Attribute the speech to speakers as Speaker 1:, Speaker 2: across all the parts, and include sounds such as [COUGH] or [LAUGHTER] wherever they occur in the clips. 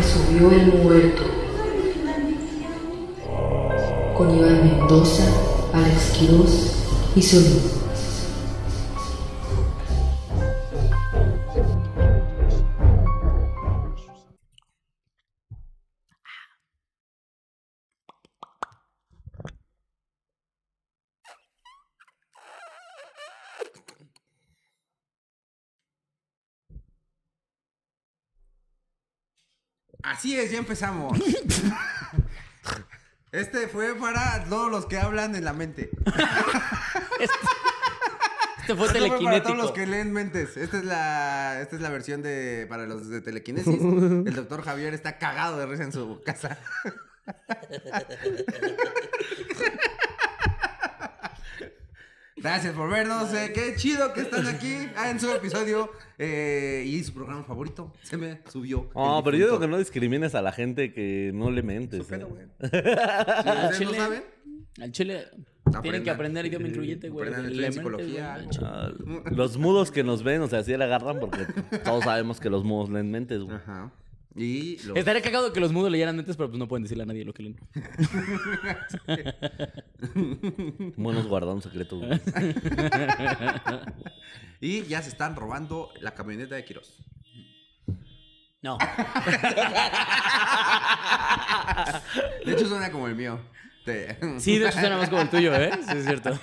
Speaker 1: escribió El Muerto. Con Iván Mendoza, Alex Quirós y Solín.
Speaker 2: Así es, ya empezamos.
Speaker 3: [LAUGHS]
Speaker 2: Este fue para todos los que hablan en la mente.
Speaker 4: Este
Speaker 2: Este fue para
Speaker 4: fue
Speaker 2: todos los
Speaker 4: telequinético.
Speaker 2: que leen mentes. Esta es la, esta es la versión de para los de telequinesis.
Speaker 3: [LAUGHS]
Speaker 2: El doctor Javier está cagado de risa en su casa. Gracias por vernos. eh, qué chido que están aquí ah, en su episodio eh, y su programa favorito. Se me subió.
Speaker 3: No,
Speaker 2: el
Speaker 3: Ah, pero yo digo
Speaker 2: difunto.
Speaker 3: que no discrimines a la gente que no le mentes.
Speaker 2: Su pedo,
Speaker 3: ¿eh?
Speaker 2: güey. Si ustedes no
Speaker 4: Chile.
Speaker 2: saben,
Speaker 4: Al chile tienen que aprender idioma incluyente, güey.
Speaker 2: Aprendan,
Speaker 4: Le
Speaker 2: estudian
Speaker 4: mentes,
Speaker 2: psicología,
Speaker 4: güey.
Speaker 2: ¿no?
Speaker 3: Ah, los mudos que nos ven, o sea, sí la agarran porque todos sabemos que los mudos leen mentes, güey.
Speaker 2: Ajá. Y lo-
Speaker 4: Estaría cagado que los mudos leyeran mentes, pero pues no pueden decirle a nadie lo que leen.
Speaker 3: Bueno, nos guardaron un
Speaker 2: [LAUGHS]
Speaker 3: secreto, güey.
Speaker 2: y ya se están robando la camioneta de Quiroz.
Speaker 4: No.
Speaker 2: De hecho, suena como el mío. Te-
Speaker 4: Sí, de hecho suena más como el tuyo, ¿eh? Sí, es cierto.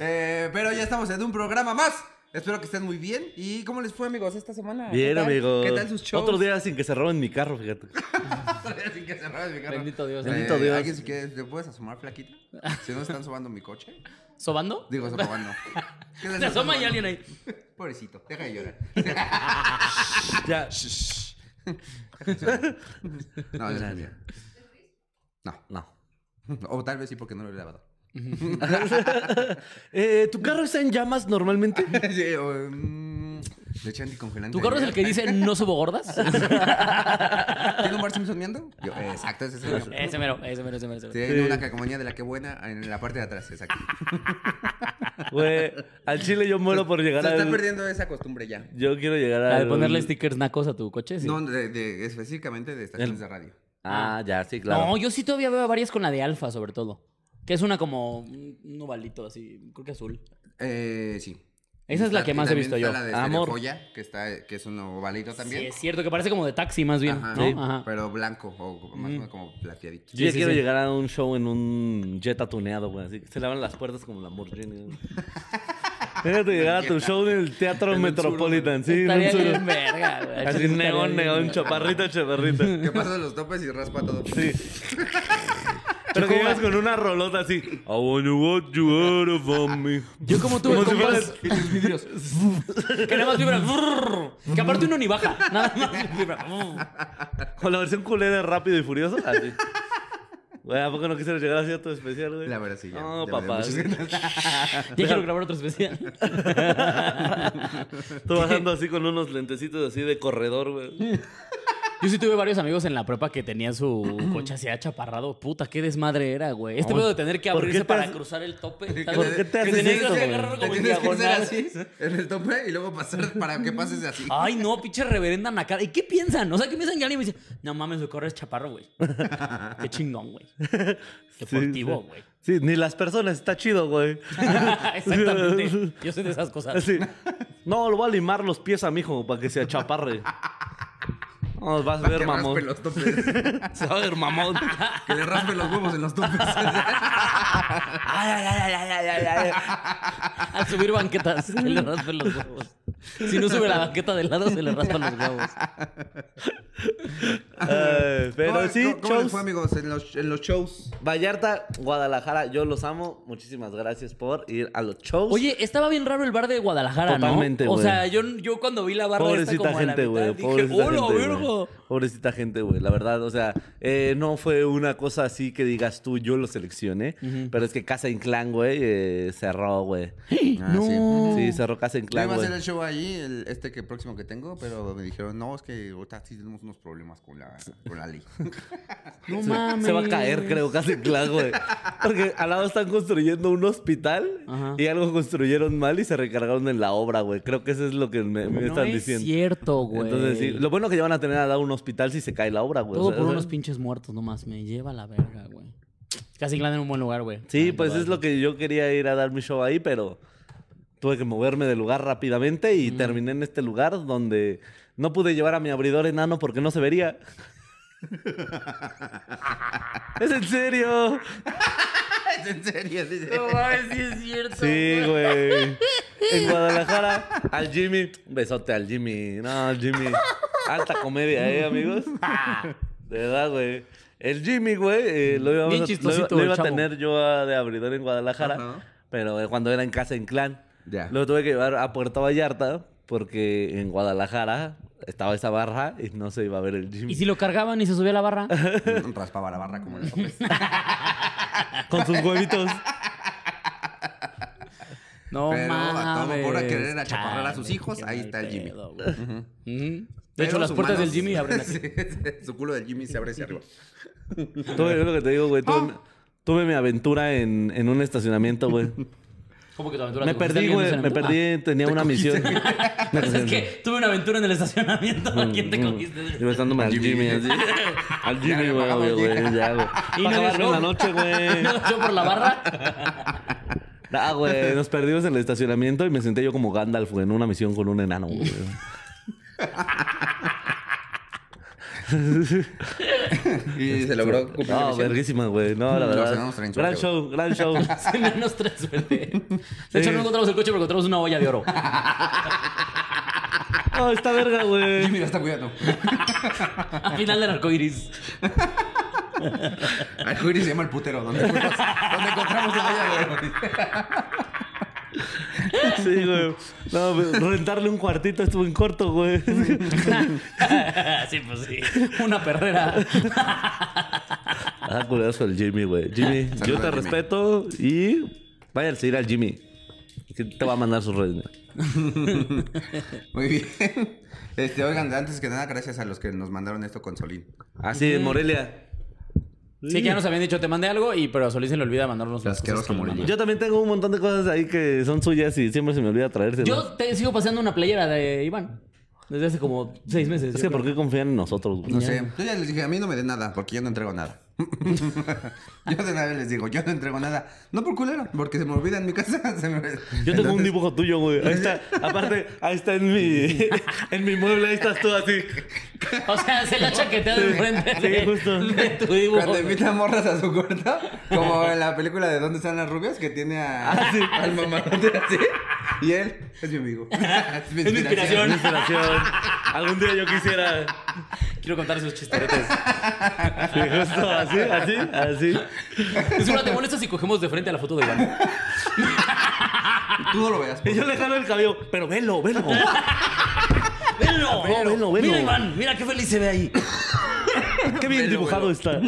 Speaker 2: Eh, pero ya estamos en un programa más. Espero que estén muy bien. ¿Y cómo les fue, amigos, esta semana? ¿Qué
Speaker 3: Bien,
Speaker 2: tal?
Speaker 3: amigo.
Speaker 2: ¿Qué tal sus shows? [LAUGHS]
Speaker 3: Otro día sin que se roben mi carro, fíjate.
Speaker 2: Otro día sin que se robe mi carro.
Speaker 4: Bendito Dios.
Speaker 2: Eh,
Speaker 3: Bendito Dios.
Speaker 2: ¿Alguien si quiere, te puedes asomar, flaquita? Si no, están sobando mi coche.
Speaker 4: [LAUGHS] ¿Sobando?
Speaker 2: Digo,
Speaker 4: [LAUGHS]
Speaker 2: sobando. ¿Qué tal
Speaker 4: Se asoma y
Speaker 2: sobando?
Speaker 4: alguien ahí.
Speaker 2: Pobrecito, deja de
Speaker 4: [LAUGHS]
Speaker 2: llorar.
Speaker 3: Ya. [LAUGHS]
Speaker 2: No, yo estoy bien. No.
Speaker 3: No.
Speaker 2: O tal vez sí porque no lo he lavado.
Speaker 3: Eh, ¿Tu carro está en llamas normalmente?
Speaker 2: [LAUGHS] Sí, o, mm, de hecho, anticongelante.
Speaker 4: ¿Tu carro es el que dice no subo [LAUGHS] gordas?
Speaker 2: ¿Tiene un Bart Simpson miando? Yo, eh, exacto, ese es el mío.
Speaker 4: Ese mero, ese mero, ese mero. Ese mero.
Speaker 2: Tiene una cacomonía de la que buena en la parte de atrás, exacto.
Speaker 3: Güey, al chile yo muero por llegar
Speaker 2: Se está
Speaker 3: al...
Speaker 2: perdiendo esa costumbre ya.
Speaker 3: Yo quiero llegar
Speaker 4: La
Speaker 3: a...
Speaker 4: de ponerle stickers nacos a tu coche, sí.
Speaker 2: No, de, de- específicamente de estaciones
Speaker 3: El-
Speaker 2: de radio.
Speaker 3: Ah, ya, sí, claro.
Speaker 4: No, yo sí todavía veo varias con la de alfa, sobre todo. Que es una como un un ovalito así, creo que azul.
Speaker 2: Eh, sí.
Speaker 4: Esa es la que más he visto yo.
Speaker 2: La de
Speaker 3: Amor.
Speaker 2: Estereofolla, que, está, que es un ovalito
Speaker 4: Sí,
Speaker 2: también.
Speaker 4: es cierto, que parece como de taxi más bien,
Speaker 2: Ajá,
Speaker 4: ¿no?
Speaker 2: sí,
Speaker 4: Ajá.
Speaker 2: Pero blanco, o más o menos como plateadito.
Speaker 3: Yo
Speaker 4: Mm. Sí,
Speaker 3: ya
Speaker 4: sí,
Speaker 3: quiero
Speaker 4: sí.
Speaker 3: llegar a un show en un jet atuneado, güey. Así que se lavan las puertas como
Speaker 2: [LAUGHS]
Speaker 3: Lamborghini. güey. Fíjate llegar a tu show en el Teatro
Speaker 2: En un
Speaker 3: Metropolitan, sí. en un
Speaker 4: Estaría
Speaker 3: sur.
Speaker 4: bien verga, güey.
Speaker 3: Así
Speaker 4: Estaría
Speaker 3: neón,
Speaker 4: bien
Speaker 3: neón,
Speaker 4: verga.
Speaker 3: chaparrita, chaparrita.
Speaker 2: Que pasa los topes y raspa todo. [LAUGHS]
Speaker 3: Sí. Pero que llegas con una rolota así. I want you what you out of me.
Speaker 4: Yo como tuve
Speaker 3: Como si
Speaker 4: compas
Speaker 3: fueras-
Speaker 4: y sus vidrios. que nada más vibran. brrr, que aparte uno ni
Speaker 3: [LAUGHS]
Speaker 4: baja. Nada más vibra. brrr.
Speaker 3: Con la versión culera de rápido y furioso, así. Güey, ¿a poco no quisieras llegar así a tu especial, güey?
Speaker 2: La verdad, sí, ya-
Speaker 3: No,
Speaker 2: ya me dio
Speaker 3: papá.
Speaker 2: muchas
Speaker 4: Ya quiero grabar otro especial.
Speaker 2: [LAUGHS]
Speaker 3: Tú bajando así con unos lentecitos así de corredor, güey.
Speaker 4: Yo sí tuve varios amigos en la prepa que tenían su coche así achaparrado. Puta, qué desmadre era, güey. Este pedo de tener que
Speaker 3: ¿por qué
Speaker 4: abrirse
Speaker 3: te
Speaker 4: para
Speaker 3: has-
Speaker 4: cruzar el tope.
Speaker 3: ¿Por qué te haces
Speaker 4: tenías que
Speaker 3: eso, güey?
Speaker 4: agarrar
Speaker 2: Te
Speaker 4: como en
Speaker 2: tienes que hacer
Speaker 4: diagonal. Ah,
Speaker 2: así en el tope y luego pasar para que pases así.
Speaker 4: Ay, no, pinche reverenda nacar. ¿Y qué piensan? O sea, ¿qué piensan que alguien me dice? No mames, su corre es chaparro, güey. Qué chingón,
Speaker 3: [LAUGHS]
Speaker 4: güey. [LAUGHS] Deportivo,
Speaker 3: sí.
Speaker 4: güey.
Speaker 3: Sí, ni las personas, está
Speaker 4: [LAUGHS]
Speaker 3: chido, güey.
Speaker 4: Exactamente. Yo soy de esas cosas.
Speaker 3: Así. No, lo voy a limar los pies a mi hijo para que se achaparre. No, vas a
Speaker 2: Para que
Speaker 3: ver, mamón.
Speaker 2: raspe los topes.
Speaker 3: [LAUGHS] Se va a
Speaker 2: [LAUGHS]
Speaker 3: ver, mamón.
Speaker 2: Que le raspe los huevos en los
Speaker 4: [LAUGHS]
Speaker 2: topes.
Speaker 4: Ay, ay, ay, ay, ay, ay, ay, ay. [LAUGHS] Al subir banquetas, se le raspan los huevos. Si no sube la banqueta de lado, se le raspan los
Speaker 3: [LAUGHS]
Speaker 4: huevos.
Speaker 3: Eh, pero
Speaker 2: ¿Cómo-
Speaker 3: sí,
Speaker 2: cómo- ¿Cómo les
Speaker 3: shows.
Speaker 2: fue, amigos, en los, en los shows?
Speaker 3: Vallarta, Guadalajara, yo los amo. Muchísimas gracias por ir a los shows.
Speaker 4: Oye, estaba bien raro el bar de Guadalajara, ¿no?
Speaker 3: Totalmente,
Speaker 4: O
Speaker 3: güey.
Speaker 4: sea, yo, yo cuando vi la barra esta
Speaker 3: pobrecita
Speaker 4: como a la
Speaker 3: gente,
Speaker 4: mitad,
Speaker 3: güey.
Speaker 4: dije,
Speaker 3: Pobrecita,
Speaker 4: ¡hola,
Speaker 3: gente, güey.
Speaker 4: vergo!
Speaker 3: Pobrecita gente, güey. La verdad, o sea, eh, no fue una cosa así que digas tú, yo lo seleccioné. Pero es que Casa Inclán, güey, eh, cerró, güey.
Speaker 2: Ah, sí.
Speaker 3: Sí, cerró Casa
Speaker 2: Yo
Speaker 3: Inclán,
Speaker 2: iba a
Speaker 3: güey.
Speaker 2: hacer el show ahí ahí el, este que próximo que tengo, pero me dijeron, no, es que ahorita sí tenemos unos problemas con la, con la ley.
Speaker 4: No
Speaker 3: Se-
Speaker 4: mames.
Speaker 3: Se va a caer, creo, casi claro, güey. Porque al lado están construyendo un hospital
Speaker 4: Ajá.
Speaker 3: y algo construyeron mal y se recargaron en la obra, güey. Creo que eso es lo que me, me
Speaker 4: No
Speaker 3: están
Speaker 4: es
Speaker 3: diciendo.
Speaker 4: cierto, güey.
Speaker 3: Entonces, sí, lo bueno que ya van a tener a dar un hospital si se cae la obra, güey. O
Speaker 4: Todo
Speaker 3: sea,
Speaker 4: por
Speaker 3: o sea,
Speaker 4: unos pinches muertos nomás. Me lleva la verga, güey. Casi Clan en un buen lugar, güey.
Speaker 3: Sí, pues es lo que yo quería ir a dar mi show ahí, pero tuve que moverme de lugar rápidamente y terminé en este lugar donde no pude llevar a mi abridor enano porque no se vería. es en serio.
Speaker 2: [LAUGHS] Es en serio, sí, sí.
Speaker 4: sí es cierto.
Speaker 3: Sí, güey. En Guadalajara, al Jimmy. Besote al Jimmy. No, al Jimmy. Alta comedia, ¿eh, amigos? De verdad, güey. El Jimmy, güey, eh, lo,
Speaker 4: Bien
Speaker 3: íbamos a- lo iba-
Speaker 4: chistosito
Speaker 3: lo
Speaker 4: el
Speaker 3: iba a
Speaker 4: chavo.
Speaker 3: tener yo a- de abridor en Guadalajara,
Speaker 2: Ajá.
Speaker 3: pero eh, cuando era en casa en clan.
Speaker 2: Ya.
Speaker 3: Lo tuve que llevar a Puerto Vallarta porque en Guadalajara estaba esa barra y no se iba a ver el Jimmy.
Speaker 4: ¿Y si lo cargaban y se subía a la barra?
Speaker 3: [LAUGHS]
Speaker 2: Raspaba la barra como en [LAUGHS] los hombres.
Speaker 3: Con sus [LAUGHS] huevitos.
Speaker 4: No
Speaker 2: Pero a todo
Speaker 4: mames.
Speaker 2: por querer achaparrar a sus
Speaker 4: Chale,
Speaker 2: hijos,
Speaker 4: qué
Speaker 2: ahí
Speaker 4: mal
Speaker 2: está el Jimmy.
Speaker 4: pedo, güey. Ujú. De
Speaker 2: Pero
Speaker 4: hecho, las
Speaker 2: su
Speaker 4: puertas
Speaker 2: mano-
Speaker 4: del Jimmy
Speaker 2: [LAUGHS]
Speaker 4: abren así.
Speaker 2: Sí, sí, Su culo del Jimmy se abre hacia arriba.
Speaker 3: Tuve, es lo que te digo, güey. Tuve, tuve mi aventura en, en un estacionamiento, güey.
Speaker 4: [LAUGHS] ¿Cómo que tu aventura?
Speaker 3: Me
Speaker 4: ¿Te cogiste
Speaker 3: perdí,
Speaker 4: a alguien "Ah,
Speaker 3: güey.
Speaker 4: en
Speaker 3: Me
Speaker 4: el
Speaker 3: perdí, tenía una misión.
Speaker 4: estacionamiento? [LAUGHS] Ah, pues es que [LAUGHS] tuve una aventura en el estacionamiento. [LAUGHS] ¿A quién te
Speaker 3: Yo
Speaker 4: cogiste?
Speaker 3: besándome al Jimmy, así. Al Jimmy,
Speaker 2: Ya,
Speaker 3: güey,
Speaker 2: vamos,
Speaker 3: obvio,
Speaker 2: ya.
Speaker 3: güey, ya, güey.
Speaker 4: Y
Speaker 3: Y
Speaker 4: no
Speaker 3: no
Speaker 4: eres
Speaker 3: en la
Speaker 4: lobo. [LAUGHS]
Speaker 3: noche, güey.
Speaker 4: ¿No lo echó por la barra? [LAUGHS]
Speaker 3: Ah, güey, nos perdimos en el estacionamiento y me senté yo como Gandalf, güey, en una misión con un enano, güey.
Speaker 2: Y se logró cumplir la
Speaker 3: No,
Speaker 2: misión.
Speaker 3: verguísima, güey. No, la
Speaker 2: Nos
Speaker 3: verdad.
Speaker 2: ganamos treinta,
Speaker 3: Gran
Speaker 2: güey.
Speaker 3: show,
Speaker 2: [LAUGHS]
Speaker 3: gran show.
Speaker 4: Se me nos trae suerte. De hecho, no encontramos el coche, pero encontramos una olla de oro.
Speaker 3: No, está verga, güey.
Speaker 2: Jimmy lo está cuidando.
Speaker 4: Al final del arco iris. [LAUGHS]
Speaker 2: Al Jimmy se llama el putero. Donde, fuimos- donde encontramos la olla de oro.
Speaker 3: Sí, güey. No, güey, rentarle un cuartito estuvo en
Speaker 2: [LAUGHS]
Speaker 3: corto, güey.
Speaker 4: sí, pues sí. Una perrera.
Speaker 3: Ah, curioso el Jimmy, güey.
Speaker 2: [LAUGHS]
Speaker 3: Jimmy,
Speaker 2: Saluda
Speaker 3: yo te
Speaker 2: al Jimmy.
Speaker 3: respeto y vaya a seguir al Jimmy. Que te va a mandar sus redes.
Speaker 2: Muy bien. Este, oigan, antes que nada, gracias a los que nos mandaron esto con Solín.
Speaker 3: Ah, sí, en Morelia.
Speaker 4: Sí, que ya nos habían dicho, te mandé algo, y pero a Solís se le olvida mandarnos las
Speaker 2: Asqueroso
Speaker 4: cosas que le
Speaker 2: Murillo.
Speaker 4: mandó.
Speaker 3: Yo también tengo un montón de cosas ahí que son suyas y siempre se me olvida traérselas.
Speaker 4: Yo te sigo paseando una playera de Iván. Desde hace como seis meses.
Speaker 3: Es
Speaker 4: yo
Speaker 3: que ¿por qué confían en nosotros? güey?
Speaker 2: No sé. Yo ya les dije, a mí no me den nada, porque yo no entrego nada. [LAUGHS] yo de una vez les digo, yo no entrego nada. No por culero, porque se me olvida en mi casa. [LAUGHS] se me-
Speaker 3: Yo tengo un dibujo tuyo, güey.
Speaker 2: [LAUGHS]
Speaker 3: Ahí está. Aparte, ahí está en mi, en mi mueble. Ahí estás tú así.
Speaker 4: creo. [LAUGHS] O sea, se la chaquetea de frente
Speaker 3: sí,
Speaker 4: de, [LAUGHS]
Speaker 3: justo.
Speaker 4: de tu dibujo.
Speaker 2: Cuando invita morras a su cuarto, como en la película de ¿Dónde están las rubias? Que tiene a, al mamadote así. Y él es mi amigo. [LAUGHS] Es mi
Speaker 4: Es mi inspiración.
Speaker 3: Inspiración. Algún día yo quisiera.
Speaker 4: Quiero contar esos [LAUGHS] chistoretes.
Speaker 3: Sí, justo así, así, así.
Speaker 4: Seguro te molesta si cogemos de frente a la foto de Iván.
Speaker 2: Tú no lo veas. por
Speaker 3: Y [LAUGHS] yo le jalo el cabello. Pero
Speaker 2: [LAUGHS]
Speaker 3: velo, velo.
Speaker 4: ¡Velo!
Speaker 3: [LAUGHS] Velo, velo, velo.
Speaker 4: Mira, Iván, mira qué feliz se ve ahí.
Speaker 3: Qué bien
Speaker 2: Velo,
Speaker 3: dibujado
Speaker 2: velo. [LAUGHS]
Speaker 3: está.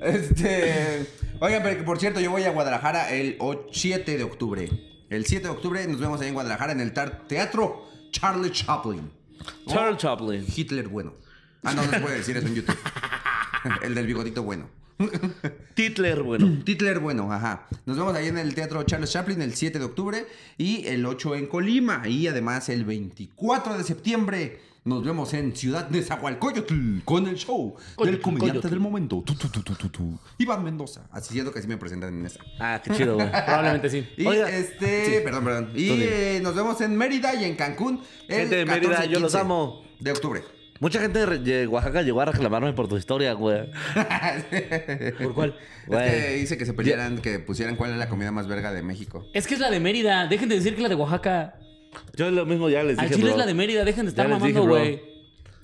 Speaker 2: Este. Oigan, pero que por cierto, yo voy a Guadalajara el o- 7 de octubre. El 7 de octubre nos vemos ahí en Guadalajara en el tar- Teatro Charlie Chaplin.
Speaker 3: Charles Chaplin.
Speaker 2: Hitler bueno. Ah, no, no se puede decir eso en YouTube. [LAUGHS] El del bigodito bueno.
Speaker 3: Titler, bueno.
Speaker 2: Hitler bueno, ajá. Nos vemos ahí en el Teatro Charles Chaplin el 7 de octubre y el 8 en Colima. Y además el 24 de septiembre nos vemos en Ciudad de Zahualcoyotl con el show del
Speaker 4: Coyotl,
Speaker 2: comediante
Speaker 4: Coyotl.
Speaker 2: del momento. Tu, tu, tu, tu, tu, tu. Iván Mendoza. Así siento que así me presentan en esa.
Speaker 3: Ah, qué chido, güey.
Speaker 4: Probablemente sí.
Speaker 2: Y
Speaker 3: Oiga.
Speaker 2: este, perdón, perdón. Y
Speaker 3: Tú dime.
Speaker 2: eh, nos vemos en Mérida y en Cancún. El
Speaker 3: Gente de Mérida,
Speaker 2: 14 y
Speaker 3: yo los
Speaker 2: 15
Speaker 3: amo.
Speaker 2: De octubre.
Speaker 3: Mucha gente de Re- de Oaxaca llegó a reclamarme por tu historia, güey.
Speaker 4: [LAUGHS] ¿Por cuál?
Speaker 3: Güey.
Speaker 2: Es que dice que se pelearan, que pusieran cuál es la comida más verga de México.
Speaker 4: Es que es la de Mérida. Dejen de decir que la de Oaxaca.
Speaker 3: Yo lo mismo ya les
Speaker 4: Al
Speaker 3: dije,
Speaker 4: chile
Speaker 3: bro.
Speaker 4: es la de Mérida. Dejen de estar
Speaker 3: Ya les dije,
Speaker 4: mamando,
Speaker 3: bro.
Speaker 4: güey.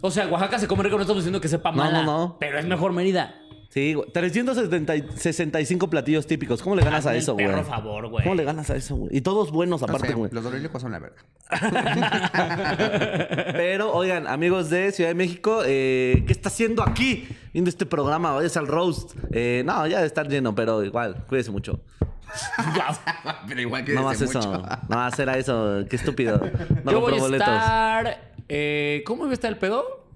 Speaker 4: O sea, Oaxaca se come rico. No estamos diciendo que sepa
Speaker 3: No,
Speaker 4: mala.
Speaker 3: no, no.
Speaker 4: Pero es mejor Mérida.
Speaker 3: Sí, Sí, güey. 365 platillos típicos. ¿Cómo le ganas
Speaker 4: Hazme
Speaker 3: a
Speaker 4: el
Speaker 3: eso, güey?
Speaker 4: perro favor, Ah, güey.
Speaker 3: ¿Cómo le ganas a eso, güey? Y todos buenos
Speaker 2: No
Speaker 3: aparte,
Speaker 2: sé,
Speaker 3: güey.
Speaker 2: los dorilocos son la verga.
Speaker 3: [LAUGHS]
Speaker 2: [LAUGHS]
Speaker 3: Pero, oigan, amigos de Ciudad de México, eh, ¿qué está haciendo aquí? Viendo este programa, vayas al roast. Eh, no, ya debe estar lleno, pero igual, cuídese mucho.
Speaker 2: Pero igual que
Speaker 3: No más eso. No más era eso.
Speaker 4: [LAUGHS]
Speaker 3: Qué estúpido. No
Speaker 4: Yo
Speaker 3: compró
Speaker 4: voy a
Speaker 3: boletos.
Speaker 4: estar. eh, ¿Cómo iba a estar el pedo?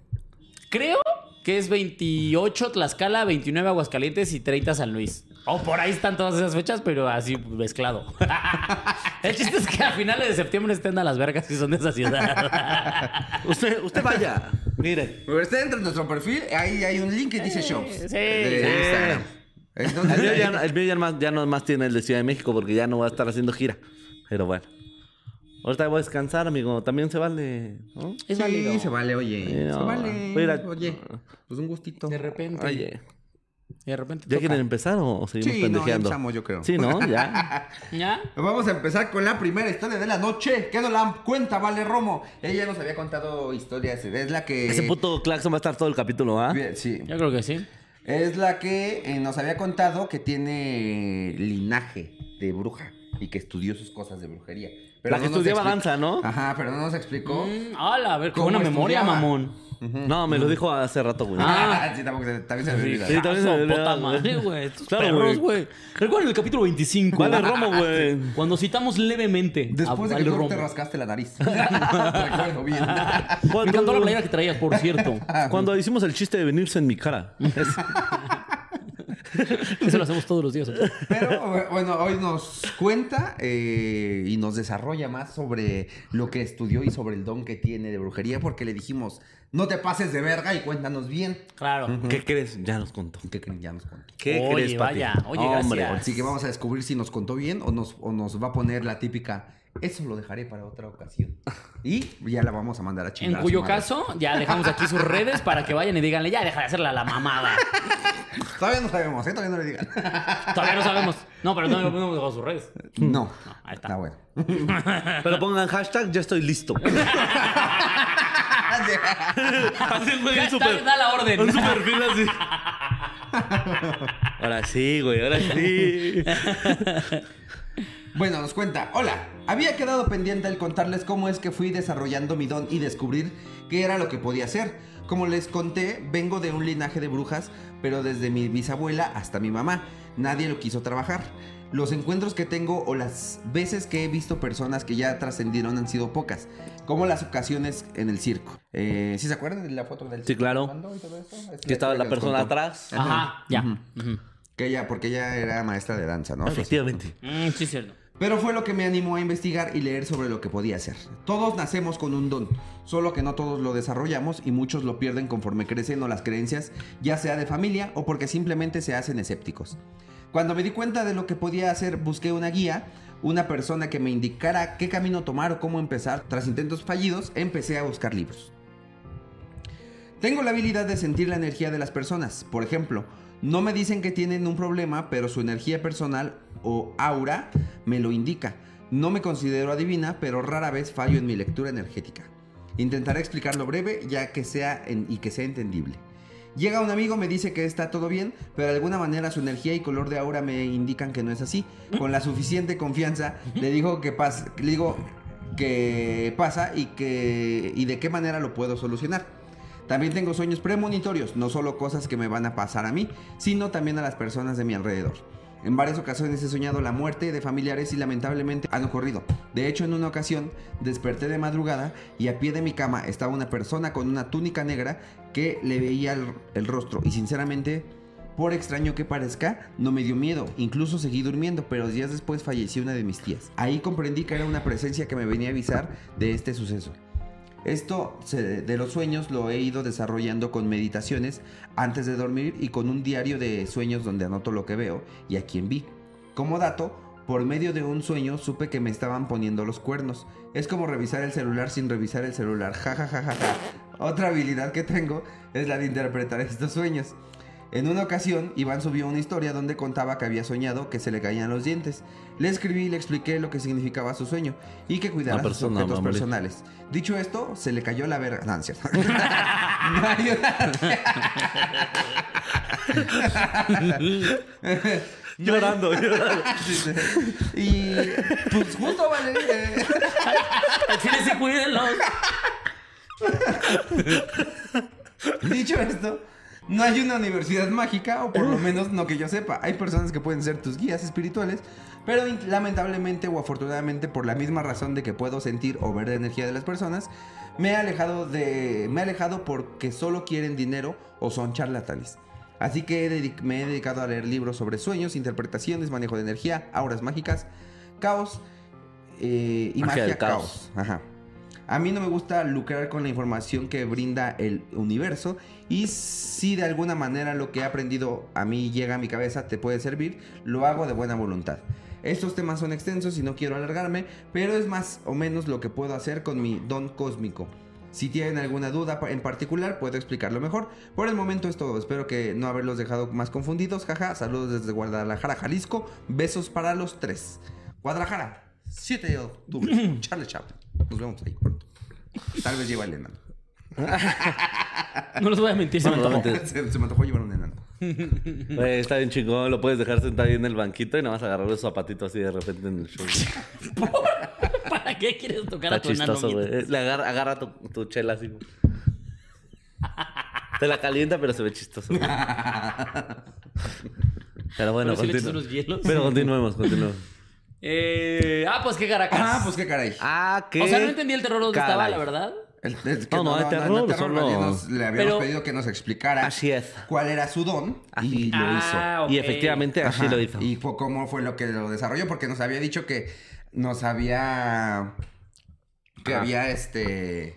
Speaker 4: Creo que es 28 Tlaxcala, 29 Aguascalientes y 30 San Luis. O por ahí están todas esas fechas, pero así mezclado. [LAUGHS] el chiste es que a finales de septiembre estén a las vergas y son de esa ciudad.
Speaker 3: Usted, usted vaya. Mire.
Speaker 2: [LAUGHS] Pero está dentro de nuestro perfil, ahí hay un link que dice shops.
Speaker 4: sí.
Speaker 2: De
Speaker 4: Sí.
Speaker 2: Instagram.
Speaker 3: El mío,
Speaker 2: Entonces,
Speaker 3: ya, no- el mío ya no más, ya no más tiene el de Ciudad de México porque ya no va a estar haciendo gira. Pero bueno. Ahorita voy a descansar, amigo. También se vale. ¿no?
Speaker 4: Es
Speaker 2: sí,
Speaker 4: válido.
Speaker 2: se vale, oye.
Speaker 3: Sí, no.
Speaker 2: Se vale.
Speaker 3: Voy a ir a-
Speaker 2: Oye, pues un gustito.
Speaker 4: De repente.
Speaker 3: Oye.
Speaker 4: De repente.
Speaker 3: ¿Ya
Speaker 4: toca.
Speaker 3: quieren empezar o o seguimos
Speaker 2: Sí, no, ya
Speaker 3: pendejeando?
Speaker 2: empezamos, yo creo.
Speaker 3: Sí, ¿no? Ya.
Speaker 2: [LAUGHS]
Speaker 4: ¿Ya?
Speaker 2: Vamos a empezar con la primera historia de la noche, que nos la cuenta Vale Romo. Ella nos había contado historias, es la que...
Speaker 3: Ese puto claxon va a estar todo el capítulo, ¿ah?
Speaker 2: Bien, Sí,
Speaker 4: Yo creo que sí.
Speaker 2: es la que eh, nos había contado que tiene linaje de bruja y que estudió sus cosas de brujería.
Speaker 3: La que
Speaker 2: nos
Speaker 3: estudiaba
Speaker 2: explicó-
Speaker 3: danza, ¿no?
Speaker 2: Ajá, pero no nos explicó. [LAUGHS]
Speaker 4: Mm, ¡Hala! A ver, con
Speaker 2: ¿Cómo
Speaker 4: una memoria,
Speaker 2: estudiaba?
Speaker 4: mamón.
Speaker 3: No, me lo dijo hace rato, güey.
Speaker 4: Ah.
Speaker 2: sí, tampoco se, también se me olvida.
Speaker 3: Sí, Ah, también se me
Speaker 4: Su
Speaker 3: olvidaba,
Speaker 4: puta
Speaker 3: güey.
Speaker 4: madre, güey. Estos
Speaker 3: Claro,
Speaker 4: perros,
Speaker 3: güey.
Speaker 4: güey. Recuerden el capítulo 25.
Speaker 3: Vale, Romo, güey.
Speaker 4: Cuando citamos levemente
Speaker 2: Después de
Speaker 4: a
Speaker 2: que tú
Speaker 4: Vale Romo.
Speaker 2: te rascaste la
Speaker 3: [LAUGHS]
Speaker 2: nariz. [LAUGHS] Recuerdo bien.
Speaker 4: Me encantó la
Speaker 3: Cuando,
Speaker 4: playera que traías, por
Speaker 3: [LAUGHS]
Speaker 4: cierto.
Speaker 2: Ah.
Speaker 3: cuando hicimos el chiste de venirse en mi cara.
Speaker 4: Eso lo hacemos todos los días. amigo.
Speaker 2: Pero eh, bueno, hoy nos cuenta eh, y nos desarrolla más sobre lo que estudió y sobre el don que tiene de brujería, porque le dijimos, no te pases de verga y cuéntanos bien.
Speaker 4: Claro.
Speaker 3: ¿Qué crees? Ya nos contó.
Speaker 2: ¿Qué creen? Ya nos contó.
Speaker 3: ¿Qué
Speaker 4: Oye,
Speaker 3: crees, Pati?
Speaker 4: vaya. Oye, gracias.
Speaker 2: Así que vamos a descubrir si nos contó bien o nos, o nos va a poner la típica, eso lo dejaré para otra ocasión. Y ya la vamos a mandar a
Speaker 4: En
Speaker 2: chingar. a su
Speaker 4: cuyo
Speaker 2: madre.
Speaker 4: caso, ya dejamos aquí sus redes para que vayan y díganle, ya deja de hacerla la mamada.
Speaker 2: Todavía no sabemos, ¿eh? Todavía no le
Speaker 4: [LAUGHS]
Speaker 2: digan.
Speaker 4: Todavía no sabemos. No, pero no no hemos dejado sus redes.
Speaker 2: No.
Speaker 4: ahí está.
Speaker 2: Está bueno. [LAUGHS]
Speaker 3: Pero pongan hashtag, ya
Speaker 4: [LAUGHS]
Speaker 3: estoy listo. [LAUGHS] Así el güey,
Speaker 4: Ya
Speaker 3: un
Speaker 4: está,
Speaker 3: super-
Speaker 4: da la orden.
Speaker 3: un super fila así. Ahora sí, güey, ahora
Speaker 4: [LAUGHS]
Speaker 3: sí.
Speaker 2: Bueno, nos cuenta. Hola, había quedado pendiente el contarles cómo es que fui desarrollando mi don y descubrir qué era lo que podía hacer. Como les conté, vengo de un linaje de brujas, pero desde mi bisabuela hasta mi mamá, nadie lo quiso trabajar. Los encuentros que tengo o las veces que he visto personas que ya trascendieron han sido pocas, como las ocasiones en el circo. Eh, ¿Sí se acuerdan de la foto del circo?
Speaker 3: claro.
Speaker 2: Armando y todo eso? Es
Speaker 3: Que estaba
Speaker 2: historia
Speaker 3: la
Speaker 2: nos
Speaker 3: persona
Speaker 2: contó.
Speaker 3: atrás.
Speaker 4: Ajá, ya. Ujú.
Speaker 2: Que ella, porque ella era maestra de danza, ¿no?
Speaker 3: Efectivamente.
Speaker 4: Mm, sí, cierto.
Speaker 2: Pero fue lo que me animó a investigar y leer sobre lo que podía hacer. Todos nacemos con un don, solo que no todos lo desarrollamos y muchos lo pierden conforme crecen o las creencias, ya sea de familia o porque simplemente se hacen escépticos. Cuando me di cuenta de lo que podía hacer, busqué una guía, una persona que me indicara qué camino tomar o cómo empezar. Tras intentos fallidos, empecé a buscar libros. Tengo la habilidad de sentir la energía de las personas. Por ejemplo, no me dicen que tienen un problema, pero su energía personal o aura me lo indica. No me considero adivina, pero rara vez fallo en mi lectura energética. Intentaré explicarlo breve ya que sea en- y que sea entendible. Llega un amigo, me dice que está todo bien, pero de alguna manera su energía y color de aura me indican que no es así. Con la suficiente confianza le digo que pas- le digo que pasa y que y de qué manera lo puedo solucionar. También tengo sueños premonitorios, no solo cosas que me van a pasar a mí, sino también a las personas de mi alrededor. En varias ocasiones he soñado la muerte de familiares y lamentablemente han ocurrido. De hecho, en una ocasión desperté de madrugada y a pie de mi cama estaba una persona con una túnica negra que le veía el, el rostro y sinceramente, por extraño que parezca, no me dio miedo. Incluso seguí durmiendo, pero días después falleció una de mis tías. Ahí comprendí que era una presencia que me venía a avisar de este suceso. Esto se- de los sueños lo he ido desarrollando con meditaciones antes de dormir y con un diario de sueños donde anoto lo que veo y a quién vi. Como dato, por medio de un sueño supe que me estaban poniendo los cuernos. Es como revisar el celular sin revisar el celular. Ja, ja, ja, ja, ja. Otra habilidad que tengo es la de interpretar estos sueños. En una ocasión, Iván subió una historia donde contaba que había soñado que se le caían los dientes. Le escribí y le expliqué lo que significaba su sueño y que cuidara
Speaker 3: Una
Speaker 2: sus
Speaker 3: persona,
Speaker 2: objetos
Speaker 3: mamá,
Speaker 2: personales. Dicho esto, se le cayó la verga. No, no es cierto. [LAUGHS] No hay una-
Speaker 3: [LAUGHS] Llorando, llorando.
Speaker 2: y pues justo, vale. eh,
Speaker 4: Al chile sí, cuídenlos.
Speaker 2: [LAUGHS] Dicho esto, no hay una universidad mágica, o por lo menos no que yo sepa. Hay personas que pueden ser tus guías espirituales, pero in- lamentablemente o afortunadamente por la misma razón de que puedo sentir o ver la energía de las personas, me he alejado de me he alejado porque solo quieren dinero o son charlatanes. Así que he dedi- me he dedicado a leer libros sobre sueños, interpretaciones, manejo de energía, auras mágicas, caos eh, y
Speaker 3: Magia
Speaker 2: magia,
Speaker 3: del
Speaker 2: caos.
Speaker 3: caos.
Speaker 2: Ajá. A mí no me gusta lucrar con la información que brinda el universo y si de alguna manera lo que he aprendido a mí llega a mi cabeza te puede servir, lo hago de buena voluntad. Estos temas son extensos y no quiero alargarme, pero es más o menos lo que puedo hacer con mi don cósmico. Si tienen alguna duda pa- en particular, puedo explicarlo mejor. Por el momento es todo. Espero que no haberlos dejado más confundidos. Jaja, saludos desde Guadalajara, Jalisco. Besos para los tres. Guadalajara, 7 de [CLEARS THROAT] octubre. Charlie Chaplin. Nos vemos ahí pronto. Tal vez lleva el enano.
Speaker 4: No los voy a mentir, se me
Speaker 3: Bueno,
Speaker 4: antojó.
Speaker 2: Se, [LAUGHS] se me antojó llevar un enano.
Speaker 3: Güey, está bien chingón, lo puedes dejar sentado ahí en el banquito y nada más agarrar los zapatitos así de repente en el show.
Speaker 4: [LAUGHS] ¿Para qué quieres tocar
Speaker 3: Está
Speaker 4: a tu enano?
Speaker 3: chistoso,
Speaker 4: mientras-
Speaker 3: güey. Eh, Le agarra, agarra tu, tu chela así. güey. Te la calienta, pero se ve
Speaker 2: [LAUGHS]
Speaker 3: chistoso. güey. Pero bueno,
Speaker 4: Pero si le echas
Speaker 3: continu-
Speaker 4: unos hielos.
Speaker 3: Pero continuemos, continuemos.
Speaker 4: Eh, ah, pues qué caracas.
Speaker 2: Ah, pues qué caray.
Speaker 3: Ah, que.
Speaker 4: O sea, no entendí el terror donde estaba,
Speaker 3: Caray.
Speaker 4: la verdad.
Speaker 2: El- es
Speaker 3: No, no, hay terror, solo-
Speaker 2: más bien nos- le habíamos
Speaker 4: Pero-
Speaker 2: pedido que nos explicara
Speaker 3: Así es.
Speaker 2: cuál era su don y lo
Speaker 4: Ah,
Speaker 2: hizo.
Speaker 4: ok.
Speaker 3: Y efectivamente así
Speaker 2: Ajá,
Speaker 3: lo hizo.
Speaker 2: Y fue- cómo fue lo que lo desarrolló, porque nos había dicho que nos había. que
Speaker 3: Ajá.
Speaker 2: había este.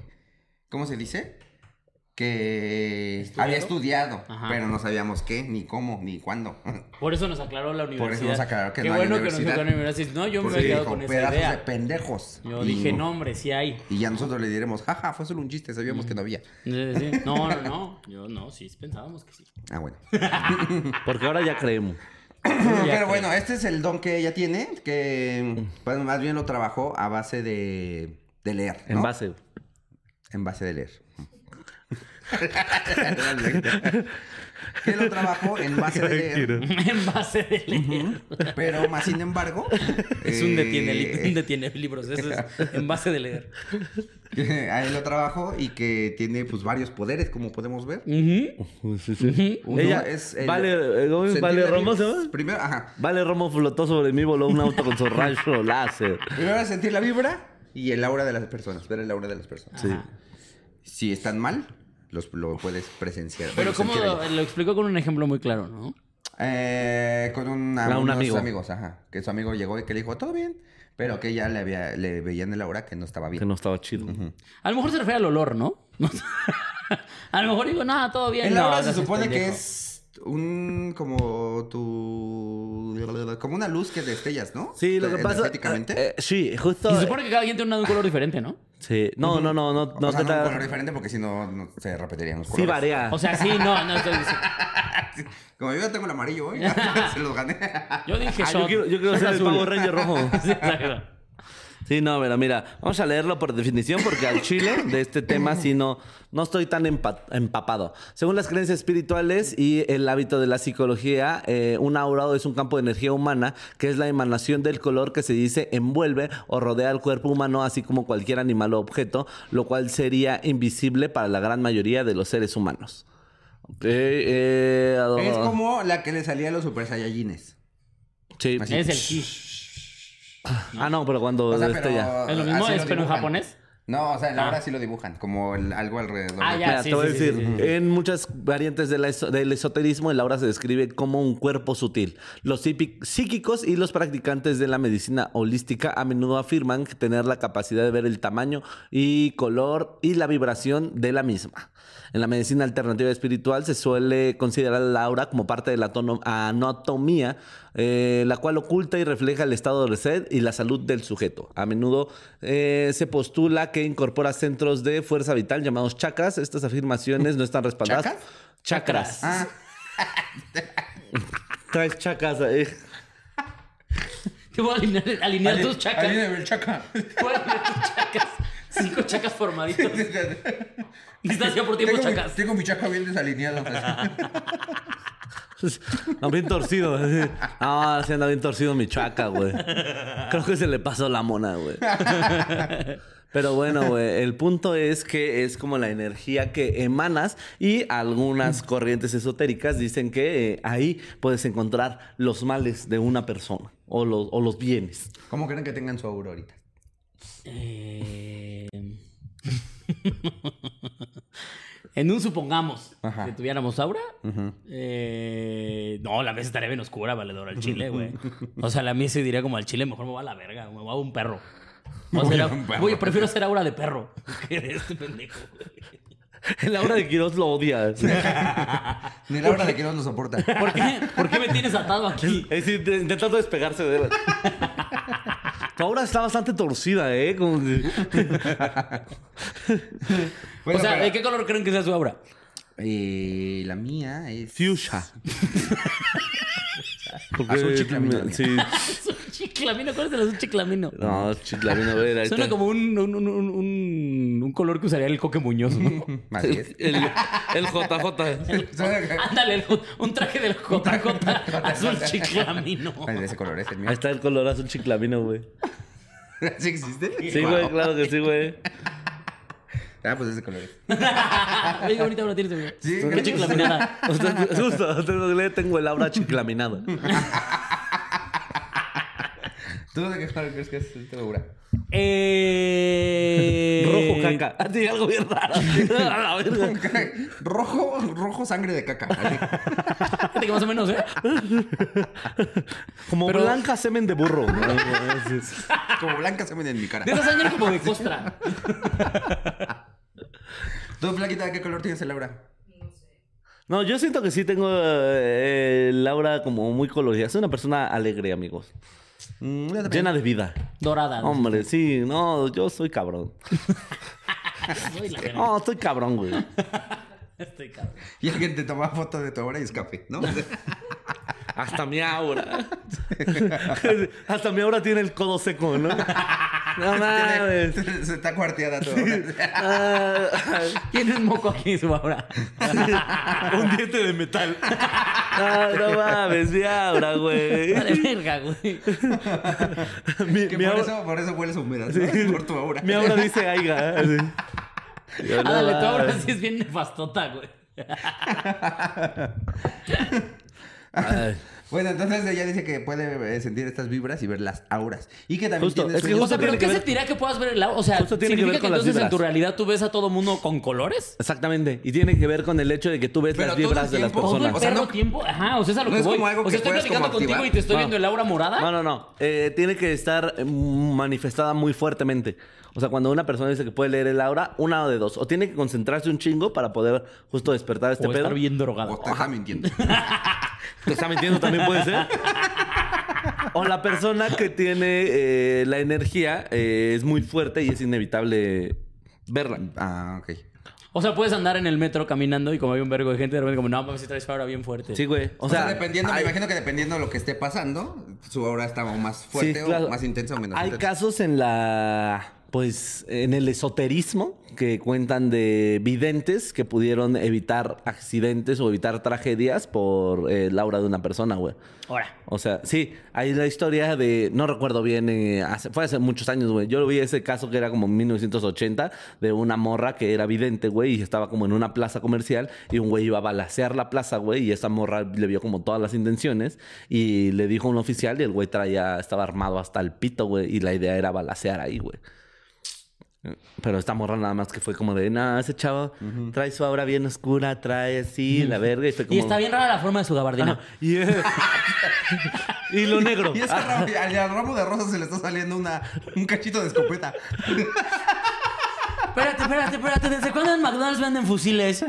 Speaker 2: ¿Cómo se dice? Que había estudiado,
Speaker 4: Ajá.
Speaker 2: pero no sabíamos qué, ni cómo, ni cuándo.
Speaker 4: Por eso nos aclaró la universidad.
Speaker 2: nos aclaró que
Speaker 4: Qué
Speaker 2: no hay
Speaker 4: bueno que nos
Speaker 2: universidad.
Speaker 4: aclaró la universidad. No, yo me
Speaker 2: Porque
Speaker 4: había quedado
Speaker 2: dijo,
Speaker 4: con esa
Speaker 2: pedazos de
Speaker 4: idea.
Speaker 2: pendejos.
Speaker 4: Yo
Speaker 2: Y-
Speaker 4: dije, no, hombre, sí hay.
Speaker 2: Y ya nosotros le diremos, jaja, fue solo un chiste, sabíamos que no había.
Speaker 4: Sí, sí. No, no, no. Yo no, sí, pensábamos que sí.
Speaker 2: Ah,
Speaker 4: [LAUGHS]
Speaker 2: bueno.
Speaker 3: Porque ahora ya creemos.
Speaker 2: [LAUGHS] Pero bueno, este es el don que ella tiene, que bueno, más bien lo trabajó a base de, de leer.
Speaker 3: En
Speaker 2: ¿no?
Speaker 3: base.
Speaker 2: En base de
Speaker 3: [LAUGHS]
Speaker 2: leer. que lo trabajó en base de leer.
Speaker 4: [LAUGHS] en base de leer.
Speaker 2: Pero más sin embargo.
Speaker 4: Es un
Speaker 2: eh,
Speaker 4: detiene, li- un detiene libros. Eso es en base de leer.
Speaker 2: [LAUGHS] que a él lo trabajó y que tiene pues varios poderes, como podemos ver.
Speaker 4: Ujú.
Speaker 2: Uno
Speaker 3: Ella
Speaker 2: el-
Speaker 3: vale, eh, ¿cómo es?
Speaker 2: sentir
Speaker 3: Vale
Speaker 2: la vib-
Speaker 3: Romo, ¿se llama?
Speaker 2: Primero, ajá.
Speaker 3: Vale, Romo flotó sobre mí, voló un auto con su rayo láser.
Speaker 2: Primero es sentir la vibra y el aura de las personas. Ver el aura de las personas.
Speaker 4: Ajá.
Speaker 2: Si están mal, los, lo puedes presenciar. bueno,
Speaker 4: Pero como
Speaker 2: sentir
Speaker 4: lo,
Speaker 2: ahí.
Speaker 4: lo explicó con un ejemplo muy claro, ¿no?
Speaker 2: Eh, con un,
Speaker 3: Era Ah, un
Speaker 2: unos
Speaker 3: amigo.
Speaker 2: amigos, ajá. Que su amigo llegó y que le dijo, todo bien. Pero que ya le, había, le veían el aura que no estaba bien.
Speaker 3: Que no estaba chido.
Speaker 4: A lo mejor se refiere al olor, ¿no? [LAUGHS] a lo mejor digo, nada, todo bien.
Speaker 2: El
Speaker 4: No,
Speaker 2: aura
Speaker 4: no
Speaker 2: se
Speaker 4: seas
Speaker 2: supone que
Speaker 4: pendejo.
Speaker 2: es un como tu como una luz que destellas, ¿no?
Speaker 3: Sí, lo que pasa.
Speaker 2: Este, energéticamente.
Speaker 3: eh, eh, sí, justo. eh,
Speaker 4: Se supone que cada quien tiene una de un color diferente, ¿no?
Speaker 3: Sí. No, no, no, no,
Speaker 2: O
Speaker 3: no
Speaker 2: sea,
Speaker 3: te
Speaker 2: no un
Speaker 3: da-
Speaker 2: color diferente porque si no, no se repetirían los
Speaker 3: Sí
Speaker 2: colores.
Speaker 3: varía.
Speaker 4: O sea, sí, no, no estoy diciendo.
Speaker 2: Como yo ya tengo el amarillo
Speaker 3: [LAUGHS]
Speaker 2: hoy, [LAUGHS] se los gané.
Speaker 4: Yo dije
Speaker 3: Ah,
Speaker 4: shot.
Speaker 3: yo quiero, yo quiero
Speaker 4: Shot
Speaker 3: ser el
Speaker 4: azul.
Speaker 3: Power Ranger rojo.
Speaker 4: [LAUGHS] Sí, exacto.
Speaker 3: Sí, no, pero mira, vamos a leerlo por definición porque al chile de este tema sí no, no estoy tan empa- empapado. Según las creencias espirituales y el hábito de la psicología, eh, un aurado es un campo de energía humana que es la emanación del color que se dice envuelve o rodea al cuerpo humano así como cualquier animal o objeto, lo cual sería invisible para la gran mayoría de los seres humanos. Ok, eh,
Speaker 2: Es como la que le salía a los super saiyajines.
Speaker 3: Sí.
Speaker 2: así.
Speaker 4: Es el ki.
Speaker 3: Ah, no, pero cuando
Speaker 2: O sea,
Speaker 3: este
Speaker 2: pero
Speaker 3: ya.
Speaker 4: Es lo mismo,
Speaker 2: así
Speaker 4: es, pero en
Speaker 2: dibujan.
Speaker 4: japonés.
Speaker 2: No, o sea, el
Speaker 4: Ah.
Speaker 2: aura sí lo dibujan, como el- algo alrededor.
Speaker 4: Ah,
Speaker 2: del-
Speaker 4: ya.
Speaker 3: Mira,
Speaker 4: sí,
Speaker 3: te voy a
Speaker 4: sí, sí,
Speaker 3: decir,
Speaker 4: sí,
Speaker 3: en muchas variantes de la eso- del esoterismo, el aura se describe como un cuerpo sutil. Los psípi- psíquicos y los practicantes de la medicina holística a menudo afirman que tener la capacidad de ver el tamaño y color y la vibración de la misma. En la medicina alternativa espiritual se suele considerar el aura como parte de la tono- anatomía, eh, la cual oculta y refleja el estado de sed y la salud del sujeto. A menudo eh, se postula que incorpora centros de fuerza vital llamados chakras. Estas afirmaciones no están respaldadas.
Speaker 2: ¿Chakras?
Speaker 3: Chakras.
Speaker 2: Ah,
Speaker 3: [LAUGHS] Traes chacas ahí.
Speaker 4: Te voy a alinear, alinear tus chacas.
Speaker 2: Alíname el chaca. [LAUGHS]
Speaker 4: Voy a alinear tus chacas. Cinco chacas formaditos. Distancia por tiempo,
Speaker 2: tengo, mi,
Speaker 4: chacas.
Speaker 2: tengo mi chaca bien pues. desalineado.
Speaker 4: [LAUGHS]
Speaker 3: [LAUGHS] No, bien torcido. así. Ah, sí anda bien torcido mi chaca, güey. Creo que se le pasó la mona, güey. Pero bueno, güey, el punto es que es como la energía que emanas y algunas corrientes esotéricas dicen que eh, ahí puedes encontrar los males de una persona o los, o los bienes. [LAUGHS]
Speaker 2: ¿Cómo creen que tengan su aura ahorita?
Speaker 4: Eh, [LAUGHS] en un supongamos
Speaker 2: Ajá.
Speaker 4: que tuviéramos aura, eh, no, la mesa estaría bien oscura, valedora, al
Speaker 2: [LAUGHS]
Speaker 4: chile, güey. O sea, la mesa diría como al chile, mejor me voy a la verga, me voy a
Speaker 2: [LAUGHS]
Speaker 4: un perro. O sea,
Speaker 2: Voy a
Speaker 4: era-
Speaker 2: un perro.
Speaker 4: Oye, prefiero hacer aura de perro [LAUGHS] que de este pendejo, güey.
Speaker 3: El aura de Quiroz lo odia.
Speaker 2: Ni la hora de que no lo soporta.
Speaker 4: [LAUGHS] ¿Por qué, ¿Por qué me tienes atado aquí?
Speaker 3: Es decir, de- intentando despegarse de él. Tu aura está bastante torcida, ¿eh? Como que-
Speaker 2: Bueno,
Speaker 4: o sea,
Speaker 2: pero-
Speaker 4: ¿de qué color creen que sea su aura? [LAUGHS]
Speaker 2: Eh, la mía es.
Speaker 3: Fuchsia. Porque-
Speaker 2: Azul chiclamino, mira.
Speaker 3: Sí.
Speaker 4: Es un chiclamino, ¿cuál es el azul chiclamino?
Speaker 3: No, chiclamino, a ver. ahí
Speaker 4: Suena
Speaker 3: está.
Speaker 4: como un, un, un, un- un- un color que usaría el coque Muñoz,
Speaker 2: [LAUGHS]
Speaker 4: ¿no?
Speaker 2: Así
Speaker 3: [LAUGHS] El,
Speaker 4: [LAUGHS]
Speaker 2: es.
Speaker 3: el JJ.
Speaker 2: [LAUGHS] Suena-
Speaker 4: Ándale, el- un traje del JJ azul chiclamino.
Speaker 2: Ay, de ese color es el mío.
Speaker 3: Ahí está el color azul chiclamino, güey.
Speaker 2: [LAUGHS] ¿Sí existe?
Speaker 3: Sí,
Speaker 2: Wow.
Speaker 3: güey, claro que sí, güey.
Speaker 2: Ah, pues ese color es.
Speaker 4: [LAUGHS] Oye, ahorita ahora tienes, güey.
Speaker 2: Sí,
Speaker 4: Qué
Speaker 2: gracias.
Speaker 4: chiclaminada.
Speaker 3: Usted- Justo, a usted le tengo el aura chiclaminada.
Speaker 2: ¿Tú de qué color crees que es tu aura?
Speaker 4: Eh...
Speaker 3: Rojo caca. Ah, sí, algo bien raro. [LAUGHS] A la verga.
Speaker 2: [LAUGHS] rojo, rojo sangre de caca. Así.
Speaker 4: [LAUGHS] Fíjate que más o menos, ¿eh?
Speaker 3: Como
Speaker 4: Pero-
Speaker 3: blanca semen de burro. ¿no? Sí, sí.
Speaker 2: Como blanca se en mi cara.
Speaker 4: De esas años como de costra.
Speaker 2: ¿Tú, Blanquita, de qué color tienes el aura?
Speaker 3: No, yo siento que sí tengo eh, el aura como muy colorida. Soy una persona alegre, amigos. Llena de vida.
Speaker 4: Dorada. ¿no?
Speaker 3: Hombre, sí, no, yo soy cabrón.
Speaker 4: Ay, la verga.
Speaker 3: No, estoy cabrón, güey.
Speaker 4: Estoy cabrón.
Speaker 2: Y alguien te toma foto de tu aura y escape, ¿no?
Speaker 3: [LAUGHS] Hasta mi aura. [LAUGHS] Hasta mi aura tiene el codo
Speaker 2: [LAUGHS]
Speaker 3: seco, ¿no? No mames. [LAUGHS]
Speaker 2: Se está cuarteada tu aura.
Speaker 3: Ah,
Speaker 4: Tiene un moco aquí en su aura.
Speaker 3: un diente
Speaker 4: [LAUGHS]
Speaker 3: de metal. Ah, no mames, mi aura, güey.
Speaker 2: [LAUGHS]
Speaker 4: Vale, verga, güey.
Speaker 3: Mi,
Speaker 2: Que
Speaker 3: mi
Speaker 2: por,
Speaker 3: aura,
Speaker 2: eso, por eso hueles a humedad, ¿no? por tu aura.
Speaker 3: mi aura dice aiga.
Speaker 2: [LAUGHS]
Speaker 3: ¿eh? así. Yo, no
Speaker 4: Ándale, Ah, tu aura
Speaker 3: mames.
Speaker 4: sí es bien nefastota, güey.
Speaker 3: Ay.
Speaker 2: Bueno, entonces ella dice que puede eh, sentir estas vibras y ver las auras. Y que también
Speaker 3: Justo,
Speaker 2: tiene
Speaker 3: es que
Speaker 2: sueños-
Speaker 4: O sea,
Speaker 3: tiene
Speaker 4: ¿pero
Speaker 3: que
Speaker 4: qué
Speaker 3: ver-
Speaker 4: sentirá que puedas ver el aura? O sea,
Speaker 3: Justo tiene que
Speaker 4: ¿significa que
Speaker 3: ver con las
Speaker 4: entonces en
Speaker 3: vibras.
Speaker 4: tu realidad tú ves a todo mundo con colores?
Speaker 3: Exactamente. Y tiene que ver con el hecho de que tú ves
Speaker 2: Pero
Speaker 3: las
Speaker 2: todo el
Speaker 3: vibras de las
Speaker 2: tiempo,
Speaker 4: Todo
Speaker 3: personas.
Speaker 4: el
Speaker 2: O sea,
Speaker 4: perro
Speaker 2: no-
Speaker 4: tiempo. Ajá, o sea, es a lo
Speaker 2: no
Speaker 4: que
Speaker 2: es
Speaker 4: voy.
Speaker 2: como algo
Speaker 4: o
Speaker 2: que
Speaker 4: sea, estoy
Speaker 2: puedas como
Speaker 4: platicando contigo
Speaker 2: activar.
Speaker 4: y te estoy
Speaker 3: No.
Speaker 4: viendo el aura morada.
Speaker 3: No, no, no. Eh, tiene que estar eh, manifestada muy fuertemente. O sea, cuando una persona dice que puede leer el aura, una de dos. O tiene que concentrarse un chingo para poder justo despertar este
Speaker 4: o
Speaker 3: pedo.
Speaker 4: estar bien drogado.
Speaker 2: O te está mintiendo.
Speaker 3: Te está mintiendo también puede ser. O la persona que tiene eh, la energía eh, es muy fuerte y es inevitable verla.
Speaker 2: Ah, ok.
Speaker 4: O sea, puedes andar en el metro caminando y como hay un vergo de gente, de repente como, no, mames, si traes aura bien fuerte.
Speaker 3: Sí, güey. O,
Speaker 2: O sea, dependiendo,
Speaker 3: hay-
Speaker 2: me imagino que dependiendo de lo que esté pasando, su aura está o más
Speaker 3: Sí,
Speaker 2: fuerte
Speaker 3: claro.
Speaker 2: o más intensa o menos
Speaker 3: Hay
Speaker 2: intensa.
Speaker 3: casos en la. Pues en el esoterismo que cuentan de videntes que pudieron evitar accidentes o evitar tragedias por eh, la aura de una persona, güey.
Speaker 4: Ahora.
Speaker 3: O sea, sí, hay la historia de, no recuerdo bien, eh, hace- fue hace muchos años, güey. Yo lo vi ese caso que era como 1980 de una morra que era vidente, güey, y estaba como en una plaza comercial y un güey iba a balacear la plaza, güey, y esa morra le vio como todas las intenciones y le dijo a un oficial y el güey traía, estaba armado hasta el pito, güey, y la idea era balacear ahí, güey. Pero esta morra nada más que fue como de, nada, ese chavo trae su aura bien oscura, trae así, la verga, y fue como...
Speaker 4: Y
Speaker 3: [LAUGHS]
Speaker 4: está bien rara la forma de su
Speaker 3: Ajá.
Speaker 4: gabardina.
Speaker 3: Y- y lo negro.
Speaker 2: [LAUGHS] Y es que
Speaker 3: Ah,
Speaker 2: al ramo- al ramo de rosas se le está saliendo una, un cachito de escopeta.
Speaker 4: [LAUGHS] Espérate, espérate, espérate. ¿Desde cuándo en McDonald's venden fusiles?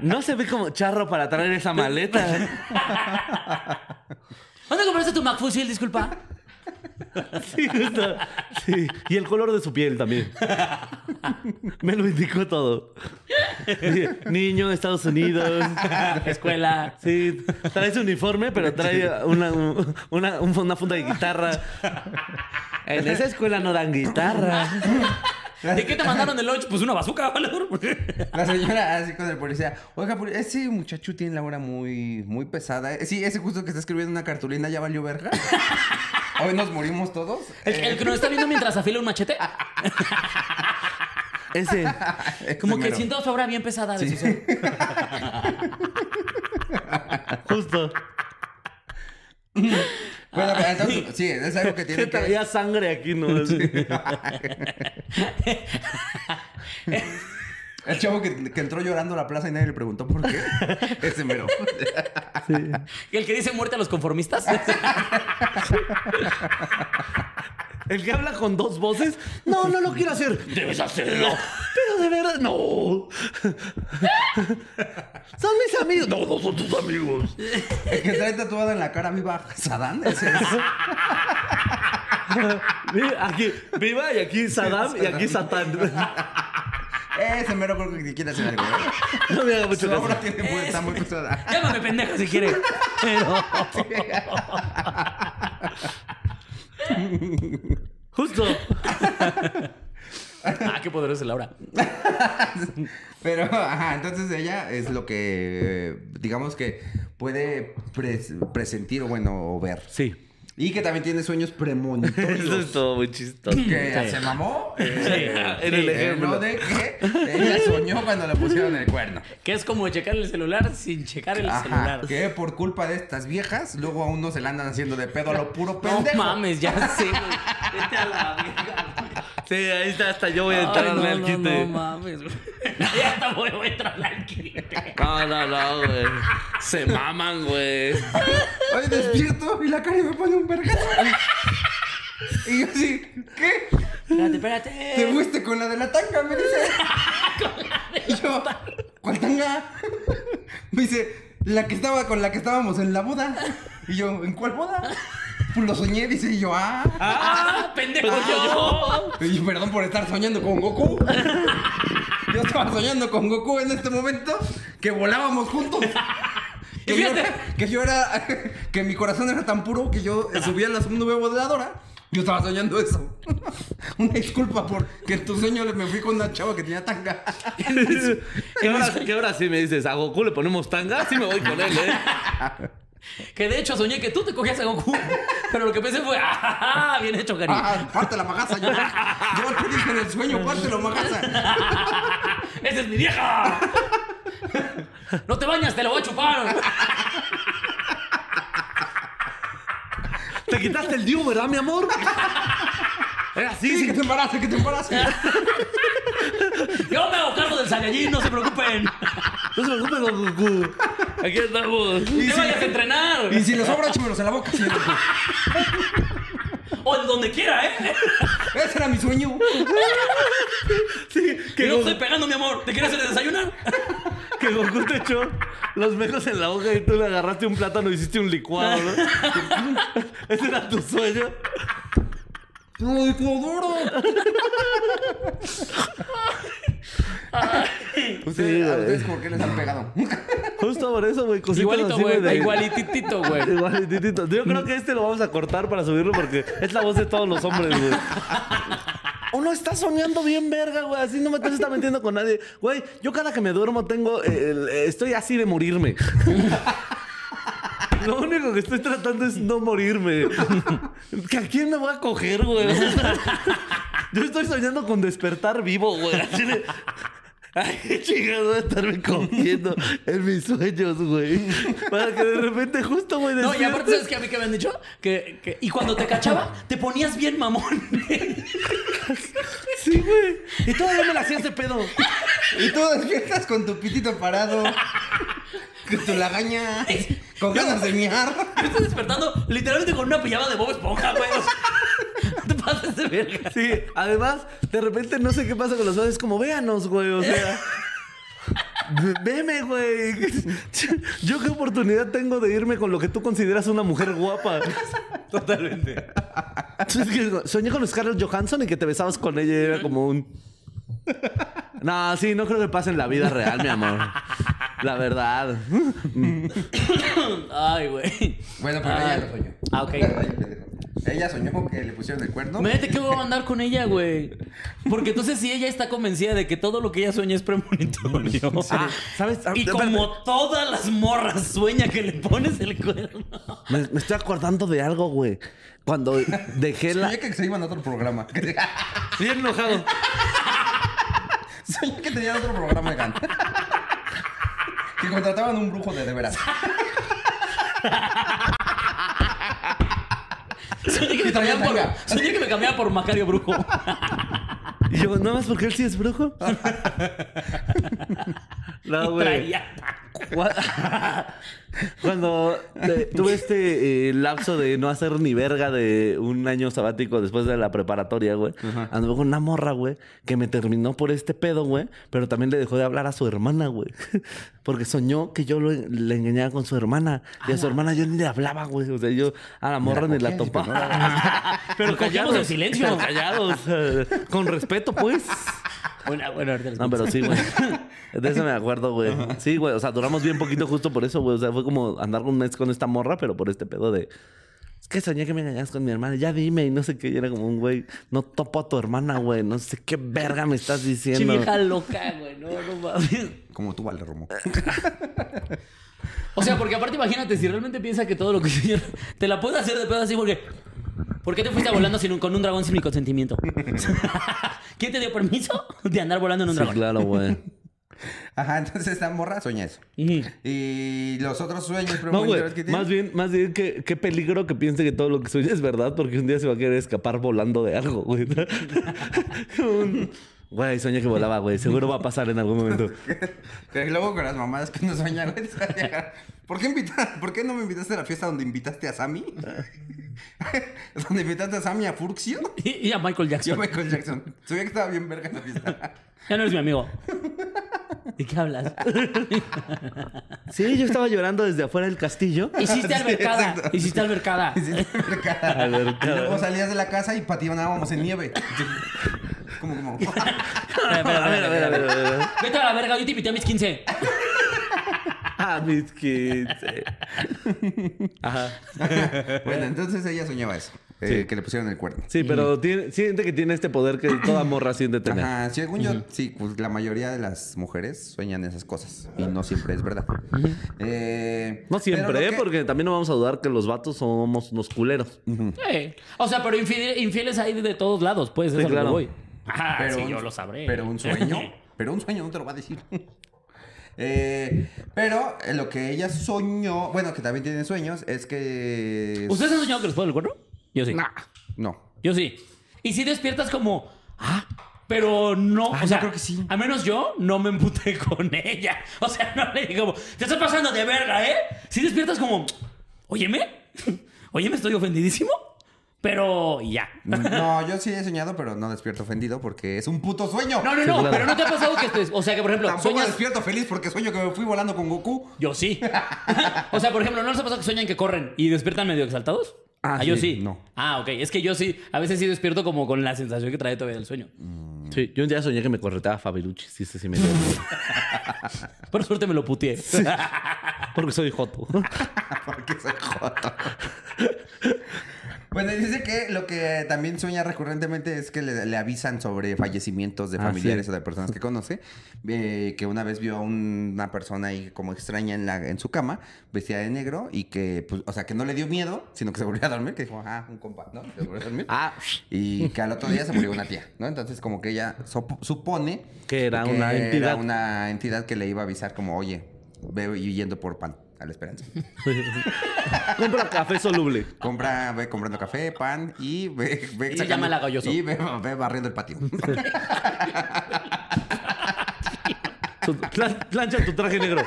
Speaker 3: no se ve como charro para traer esa maleta.
Speaker 4: ¿Dónde compraste tu McFusil, disculpa?
Speaker 3: [LAUGHS] Sí, justo. [LAUGHS] Sí. Y el color de su piel también. Me lo indicó todo. Niño, Estados Unidos.
Speaker 4: Escuela.
Speaker 3: Sí, trae su uniforme, pero trae una, una, un- una funda de guitarra. En esa escuela no dan guitarra.
Speaker 4: ¿De qué te mandaron el lunch? Pues una bazooka, [LAUGHS] valedor.
Speaker 2: La señora así con el policía. Oiga, poli- ese muchacho tiene la hora muy, muy pesada. Eh, Sí, ese justo que está escribiendo una cartulina ya valió verga. [LAUGHS] Hoy nos morimos
Speaker 3: [LAUGHS]
Speaker 2: todos.
Speaker 4: El, el que nos está viendo mientras afila un machete.
Speaker 2: Ah,
Speaker 3: Ese.
Speaker 4: Como que
Speaker 2: Primero.
Speaker 4: siento su obra bien pesada de su ser.
Speaker 3: Justo.
Speaker 2: Bueno, pero
Speaker 3: Ah,
Speaker 2: entonces, sí, es algo que
Speaker 3: [LAUGHS] Que
Speaker 2: tiene que...
Speaker 3: traía sangre aquí, ¿no?
Speaker 2: El chavo que, que entró llorando a la plaza y nadie le preguntó por
Speaker 3: [LAUGHS]
Speaker 2: qué. Ese mero. [LAUGHS]
Speaker 4: El que dice muerte a los
Speaker 3: [LAUGHS]
Speaker 4: conformistas.
Speaker 3: El que habla con dos voces. No, no lo quiero hacer. Debes hacerlo. Pero de verdad, no. Son mis amigos. No, no son tus amigos.
Speaker 2: El que trae tatuado en la cara viva Sadán. Ese es.
Speaker 3: Mira, aquí, viva y aquí Saddam y aquí Satán.
Speaker 2: [LAUGHS] Ese mero creo que quiere hacer algo. ¿eh?
Speaker 3: No me haga [LAUGHS] mucho
Speaker 2: Su obra
Speaker 3: caso.
Speaker 2: tiene muy- está muy pesada.
Speaker 3: [LAUGHS]
Speaker 2: [LAUGHS]
Speaker 4: Llámame pendejo si quiere.
Speaker 3: Justo.
Speaker 4: [LAUGHS] Ah, qué poderoso es la obra.
Speaker 2: Pero, ajá, entonces ella es lo que, eh, digamos que puede pres- presentir o bueno, o ver.
Speaker 3: Sí.
Speaker 2: Y que también tiene sueños
Speaker 3: Eso [LAUGHS]
Speaker 2: premonitorios.
Speaker 3: es todo muy chistoso.
Speaker 2: que
Speaker 4: Sí.
Speaker 2: se mamó. [LAUGHS] eh,
Speaker 3: En el
Speaker 2: eh, no
Speaker 3: ejemplo.
Speaker 2: de que ella soñó cuando le pusieron el cuerno.
Speaker 4: Que es como checar el celular sin checar el
Speaker 2: Ajá,
Speaker 4: celular.
Speaker 2: que por culpa de estas viejas, luego a uno se la andan haciendo de pedo a lo puro
Speaker 4: No
Speaker 2: pendejo.
Speaker 4: mames, ya sé. güey. Vete a la verga.
Speaker 3: Sí, ahí está, hasta yo voy
Speaker 4: güey.
Speaker 3: a
Speaker 4: Ay,
Speaker 3: entrarle
Speaker 4: No,
Speaker 3: al
Speaker 4: no,
Speaker 3: quite.
Speaker 4: no mames. güey. [LAUGHS] Ya hasta voy, voy a entrar al quite.
Speaker 3: No, no, no, güey. Se maman, güey.
Speaker 2: Oye, despierto y la cara me pone un vergazo. y yo así, ¿qué?
Speaker 4: Espérate,
Speaker 2: Te
Speaker 4: espérate.
Speaker 2: fuiste con la de la tanga, me dice. y yo, ¿cuál tanga? me dice, la que estaba con la que estábamos en la boda. Y yo, ¿en cuál boda? Pues lo soñé, dice y yo, ah.
Speaker 4: Ah, pendejo yo.
Speaker 2: Y yo, perdón por estar soñando con [LAUGHS] Goku. yo estaba soñando con Goku en este momento, que volábamos [LAUGHS] juntos. Que yo,
Speaker 4: fíjate.
Speaker 2: que yo era, [LAUGHS] que mi corazón era tan puro que yo subía a la nube voladora. Yo estaba soñando eso. [LAUGHS] Una disculpa por que en tu sueño me fui con una chava que tenía [LAUGHS] tanga.
Speaker 3: [LAUGHS] ¿Qué hora, ¿Qué hora sí me dices? ¿A Goku le ponemos tanga? Sí me voy con él, ¿eh?
Speaker 4: Que de hecho soñé que tú te cogías a Goku. Pero lo que pensé fue, ah, bien hecho, Gary.
Speaker 2: Ah, parte la magaza. Yo, yo te dije en el sueño, parte la magaza.
Speaker 4: ¡Esa es mi vieja! [LAUGHS] ¡No te bañas, te la voy a chupar!
Speaker 3: Te quitaste el diu, ¿verdad, mi amor? Eh, Era
Speaker 2: Sí,
Speaker 3: así.
Speaker 2: que te embarace, que te embarace.
Speaker 4: Yo me hago cargo del Saiyajin, no se preocupen.
Speaker 3: No se preocupe, Goku. Aquí estamos.
Speaker 4: ¡Te
Speaker 2: sí.
Speaker 4: vayas a entrenar!
Speaker 2: Y si les sobra, échamelos en la boca. sí.
Speaker 4: O en donde quiera, [LAUGHS] ¿eh?
Speaker 2: Ese era mi sueño.
Speaker 3: Sí,
Speaker 4: Que
Speaker 3: que,
Speaker 4: no
Speaker 3: Goku,
Speaker 4: estoy pegando, mi amor. ¿Te quieres hacer desayunar?
Speaker 3: que Goku te echó los mejos en la boca y tú le agarraste un plátano y hiciste un licuado, ¿no? Ese era tu sueño.
Speaker 2: Lo de Clodoro. ¿Ustedes, ¿A ustedes por qué les han pegado?
Speaker 3: Justo por eso, güey. cositas
Speaker 4: Igualito,
Speaker 3: así,
Speaker 4: güey.
Speaker 3: de-
Speaker 4: Igualititito, güey.
Speaker 3: Igualititito. Yo creo que este lo vamos a cortar para subirlo porque es la voz de todos los hombres, güey. Uno está soñando bien verga, güey. Así no me no se está metiendo con nadie. Güey, yo cada que me duermo tengo... eh, el- eh, estoy así de morirme. Lo único que estoy tratando es
Speaker 4: [LAUGHS]
Speaker 3: no morirme. ¿Que ¿A quién me voy a coger, güey? O sea, Yo estoy soñando con despertar vivo, güey. Así de, Ay, qué chingados voy a estarme comiendo en mis sueños, güey. Para que de repente justo,
Speaker 4: [LAUGHS]
Speaker 3: güey,
Speaker 4: No, y aparte,
Speaker 3: despiertes.
Speaker 4: ¿sabes qué a mí que me han dicho? Que, que- y cuando te cachaba, te ponías bien mamón.
Speaker 3: Sí, güey. [LAUGHS] Y todavía me la hacías
Speaker 4: [LAUGHS]
Speaker 3: de pedo.
Speaker 2: Y tú despiertas con tu pitito parado. Con tu lagaña. Con ganas de miar.
Speaker 4: Me estoy despertando literalmente con una pijama de Bob Esponja, güey. O sea, [LAUGHS] No te pases de verga.
Speaker 3: Sí, además, de repente no sé qué pasa con los ojos. Es como, véanos, güey, o sea. [LAUGHS] ve- Veme, güey. Yo qué oportunidad tengo de irme con lo que tú consideras una mujer guapa.
Speaker 4: Totalmente.
Speaker 3: Es que Soñé con Scarlett Johansson y que te besabas con ella y era como un. No, sí, no creo que pase en la vida real, mi amor. La verdad.
Speaker 4: Ay, güey.
Speaker 2: Bueno, pero
Speaker 4: Ay.
Speaker 2: ella lo soñó.
Speaker 4: Ah, ok.
Speaker 2: Ay, pendejo. Ella soñó que le pusieron el cuerno.
Speaker 4: Imagínate que voy a andar con ella, güey. Porque entonces si ella está convencida de que todo lo que ella sueña es
Speaker 3: [LAUGHS]
Speaker 4: premonitorio.
Speaker 3: Ah, ¿sabes? Ah,
Speaker 4: Y
Speaker 3: espérate.
Speaker 4: como todas las morras sueña que le pones el
Speaker 3: [LAUGHS]
Speaker 4: cuerno.
Speaker 3: Me, me estoy acordando de algo, güey. Cuando dejé la.
Speaker 2: Soñé que se iban a otro programa. [LAUGHS]
Speaker 3: Bien enojado.
Speaker 2: soñé que tenían otro programa de canto. que contrataban un brujo de de veras.
Speaker 4: Soñé que, me
Speaker 2: Y traía
Speaker 4: cambiaba por,
Speaker 2: tanga.
Speaker 4: soñé que me cambiaba por Macario Brujo.
Speaker 3: Y yo, nada más porque él sí es brujo. [LAUGHS] No,
Speaker 4: Y
Speaker 3: güey.
Speaker 4: traía tanga.
Speaker 3: Cua- [LAUGHS] Cuando eh, tuve este eh, lapso de no hacer ni verga de un año sabático después de la preparatoria, güey. Anduve con una morra, güey, que me terminó por este pedo, güey, pero también le dejó de hablar a su hermana, güey. [LAUGHS] Porque soñó que yo lo- le engañaba con su hermana. Y a su hermana yo ni le hablaba, güey. O sea, yo a la morra ni la
Speaker 2: cogías y
Speaker 3: [LAUGHS] topaba.
Speaker 4: Pero cogíamos en silencio.
Speaker 3: pero callados. eh, Con respeto, pues.
Speaker 4: Bueno, bueno, ahorita les
Speaker 3: No, pero
Speaker 4: cuento.
Speaker 3: sí, güey. [LAUGHS] De eso me acuerdo, güey. Sí, güey. O sea, duramos bien poquito justo por eso, güey. O sea, fue como andar un mes con esta morra, pero por este pedo de. Es que soñé que me engañabas con mi hermana. Ya dime, y no sé qué. Y era como un güey. No topo a tu hermana, güey. No sé qué verga me estás
Speaker 4: Che,
Speaker 3: diciendo.
Speaker 4: vieja loca, güey. No, no mames.
Speaker 2: Como tú, Vale Romo.
Speaker 4: O sea, porque aparte imagínate, si realmente piensa que todo lo que [LAUGHS] sueña... Te la puedes hacer de pedo así porque... ¿Por qué te fuiste volando sin un- con un dragón sin mi consentimiento? [LAUGHS] ¿Quién te dio permiso de andar volando en un
Speaker 3: Sí,
Speaker 4: dragón? [LAUGHS]
Speaker 3: claro, güey.
Speaker 2: Ajá, entonces esta morra soña eso.
Speaker 4: Ujú.
Speaker 2: Y los otros sueños
Speaker 3: No, güey.
Speaker 2: premonitorios que tiene. [LAUGHS]
Speaker 3: Más bien, más bien, qué, qué peligro que piense que todo lo que sueña es verdad, porque un día se va a querer escapar volando de algo, güey. [LAUGHS] Un- Güey, soñé que volaba, güey. Seguro va a pasar en algún momento.
Speaker 2: Que luego con las mamadas que nos soñan, güey. [LAUGHS] ¿Por qué, invita- ¿Por qué no me invitaste a la fiesta donde invitaste a Sammy? [LAUGHS] donde invitaste a Sammy a [LAUGHS] Furxio
Speaker 4: Y, y a Michael
Speaker 2: y a
Speaker 4: Jackson.
Speaker 2: Michael Jackson. Sabía que estaba bien verga esa fiesta.
Speaker 4: Ya no eres mi amigo. ¿De qué
Speaker 3: [LAUGHS]
Speaker 4: hablas?
Speaker 3: Sí, yo estaba llorando desde afuera del castillo.
Speaker 4: [LAUGHS] Hiciste albercada.
Speaker 2: exacto. [LAUGHS]
Speaker 4: Hiciste
Speaker 3: [LAUGHS]
Speaker 4: albercada.
Speaker 2: Y sí,
Speaker 4: [LAUGHS]
Speaker 2: verga. Y luego salías de la casa y patinábamos en nieve. [LAUGHS] Como, como. [LAUGHS]
Speaker 4: Espera, espera,
Speaker 3: A ver, a ver, a ver, a ver.
Speaker 4: Vete a la verga, yo te invité a mis 15.
Speaker 3: [LAUGHS] Ah, mis
Speaker 2: [LAUGHS]
Speaker 3: quince. Ajá.
Speaker 2: bueno, entonces ella soñaba eso. eh, que le pusieron el cuerno.
Speaker 3: Sí, pero tiene- siente que tiene este poder que toda morra siente tener.
Speaker 2: Ajá, según yo, sí, pues la mayoría de las mujeres sueñan esas cosas y no siempre es verdad. Eh,
Speaker 3: No
Speaker 2: pero
Speaker 3: siempre,
Speaker 2: lo
Speaker 3: ¿eh?
Speaker 2: que-
Speaker 3: Porque también no vamos a dudar que los vatos somos unos culeros.
Speaker 4: Sí. O sea, pero infide- infieles hay de todos lados, pues.
Speaker 3: Sí,
Speaker 4: eso es a lo que
Speaker 3: claro.
Speaker 4: voy. Ah,
Speaker 2: Pero
Speaker 4: sí,
Speaker 2: un-
Speaker 4: yo lo sabré.
Speaker 2: Pero un
Speaker 4: [LAUGHS]
Speaker 2: sueño, pero un sueño no te lo va a decir. [LAUGHS] Eh, pero eh, lo que ella soñó, bueno, que también tiene sueños, es que...
Speaker 4: ¿Ustedes han soñado que les puedo el cuerno? Yo sí.
Speaker 2: Nah, no.
Speaker 4: Yo sí. Y si despiertas como, ah, pero no,
Speaker 2: Ah,
Speaker 4: o sea,
Speaker 2: yo creo que sí.
Speaker 4: a menos yo no me emputé [LAUGHS] con ella. O sea, no le digo, como, te estás pasando de verga, ¿eh? Si despiertas como, óyeme, [LAUGHS] óyeme, estoy ofendidísimo, pero y ya.
Speaker 2: No, yo sí he soñado, pero no despierto ofendido porque es un puto sueño.
Speaker 4: No, no, no, pero no te ha pasado que estés, o sea, que por ejemplo,
Speaker 2: Tampoco
Speaker 4: sueñas...
Speaker 2: despierto feliz porque sueño que me fui volando con Goku.
Speaker 4: Yo sí. [LAUGHS] o sea, por ejemplo, ¿no les ha pasado que sueñan que corren y despiertan medio exaltados?
Speaker 3: Ah,
Speaker 4: yo
Speaker 3: sí,
Speaker 4: sí.
Speaker 2: no.
Speaker 4: Ah, ok. Es que yo sí, a veces sí despierto como con la sensación que trae todavía del sueño.
Speaker 3: Sí, yo un día soñé que me correteaba Fabirucci. Sí, sí,
Speaker 2: [LAUGHS]
Speaker 3: sí, me dio.
Speaker 4: Por suerte me lo puteé.
Speaker 3: Porque soy joto.
Speaker 2: Porque soy joto. Bueno, y dice que lo que también sueña recurrentemente es que le, le avisan sobre fallecimientos de
Speaker 3: Ah,
Speaker 2: familiares
Speaker 3: sí.
Speaker 2: o de personas que conoce. eh, que una vez vio a una persona ahí como extraña en, la, en su cama, vestida de negro, y que, pues, o sea, que no le dio miedo, sino que se volvió a dormir, que dijo, ah, un compa, ¿no? Se volvió a dormir.
Speaker 3: [LAUGHS] Ah,
Speaker 2: Y que al otro día se murió una tía, ¿no? Entonces, como que ella sup- supone
Speaker 3: Que era una entidad.
Speaker 2: una entidad que le iba a avisar, como, oye, veo y yendo por pan a la esperanza.
Speaker 3: compra café soluble.
Speaker 2: Compra, ve comprando café, pan y ve, ve
Speaker 4: Y llama al agalloso.
Speaker 2: Y ve, ve barriendo el
Speaker 4: [LAUGHS]
Speaker 2: patio.
Speaker 3: Tu- plan- plancha tu traje negro.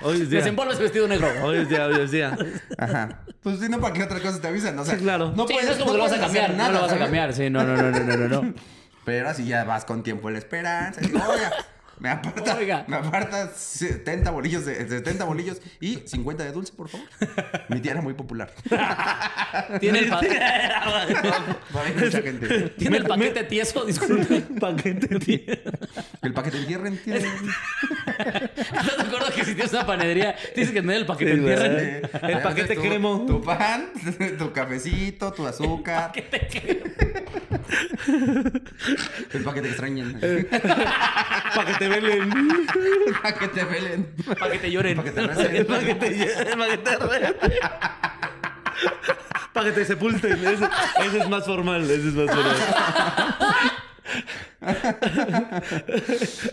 Speaker 3: Hoy es día.
Speaker 4: Desempolva ese vestido negro.
Speaker 3: Hoy es día, hoy es día.
Speaker 2: Ajá. Pues si no, ¿para qué otra cosa te avisan? O sea,
Speaker 3: Sí, claro.
Speaker 2: No
Speaker 4: Sí,
Speaker 2: puedes,
Speaker 4: no es como que lo vas a
Speaker 2: puedes hacer
Speaker 4: cambiar, no lo vas a
Speaker 2: ¿sabes?
Speaker 4: cambiar, sí, no, no, no, no, no, no. no.
Speaker 2: Pero así ya vas con tiempo en la esperanza. y digo, oiga, Me aparta,
Speaker 4: Oiga.
Speaker 2: me aparta 70 bolillos, de, 70 bolillos y 50 de dulce, por favor. Mi tía era muy popular.
Speaker 4: Tiene el, pa-
Speaker 2: Hay mucha gente.
Speaker 4: tiene el paquete tieso, disculpe. [LAUGHS]
Speaker 3: Paquete tiene.
Speaker 2: El paquete entierren tiene.
Speaker 4: ¿Estás de acuerdo que si tienes una panadería, tienes que tener el paquete
Speaker 3: Sí,
Speaker 4: en tierra? [LAUGHS]
Speaker 3: ¿verdad? El paquete
Speaker 2: tu-
Speaker 3: cremo.
Speaker 2: Tu pan, [LAUGHS] tu cafecito, tu azúcar. El paquete que extrañen. El
Speaker 3: Paquete Belén.
Speaker 2: [LAUGHS] paquete velen.
Speaker 4: Para que te lloren.
Speaker 2: Para que te recen.
Speaker 3: Paquete Paquete Red. Paquete Sepulten. Ese, ese es más formal. Ese es más formal.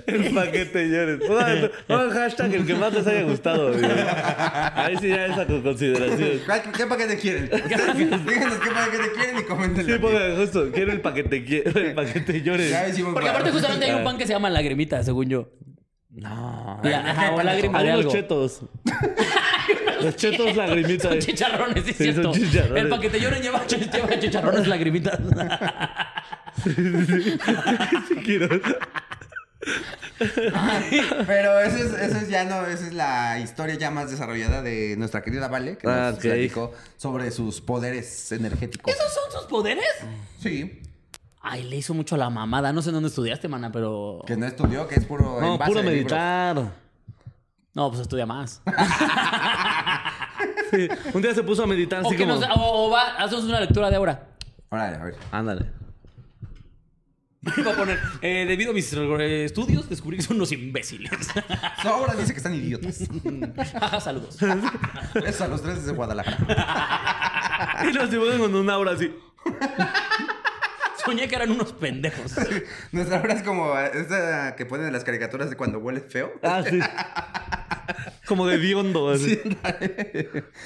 Speaker 3: El paquete llores. Pongan pongan hashtag el que más les haya gustado. güey. Ahí sí ya esa con consideración.
Speaker 2: ¿Cuál- ¿Qué paquete quieren? Díganos qué paquete quieren y comenten.
Speaker 3: Sí, pongan justo. Quiero el paquete, qui- el paquete llores.
Speaker 4: [LAUGHS] Porque aparte justamente hay un pan que se llama lagrimita, según yo.
Speaker 3: No. Ah,
Speaker 4: La, ajá, o lágrima
Speaker 3: Hay
Speaker 4: de algo.
Speaker 3: unos [LAUGHS] chetos. Los chetos lagrimitas.
Speaker 4: Son chicharrones, sí, es
Speaker 3: Sí,
Speaker 4: cierto.
Speaker 3: son chicharrones.
Speaker 4: El paquete lloren lleva, ch- lleva chicharrones lagrimitas.
Speaker 3: [LAUGHS] Sí, quiero.
Speaker 2: [LAUGHS] Pero eso es, eso es ya no, esa es la historia ya más desarrollada de nuestra querida Vale, que
Speaker 3: Ah,
Speaker 2: nos
Speaker 3: ok.
Speaker 2: platicó sobre sus poderes energéticos.
Speaker 4: ¿Esos son sus poderes?
Speaker 2: Sí.
Speaker 4: Ay, le hizo mucho a la mamada. No sé en dónde estudiaste, mana, pero.
Speaker 2: Que no estudió, que es puro. en
Speaker 3: No,
Speaker 2: base
Speaker 3: puro
Speaker 2: de libros.
Speaker 3: meditar.
Speaker 4: No, pues estudia
Speaker 3: [LAUGHS]
Speaker 4: más.
Speaker 3: Sí, Un día se puso a meditar
Speaker 4: O,
Speaker 3: así
Speaker 4: que
Speaker 3: como.
Speaker 4: nos, o, o va, hacemos una lectura de ahora. [LAUGHS]
Speaker 2: Órale, a ver.
Speaker 3: Ándale.
Speaker 4: Iba a poner, eh, debido a mis eh, estudios, descubrí que son unos imbéciles. [LAUGHS]
Speaker 2: Ahora dice que están idiotas.
Speaker 4: Ajá,
Speaker 3: [LAUGHS]
Speaker 4: saludos.
Speaker 2: Eso a los tres desde Guadalajara. [LAUGHS]
Speaker 3: Y nos dibujan con un aura así.
Speaker 4: Soñé que eran unos pendejos.
Speaker 2: Nuestra obra es como esa que ponen en las caricaturas de cuando huele feo.
Speaker 3: Ah, sí. Como de biondo. Así.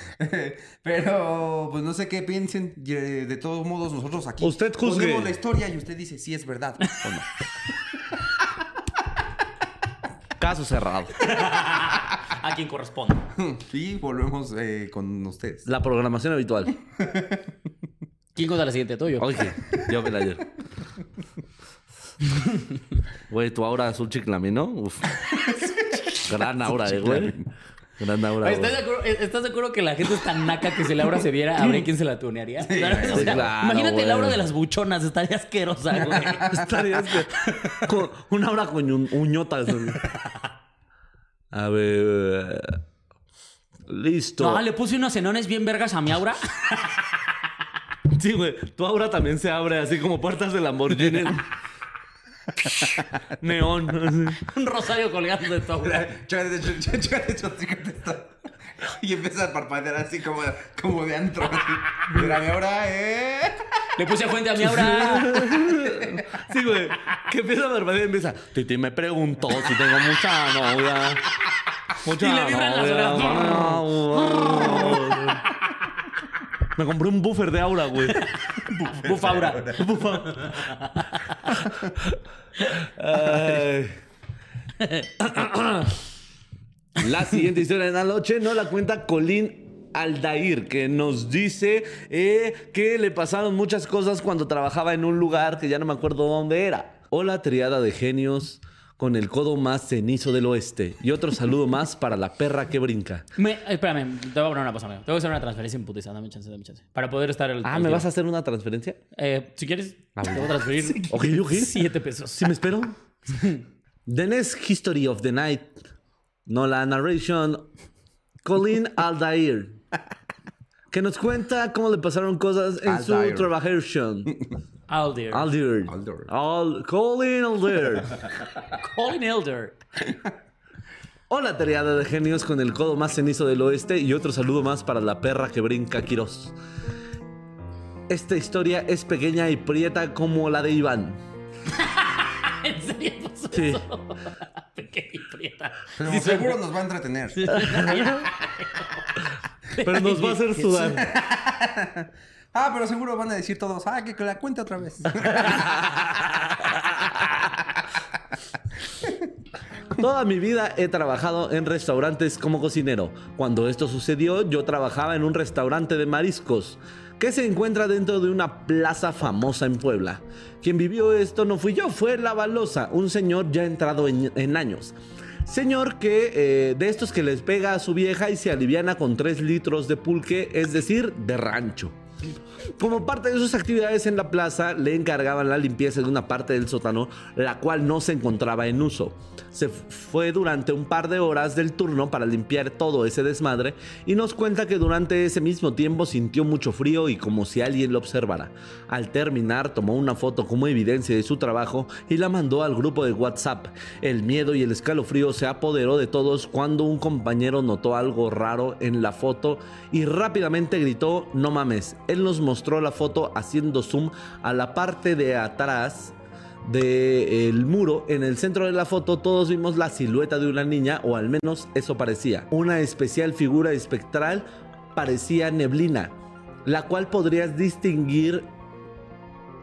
Speaker 2: [LAUGHS] Pero, pues no sé qué piensen. Y, eh, De todos modos, nosotros aquí
Speaker 3: Usted juzgue.
Speaker 2: ponemos la historia y usted dice si es verdad o no. [LAUGHS]
Speaker 3: Caso cerrado.
Speaker 4: A quien corresponde.
Speaker 2: Y volvemos eh, con ustedes.
Speaker 3: La programación habitual.
Speaker 4: ¿Quién cuenta la siguiente? ¿Tuyo?
Speaker 3: Oye, yo que la ayer. Güey, tu aura azul chiclami, ¿no? Uf. Gran aura, eh, güey. Gran aura.
Speaker 4: ¿Estás de,
Speaker 3: güey.
Speaker 4: acuerdo, eh, ¿Estás de acuerdo que la gente es tan naca que si Laura se viera, habría quien se la tunearía? ¿Sabes? O
Speaker 3: sí,
Speaker 4: sea,
Speaker 3: claro,
Speaker 4: imagínate
Speaker 3: güey.
Speaker 4: Laura de las buchonas, estaría asquerosa,
Speaker 3: [LAUGHS]
Speaker 4: güey.
Speaker 3: Estarías que- con una aura con un- uñotas. güey. A ver. Listo.
Speaker 4: No, le puse unos cenones bien vergas a mi aura. [LAUGHS]
Speaker 3: Sí, güey. Tu aura también se abre así como puertas de
Speaker 4: [LAUGHS]
Speaker 3: Lamborghini. Neón. así.
Speaker 4: Un rosario colgando de tu aura.
Speaker 2: [LAUGHS] Chécate, chécate, chécate, chécate esto. [LAUGHS] Y empieza a parpadear así como, como de antro. [LAUGHS] así. Mira, mi ahora, ¿eh?
Speaker 4: Le puse fuente a mi
Speaker 3: [LAUGHS]
Speaker 4: aura.
Speaker 3: Sí, güey. Que empieza a barbaridad y empieza. Titi me preguntó si tengo mucha novia. Mucha
Speaker 4: Y le vibran las
Speaker 3: novia. Ah, Me compré un buffer de aura, güey.
Speaker 4: Bufaura.
Speaker 3: Ay. La siguiente historia de la noche no la cuenta Colín Aldair, que nos dice eh, que le pasaron muchas cosas cuando trabajaba en un lugar que ya no me acuerdo dónde era. Hola, triada de genios con el codo más cenizo del oeste. Y otro saludo más para la perra que brinca.
Speaker 4: Me, espérame, te voy a poner una pausa, amigo. Te voy a hacer una transferencia en putiza. Dame chance, dame chance. Para poder estar el.
Speaker 3: Ah, ¿me vas a hacer una transferencia?
Speaker 4: Eh, si quieres,
Speaker 3: Ah,
Speaker 4: te
Speaker 3: bueno.
Speaker 4: voy a transferir.
Speaker 3: Ok, ok.
Speaker 4: Siete pesos.
Speaker 3: Si me espero. [LAUGHS] The next history of the night. No la narration. Colin Aldair. Que nos cuenta cómo le pasaron cosas en
Speaker 2: Aldair.
Speaker 3: su
Speaker 2: [LAUGHS]
Speaker 3: trabajación.
Speaker 4: Alder.
Speaker 3: Aldair.
Speaker 2: Aldair.
Speaker 3: Al- Colin Aldair.
Speaker 4: Colin Elder. [LAUGHS]
Speaker 3: Hola, tareada de genios con el codo más cenizo del oeste y otro saludo más para la perra que brinca Quirós. Esta historia es pequeña y prieta como la de Iván.
Speaker 4: ¿En serio pasó
Speaker 3: Sí.
Speaker 4: eso? [LAUGHS] Pequeña y prieta. [LAUGHS]
Speaker 2: Pero
Speaker 4: Sí,
Speaker 2: seguro nos va a entretener.
Speaker 3: Pero nos va a hacer sudar.
Speaker 2: Ah, pero seguro van a decir todos, ah, que que la cuente otra vez.
Speaker 3: Ah, [LAUGHS] Toda mi vida he trabajado en restaurantes como cocinero. Cuando esto sucedió, yo trabajaba en un restaurante de mariscos. que se encuentra dentro de una plaza famosa en Puebla. Quien vivió esto no fui yo, fue La Balosa, un señor ya entrado en, en años. Señor que eh, de estos que les pega a su vieja y se aliviana con 3 litros de pulque, es decir, de rancho. Como parte de sus actividades en la plaza, le encargaban la limpieza de una parte del sótano, la cual no se encontraba en uso. Se f- fue durante un par de horas del turno para limpiar todo ese desmadre y nos cuenta que durante ese mismo tiempo sintió mucho frío y como si alguien lo observara. Al terminar, tomó una foto como evidencia de su trabajo y la mandó al grupo de WhatsApp. El miedo y el escalofrío se apoderó de todos cuando un compañero notó algo raro en la foto y rápidamente gritó, no mames. Él nos mostró la foto haciendo zoom a la parte de atrás del muro. En el centro de la foto todos vimos la silueta de una niña, o al menos eso parecía. Una especial figura espectral parecía neblina, la cual podrías distinguir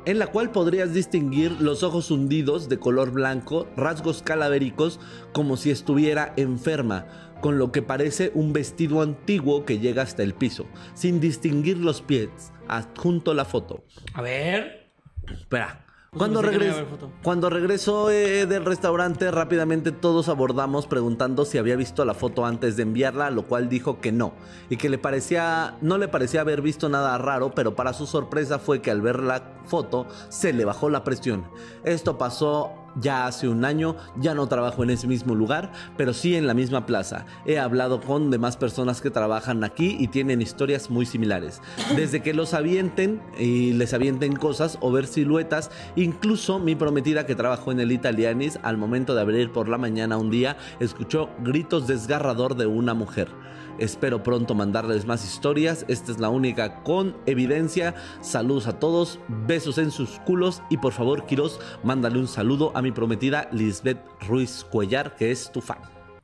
Speaker 3: en la cual podrías distinguir los ojos hundidos de color blanco, rasgos calavéricos como si estuviera enferma, con lo que parece un vestido antiguo que llega hasta el piso, sin distinguir los pies. Adjunto la foto.
Speaker 4: A ver.
Speaker 3: Espera. Cuando,
Speaker 4: pensé que no iba a
Speaker 3: regres-
Speaker 4: haber foto.
Speaker 3: cuando regresó eh, del restaurante, rápidamente todos abordamos preguntando si había visto la foto antes de enviarla, lo cual dijo que no, y que le parecía, no le parecía haber visto nada raro, pero para su sorpresa fue que al ver la foto se le bajó la presión. Esto pasó ya hace un año, ya no trabajo en ese mismo lugar, pero sí en la misma plaza. He hablado con demás personas que trabajan aquí y tienen historias muy similares. Desde que los avienten y les avienten cosas o ver siluetas, incluso mi prometida que trabajó en el Italianis, al momento de abrir por la mañana un día, escuchó gritos desgarrador de una mujer. Espero pronto mandarles más historias. Esta es la única con evidencia. Saludos a todos, besos en sus culos y por favor, Quiroz, mándale un saludo a mi prometida Lisbeth Ruiz Cuellar, que es tu fan.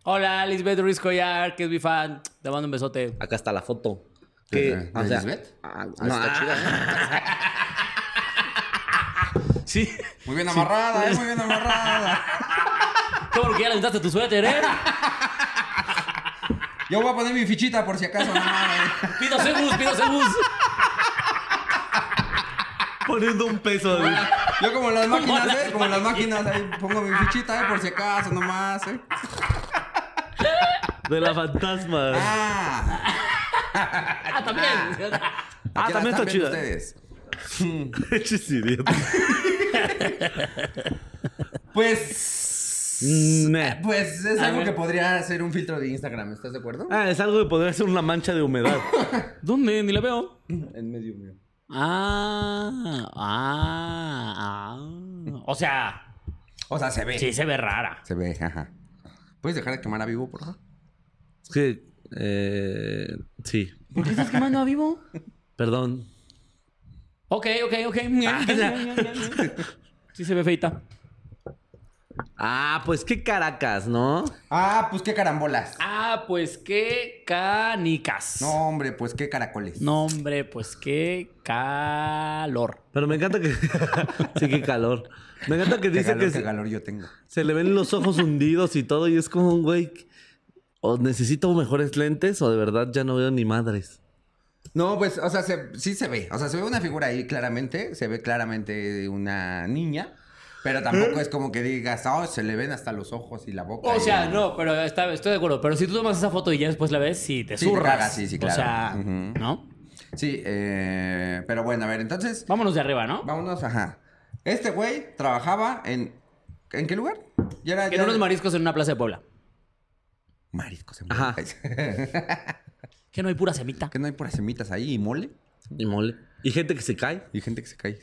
Speaker 4: Hola, Lisbeth Ruiz Collar, que es mi fan. Te mando un besote.
Speaker 3: Acá está la foto.
Speaker 2: ¿De- de Lisbeth?
Speaker 3: ah, no,
Speaker 2: está
Speaker 3: ah,
Speaker 2: chida,
Speaker 4: [LAUGHS] Sí.
Speaker 2: ¿no? [LAUGHS] Muy bien amarrada, ¿eh? Muy bien amarrada.
Speaker 4: Qué bueno que ya lanzaste tu suéter, ¿eh?
Speaker 2: Yo voy a poner mi fichita por si acaso. no mames.
Speaker 4: Pido segus, pido segus.
Speaker 3: [LAUGHS] poniendo un peso. güey.
Speaker 2: Yo como las máquinas,
Speaker 4: las
Speaker 2: ¿eh? Como las máquinas, ahí pongo mi fichita, ¿eh? Por si acaso, nomás, ¿eh?
Speaker 3: De la fantasma.
Speaker 2: Ah,
Speaker 4: Ah, también.
Speaker 3: Ah,
Speaker 2: aquí la están
Speaker 3: también está
Speaker 2: viendo
Speaker 3: chida.
Speaker 2: ustedes.
Speaker 3: [LAUGHS] Eches idiota.
Speaker 2: Pues.
Speaker 3: Nah.
Speaker 2: Pues es
Speaker 4: A
Speaker 2: algo
Speaker 4: ver.
Speaker 2: que podría ser un filtro de Instagram, ¿estás de acuerdo?
Speaker 3: Ah, es algo de poder ser una mancha de humedad.
Speaker 4: [LAUGHS] ¿Dónde? Ni la veo.
Speaker 2: En medio mío.
Speaker 4: Ah, ah, ah. O sea,
Speaker 2: O sea, se ve.
Speaker 4: sí se ve rara.
Speaker 2: Se ve, ajá. ¿Puedes dejar de quemar a vivo, por favor?
Speaker 3: Es que, eh, sí.
Speaker 4: ¿Por qué estás quemando a vivo?
Speaker 3: Perdón.
Speaker 4: Ok, ok, ok. Sí se ve feita.
Speaker 3: Ah, pues qué caracas, ¿no?
Speaker 2: Ah, pues qué carambolas.
Speaker 4: Ah, pues qué canicas.
Speaker 2: No, hombre, pues qué caracoles.
Speaker 4: No, hombre, pues qué calor.
Speaker 3: Pero me encanta que. [LAUGHS] sí, qué calor. Me encanta que
Speaker 2: Qué
Speaker 3: dice
Speaker 2: calor,
Speaker 3: que
Speaker 2: qué
Speaker 3: se,
Speaker 2: calor yo tengo.
Speaker 3: se le ven los ojos hundidos y todo, y es como un güey. O necesito mejores lentes, o de verdad ya no veo ni madres.
Speaker 2: No, pues, o sea, se- sí se ve. O sea, se ve una figura ahí claramente. Se ve claramente una niña. Pero tampoco es como que digas, oh, se le ven hasta los ojos y la boca.
Speaker 4: O
Speaker 2: y-
Speaker 4: sea, no, pero está- estoy de acuerdo. Pero si tú tomas esa foto y ya después la ves, sí, te
Speaker 2: Sí, te
Speaker 4: zurras.
Speaker 2: cagas, sí, sí, claro.
Speaker 4: O sea,
Speaker 2: Ujú.
Speaker 4: ¿no?
Speaker 2: Sí, eh, pero bueno, a ver, entonces,
Speaker 4: Vámonos de arriba, ¿no?
Speaker 2: vámonos, ajá. Este güey trabajaba en... ¿En qué lugar? Ya era...
Speaker 4: Que
Speaker 2: ya
Speaker 4: no los
Speaker 2: era-
Speaker 4: mariscos en una plaza de Puebla.
Speaker 2: Mariscos en
Speaker 3: Ajá.
Speaker 4: Que no hay pura semita.
Speaker 2: Que no hay por semitas ahí y mole.
Speaker 3: Y mole. Y gente que se cae.
Speaker 2: Y gente que se cae.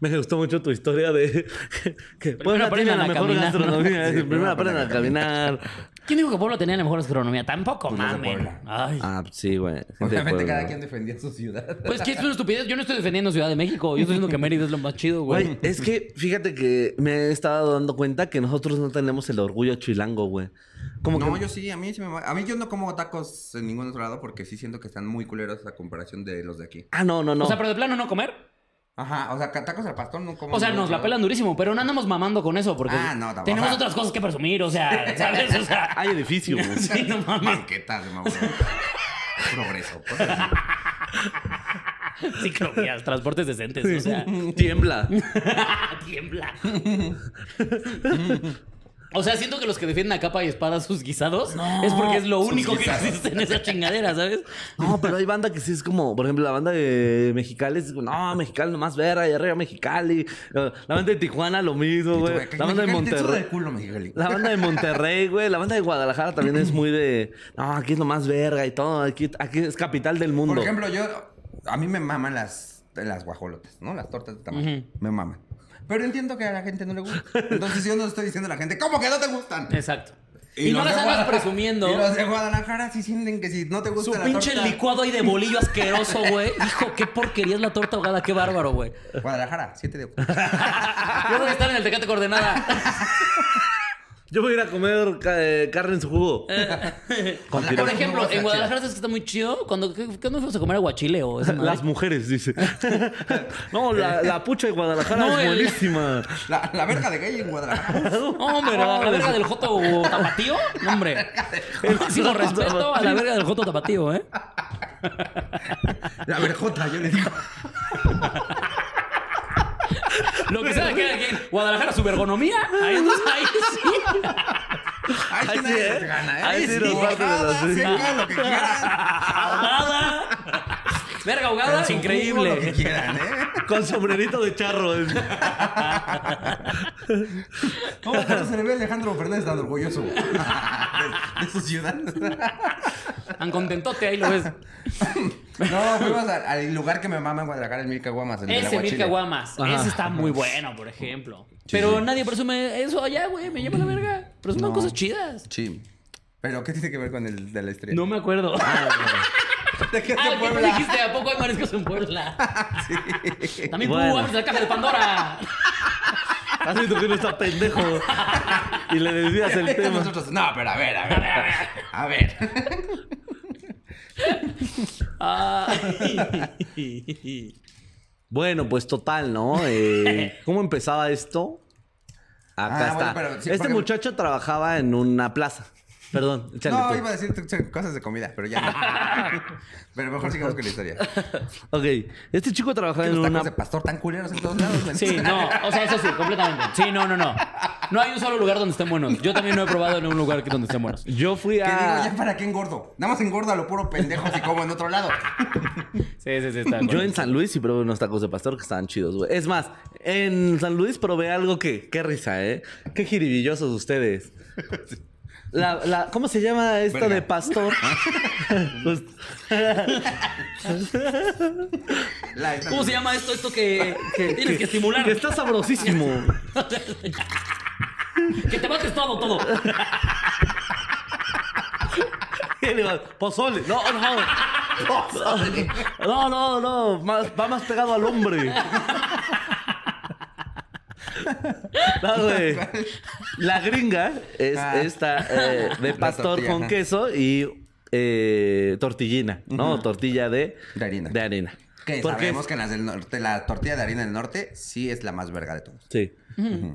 Speaker 3: Me gustó mucho tu historia de. [LAUGHS] que Puebla tiene
Speaker 4: aprendan
Speaker 3: la
Speaker 4: a
Speaker 3: mejor
Speaker 4: caminar, ¿no?
Speaker 3: gastronomía.
Speaker 2: Sí,
Speaker 3: Primero
Speaker 2: primero
Speaker 3: aprendan a caminar.
Speaker 4: ¿Quién dijo que Puebla tenía la mejor gastronomía? Tampoco,
Speaker 2: Pues los de
Speaker 4: mamen.
Speaker 2: Puebla.
Speaker 4: Ay.
Speaker 3: Ah, sí, güey. gente de
Speaker 2: Obviamente
Speaker 3: Puebla.
Speaker 2: cada quien defendía su ciudad.
Speaker 4: Pues que
Speaker 2: [LAUGHS]
Speaker 4: es una estupidez. Yo no estoy defendiendo Ciudad de México. Yo estoy diciendo que Mérida es lo más chido,
Speaker 3: Güey,
Speaker 4: güey.
Speaker 3: es que fíjate que me he estado dando cuenta que nosotros no tenemos el orgullo chilango, güey. Como
Speaker 2: No,
Speaker 3: que
Speaker 2: yo sí, a mí sí me... va- A mí yo no como tacos en ningún otro lado porque sí siento que están muy culeros a comparación de los de aquí.
Speaker 3: Ah, no, no, no.
Speaker 4: O sea, pero de plano no comer.
Speaker 2: Ajá, o sea, ca- tacos al pastor no como...
Speaker 4: O sea,
Speaker 2: en ningún
Speaker 4: nos
Speaker 2: otro
Speaker 4: la
Speaker 2: lado.
Speaker 4: [LAUGHS] pelan durísimo, pero no andamos mamando con eso porque
Speaker 2: Ah, no, tampoco.
Speaker 4: tenemos otras cosas que presumir, o sea, ¿sabes?
Speaker 2: [LAUGHS]
Speaker 4: O sea,
Speaker 3: Hay edificio, güey.
Speaker 4: sí, no mames.
Speaker 2: Banquetas, mamá. Progreso. cosas así.
Speaker 4: [LAUGHS] Ciclovías, transportes decentes, o sea, [LAUGHS]
Speaker 3: [LAUGHS] Tiembla.
Speaker 4: tiembla. O sea, siento que los que defienden a capa y espada sus guisados es porque es lo único que existe en esa chingadera, ¿sabes?
Speaker 3: No, pero hay banda que sí es como, por ejemplo, la banda de Mexicali es como, no, Mexicali nomás verga, y arriba Mexicali. eh, La banda de Tijuana lo mismo, güey. La banda de Monterrey. La banda de Monterrey, güey. La banda de Guadalajara también es muy de, no, aquí es lo más verga y todo. Aquí, aquí es capital del mundo.
Speaker 2: Por ejemplo, yo. A mí me maman las, las guajolotas, ¿no? Las tortas de tamal. Me maman. Pero entiendo que a la gente no le gusta. Entonces yo no estoy diciendo a la gente, ¿cómo que no te gustan?
Speaker 4: Exacto. Y, no
Speaker 2: los
Speaker 4: las
Speaker 2: de
Speaker 4: andas
Speaker 2: Guadalajara-
Speaker 4: presumiendo.
Speaker 2: Y los de Guadalajara sí sienten que si no te
Speaker 4: Su
Speaker 2: gusta la
Speaker 4: pinche
Speaker 2: torta-
Speaker 4: licuado ahí de bolillo asqueroso, güey. Hijo, qué porquería es la torta ahogada, qué bárbaro, güey.
Speaker 2: Guadalajara, 7 de [LAUGHS] octubre.
Speaker 4: Yo voy a estar en el Tecate Coordenada.
Speaker 3: Yo voy a ir a comer ca- eh, carne en su jugo. Con
Speaker 2: Por
Speaker 3: tiro-
Speaker 4: Por
Speaker 2: Pero ¿cómo
Speaker 4: ejemplo,
Speaker 2: vas a
Speaker 4: en
Speaker 2: la
Speaker 4: Guadalajara sabes que está muy chido. Cuando, ¿qué, qué nos fuimos a comer aguachile o esa madre?
Speaker 3: Las mujeres, dice. No, la, la pucha de Guadalajara
Speaker 4: No,
Speaker 3: es
Speaker 4: el-
Speaker 3: buenísima.
Speaker 2: La, la verga de gay en Guadalajara.
Speaker 4: [LAUGHS] No, hombre, a la verga del Joto Tapatío. No, hombre. Máximo respeto a la verga del Joto Tapatío, ¿eh?
Speaker 2: La verjota, yo le digo.
Speaker 4: Lo que sea de cada quien. Guadalajara, su vergonomía. Ahí, entonces, ahí sí.
Speaker 2: Ahí sí
Speaker 3: Ahí sí,
Speaker 2: nadie
Speaker 3: ¿eh?
Speaker 2: les gana, ¿eh?
Speaker 3: Ahí sí nos
Speaker 2: Mojada,
Speaker 3: parte de las-
Speaker 2: seca, lo que quieran.
Speaker 4: Ahogada. Verga
Speaker 2: Con
Speaker 4: ahogada,
Speaker 2: su jugo, Lo que
Speaker 4: increíble.
Speaker 2: quieran, ¿eh?
Speaker 3: Con sombrerito de charro. es-
Speaker 2: ¿Cómo que no se le ve a este Alejandro Fernández tan orgulloso [LAUGHS] de, de su ciudad?
Speaker 4: Tan contentote, ahí lo ves.
Speaker 2: No, fuimos al, al lugar que me mama en Guadalajara, el Mil Caguamas. El del
Speaker 4: Ese
Speaker 2: aguachile.
Speaker 4: Mil Caguamas.
Speaker 3: Ajá.
Speaker 4: Ese está muy bueno, por ejemplo. Pero nadie presume eso allá, güey. Me lleva la verga. Presumen
Speaker 2: No.
Speaker 4: cosas chidas.
Speaker 2: Sí. ¿Pero qué tiene que ver con el de la estrella? Ah,
Speaker 4: No me acuerdo.
Speaker 2: ¿De qué [LAUGHS] es de
Speaker 4: Ah, el que tú
Speaker 2: Puebla?
Speaker 4: dijiste, ¿a poco hay mariscos en Puebla?
Speaker 2: [LAUGHS] Sí.
Speaker 4: También
Speaker 3: Bueno.
Speaker 4: tú abres la caja de Pandora.
Speaker 3: Así tú que no está pendejo. Y le
Speaker 2: [LAUGHS]
Speaker 3: desvías el tema.
Speaker 2: Nosotros, Este no, pero a ver, a ver, a ver. A ver.
Speaker 4: Ah.
Speaker 3: [LAUGHS]
Speaker 4: Ay.
Speaker 3: Bueno, pues total, ¿no? Eh, ¿Cómo empezaba esto? Acá
Speaker 2: Ah, bueno,
Speaker 3: está.
Speaker 2: pero sí,
Speaker 3: este
Speaker 2: porque-
Speaker 3: muchacho trabajaba en una plaza. Perdón, échale
Speaker 2: No,
Speaker 3: tú.
Speaker 2: iba a decir t- t- cosas de comida, pero ya no. Pero mejor sigamos con la historia.
Speaker 3: Ok, este chico trabajaba en
Speaker 2: Los
Speaker 3: una...
Speaker 2: tacos de pastor tan culeros en todos lados. güey.
Speaker 4: Sí, no, o sea, eso sí, completamente. Sí, no, no, no. No hay un solo lugar donde estén buenos. Yo también no he probado en un lugar que- donde estén buenos.
Speaker 3: Yo
Speaker 2: [LAUGHS]
Speaker 3: fui
Speaker 2: Que digo, ya
Speaker 3: a...
Speaker 2: para qué engordo. Nada más engorda lo puro pendejo así como en otro
Speaker 3: [LAUGHS]
Speaker 2: lado.
Speaker 4: Sí, sí, sí, está. de
Speaker 3: Yo
Speaker 4: acuerdo.
Speaker 3: en San Luis sí probé unos tacos de pastor que estaban chidos, güey. Es más, en San Luis probé algo que... Qué risa, ¿eh? Qué jiribillosos
Speaker 2: [LAUGHS]
Speaker 3: ustedes. La, la- ¿Cómo se llama esta
Speaker 2: Verga.
Speaker 3: de
Speaker 2: [LAUGHS]
Speaker 3: pastor? Pues-
Speaker 2: La- esta-
Speaker 4: ¿Cómo se llama esto? Esto que, que tienes que estimular.
Speaker 3: [LAUGHS] Que está [LAUGHS] sabrosísimo.
Speaker 4: Que te bajes todo, todo.
Speaker 3: Y le digo, Pozole. No, no. No, no, no. Más- va más pegado al hombre. No, güey. La gringa es
Speaker 2: Ah.
Speaker 3: esta
Speaker 2: [LAUGHS]
Speaker 3: eh, de
Speaker 2: La
Speaker 3: pastor
Speaker 2: tortilla,
Speaker 3: con
Speaker 2: ajá.
Speaker 3: queso y eh, tortillina, ¿no? Tortilla de,
Speaker 2: De harina.
Speaker 3: De harina.
Speaker 2: Que
Speaker 3: Porque es-
Speaker 2: sabemos que las del norte, la tortilla de harina del norte sí es la más verga de todos.
Speaker 3: Sí.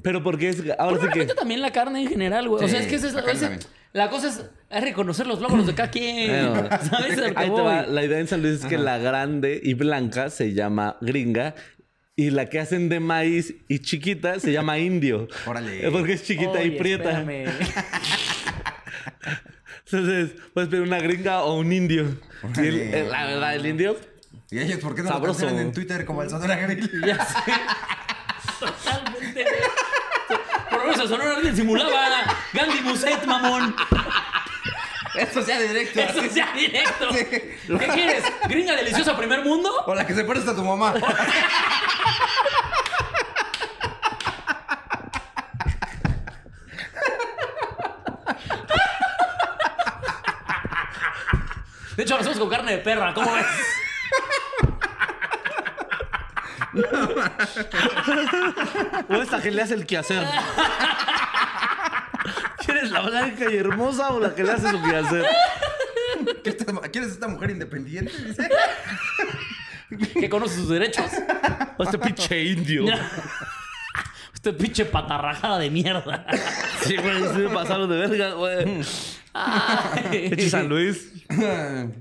Speaker 3: Pero porque es. Ahora sí que.
Speaker 4: Probablemente también la carne en general, güey. o
Speaker 2: Sí,
Speaker 4: sea, es que esa es la,
Speaker 2: la carne
Speaker 4: esa-
Speaker 2: también.
Speaker 4: la cosa es, es reconocer los logros de cada quien. [LAUGHS]
Speaker 3: Bueno,
Speaker 4: ¿Sabes? A lo que
Speaker 3: Ahí te
Speaker 4: voy.
Speaker 3: va. La idea en San Luis es que la grande y blanca se llama gringa. Y la que hacen de maíz y chiquita se llama indio. Eh,
Speaker 2: Órale.
Speaker 3: Porque es chiquita y
Speaker 4: Oye,
Speaker 3: prieta.
Speaker 4: espérame.
Speaker 3: Entonces, puedes pedir una gringa o un indio. Y el-
Speaker 2: Órale.
Speaker 3: el- la verdad, el indio.
Speaker 2: ¿Y ellos por qué no
Speaker 3: Sabroso.
Speaker 2: lo cancelan en Twitter como el Sonora Grill?
Speaker 3: [LAUGHS] Ya sé.
Speaker 4: [LAUGHS] Totalmente. Por lo menos el sonoro alguien simulaba. Gandhi Buset, mamón.
Speaker 2: Esto sea de directo.
Speaker 4: Eso
Speaker 2: así.
Speaker 4: sea directo.
Speaker 2: Sí.
Speaker 4: ¿Qué quieres? ¿Gringa deliciosa primer mundo?
Speaker 2: O la que se parece a tu mamá. [LAUGHS]
Speaker 4: De hecho, lo hacemos con carne de perra, ¿cómo ves?
Speaker 3: O esta que le hace el
Speaker 4: [LAUGHS]
Speaker 3: quehacer. ¿Quieres la blanca y hermosa o la que le hace su quehacer?
Speaker 2: ¿Quieres esta- ¿Quieres esta mujer independiente? Dice. [LAUGHS]
Speaker 4: Que conoce sus derechos.
Speaker 3: O este pinche indio.
Speaker 4: Este pinche patarrajada de mierda.
Speaker 3: Sí, güey, sí me pasaron de verga, güey.
Speaker 4: Ay.
Speaker 3: Pinche San Luis.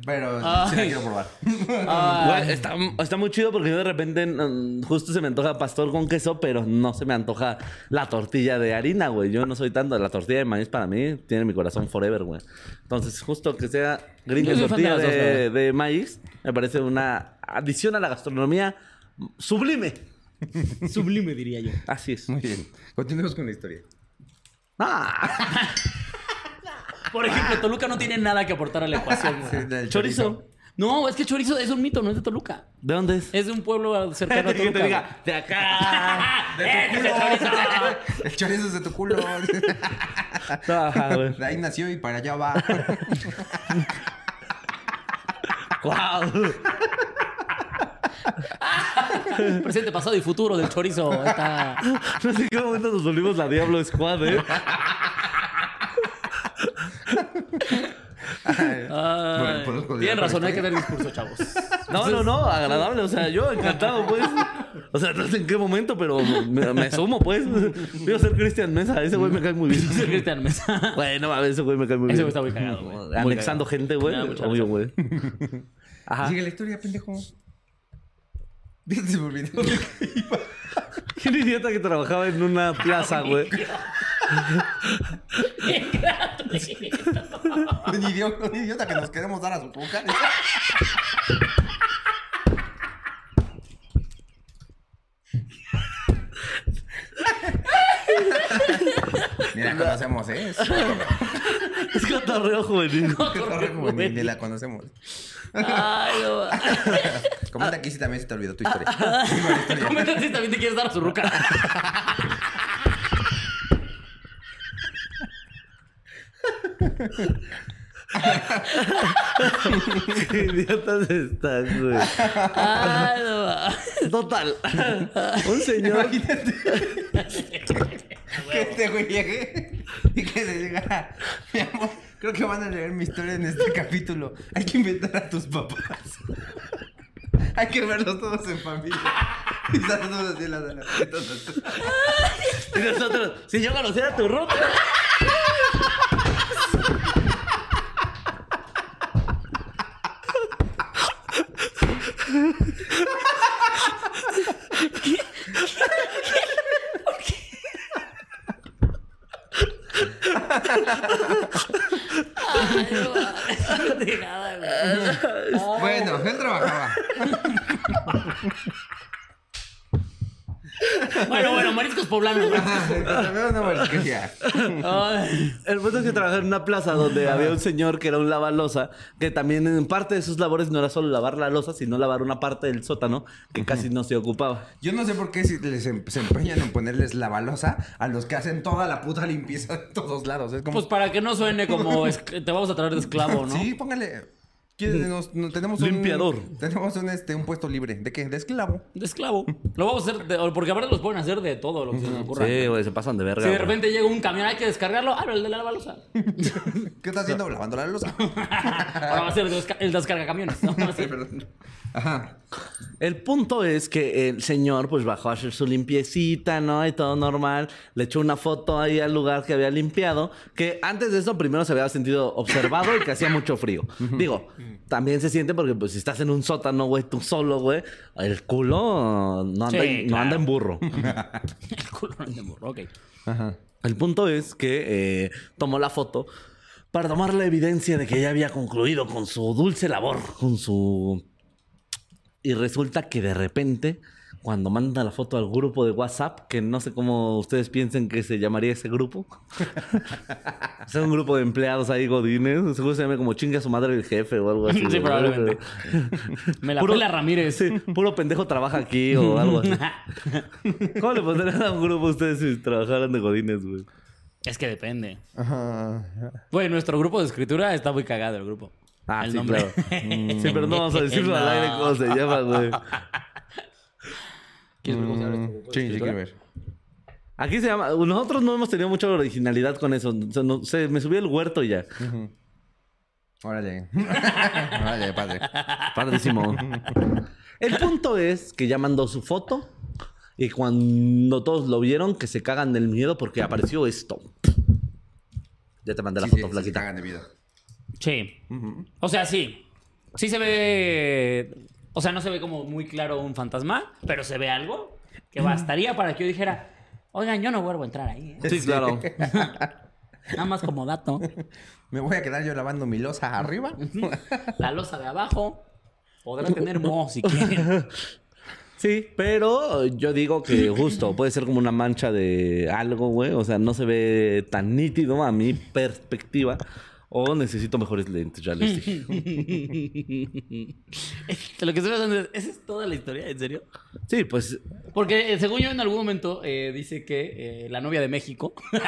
Speaker 2: Pero sí la
Speaker 4: Ay.
Speaker 2: quiero probar. [LAUGHS]
Speaker 4: Ay.
Speaker 3: Güey, está, Mm, está muy chido porque yo de repente mm, justo se me antoja pastor con queso, pero no se me antoja la tortilla de harina, güey. Yo no soy tanto. La tortilla de maíz para mí tiene mi corazón forever, güey. Entonces, justo que sea gringa y
Speaker 4: Yo soy fan de
Speaker 3: tortilla
Speaker 4: las dos, la
Speaker 3: de, de maíz, me parece una adición a la gastronomía sublime.
Speaker 4: Sublime, diría yo.
Speaker 3: Así es.
Speaker 2: Muy bien. Continuemos con la historia.
Speaker 3: Ah,
Speaker 4: Por ejemplo, Toluca no tiene nada que aportar a la ecuación. güey.
Speaker 2: Sí, del
Speaker 3: chorizo.
Speaker 4: No, es que chorizo es un mito, no es de Toluca.
Speaker 3: ¿De dónde es?
Speaker 4: Es de un pueblo cercano a
Speaker 3: Que
Speaker 4: Toluca.
Speaker 3: te
Speaker 4: güey.
Speaker 3: diga, de acá.
Speaker 4: [LAUGHS] ¡Ese es el chorizo!
Speaker 2: El [LAUGHS] chorizo es de tu culo.
Speaker 3: No, ajá, güey.
Speaker 2: De ahí nació y para allá va.
Speaker 3: [LAUGHS] Guau.
Speaker 4: Presente, pasado y futuro del chorizo. Está...
Speaker 3: No sé en qué momento nos volvimos la Diablo Squad, ¿eh?
Speaker 4: Ay,
Speaker 2: por eso-
Speaker 4: Tienen razón, hay que dar discurso, chavos. [LAUGHS]
Speaker 3: No, no, no, agradable, o sea, yo encantado, pues. O sea, no sé en qué momento, pero me, me sumo, pues. Quiero ser Cristian Mesa, ese güey me cae muy bien.
Speaker 4: Ser Cristian Mesa.
Speaker 3: Güey, no mames, ese güey me cae muy bien.
Speaker 4: Ese güey está muy cagado, Ah, güey. Muy
Speaker 3: Anexando
Speaker 4: cagado.
Speaker 3: gente, güey.
Speaker 4: Me da mucha
Speaker 3: Obvio, güey.
Speaker 4: [LAUGHS]
Speaker 3: Ajá.
Speaker 2: Sigue la historia, pendejo. Ya se me olvidó.
Speaker 3: ¿Quién idiota que trabajaba en una plaza, güey?
Speaker 2: Un idiota, un idiota que nos queremos dar a su boca. Ni la conocemos, ¿eh? Es [LAUGHS]
Speaker 3: Es cotorreo
Speaker 4: [LAUGHS]
Speaker 3: juvenil.
Speaker 2: cotorreo juvenil, Ni la conocemos.
Speaker 4: [LAUGHS] Ay, no.
Speaker 3: [LAUGHS]
Speaker 2: Comenta aquí si también se te olvidó tu historia. [LAUGHS]
Speaker 4: Comenta si también te quieres dar a su ruca.
Speaker 3: Qué idiotas están, güey.
Speaker 4: Ay, no.
Speaker 3: Total. Un señor.
Speaker 2: Imagínate. que este güey llegue y que le diga, mi amor, creo que van a leer mi historia en este capítulo. Hay que inventar a tus papás. [LAUGHS] Hay que verlos todos en familia. [LAUGHS] Y están todos así en la sala. Y todos así.
Speaker 3: Y nosotros, si yo conociera tu ruta.
Speaker 4: Ay, no. De nada, güey.
Speaker 2: Bueno, él trabajaba.
Speaker 4: Bueno, bueno, mariscos poblanos. güey.
Speaker 2: Ah, Ajá, una marisquería.
Speaker 4: Ay.
Speaker 3: El punto es que trabajaba en una plaza donde había un señor que era un lavalosa, que también en parte de sus labores no era solo lavar la losa, sino lavar una parte del sótano que casi no se ocupaba.
Speaker 2: Yo no sé por qué si les em- se empeñan en ponerles la balosa a los que hacen toda la puta limpieza de todos lados. Es como...
Speaker 4: Pues para que no
Speaker 2: [LAUGHS]
Speaker 4: suene como es- te vamos a traer de esclavo, Pues, ¿no?
Speaker 2: Sí, póngale. ¿Quién- nos- no- tenemos un-
Speaker 3: Limpiador.
Speaker 2: tenemos un, este, un puesto libre. ¿De qué? De esclavo.
Speaker 4: De esclavo. Lo vamos a hacer, de- porque aparte los pueden hacer de todo lo que se les ocurra.
Speaker 3: Sí, güey, se pasan de verga.
Speaker 4: Si de
Speaker 3: güey.
Speaker 4: repente llega un camión, hay que descargarlo. Ah, pero el de la balosa.
Speaker 2: ¿Qué estás haciendo? Lavando [LAUGHS] la losa.
Speaker 4: [LAUGHS] Ahora va a ser el, desca- el descargacamiones. ¿no? Va a ser-
Speaker 2: Perdón. Ajá.
Speaker 3: El punto es que el señor pues bajó a hacer su limpiecita, ¿no? Y todo normal. Le echó una foto ahí al lugar que había limpiado, que antes de eso primero se había sentido observado y que hacía mucho frío. Digo,
Speaker 4: Mm.
Speaker 3: también se siente porque pues si estás en un sótano, güey, tú solo, güey, el culo no anda,
Speaker 4: Sí,
Speaker 3: en- no
Speaker 4: claro.
Speaker 3: anda en burro.
Speaker 4: [LAUGHS] El culo no es de morro, ok.
Speaker 2: Ajá.
Speaker 3: El punto es que eh, tomó la foto para tomar la evidencia de que ya había concluido con su dulce labor, con su... Y resulta que de repente, cuando manda la foto al grupo de WhatsApp, que no sé cómo ustedes piensen que se llamaría ese grupo, [LAUGHS] es un grupo de empleados ahí, godines, seguro se llama como chinga su madre el jefe o
Speaker 4: [LAUGHS]
Speaker 3: algo así.
Speaker 4: Sí,
Speaker 3: güey.
Speaker 4: probablemente. Me la
Speaker 3: Puro-
Speaker 4: pela Ramírez.
Speaker 3: Sí, puro pendejo trabaja aquí o
Speaker 4: [LAUGHS]
Speaker 3: algo así. ¿Cómo le pondrían a un grupo ustedes si trabajaran de godines, güey?
Speaker 4: Es que depende.
Speaker 2: Ajá.
Speaker 4: Güey, nuestro grupo de escritura está muy cagado, el grupo.
Speaker 3: Ah,
Speaker 4: el
Speaker 3: sí, claro.
Speaker 2: [LAUGHS]
Speaker 3: Sí, pero no vamos a decirlo al aire cómo se llama, güey.
Speaker 4: [LAUGHS] ¿Quieres ver cómo se abre este
Speaker 2: Mm, Sí, sí,
Speaker 4: grupo de escritura?
Speaker 2: quiero ver.
Speaker 3: Aquí se llama. Nosotros no hemos tenido mucha originalidad con eso. Se, no- se me subió el huerto y ya.
Speaker 2: [LAUGHS] Órale. Órale, padre.
Speaker 3: Padrísimo. El punto es que ya mandó su foto. Y cuando todos lo vieron, que se cagan del miedo porque apareció esto. Ya te mandé la
Speaker 2: Sí, sí, sí,
Speaker 3: foto
Speaker 2: se
Speaker 3: flaquita.
Speaker 2: cagan de miedo.
Speaker 4: Sí. O sea, sí. Sí se ve. O sea, no se ve como muy claro un fantasma, pero se ve algo que bastaría para que yo dijera: Oigan, yo no vuelvo a entrar ahí. ¿eh".
Speaker 3: Sí, claro.
Speaker 4: Nada más como dato.
Speaker 2: Me voy a quedar yo lavando mi losa arriba. [LAUGHS]
Speaker 4: La losa de abajo podrá tener moho si quieren.
Speaker 3: [LAUGHS] Sí, pero yo digo que justo puede ser como una mancha de algo, güey. O sea, no se ve tan nítido a mi perspectiva. O necesito mejores lentes, ya les dije.
Speaker 4: [LAUGHS] Lo que estoy pensando es: ¿esa es toda la historia? ¿En serio?
Speaker 3: Sí, pues
Speaker 4: Porque eh, según yo, en algún momento eh, dice que eh, la novia de México. [LAUGHS]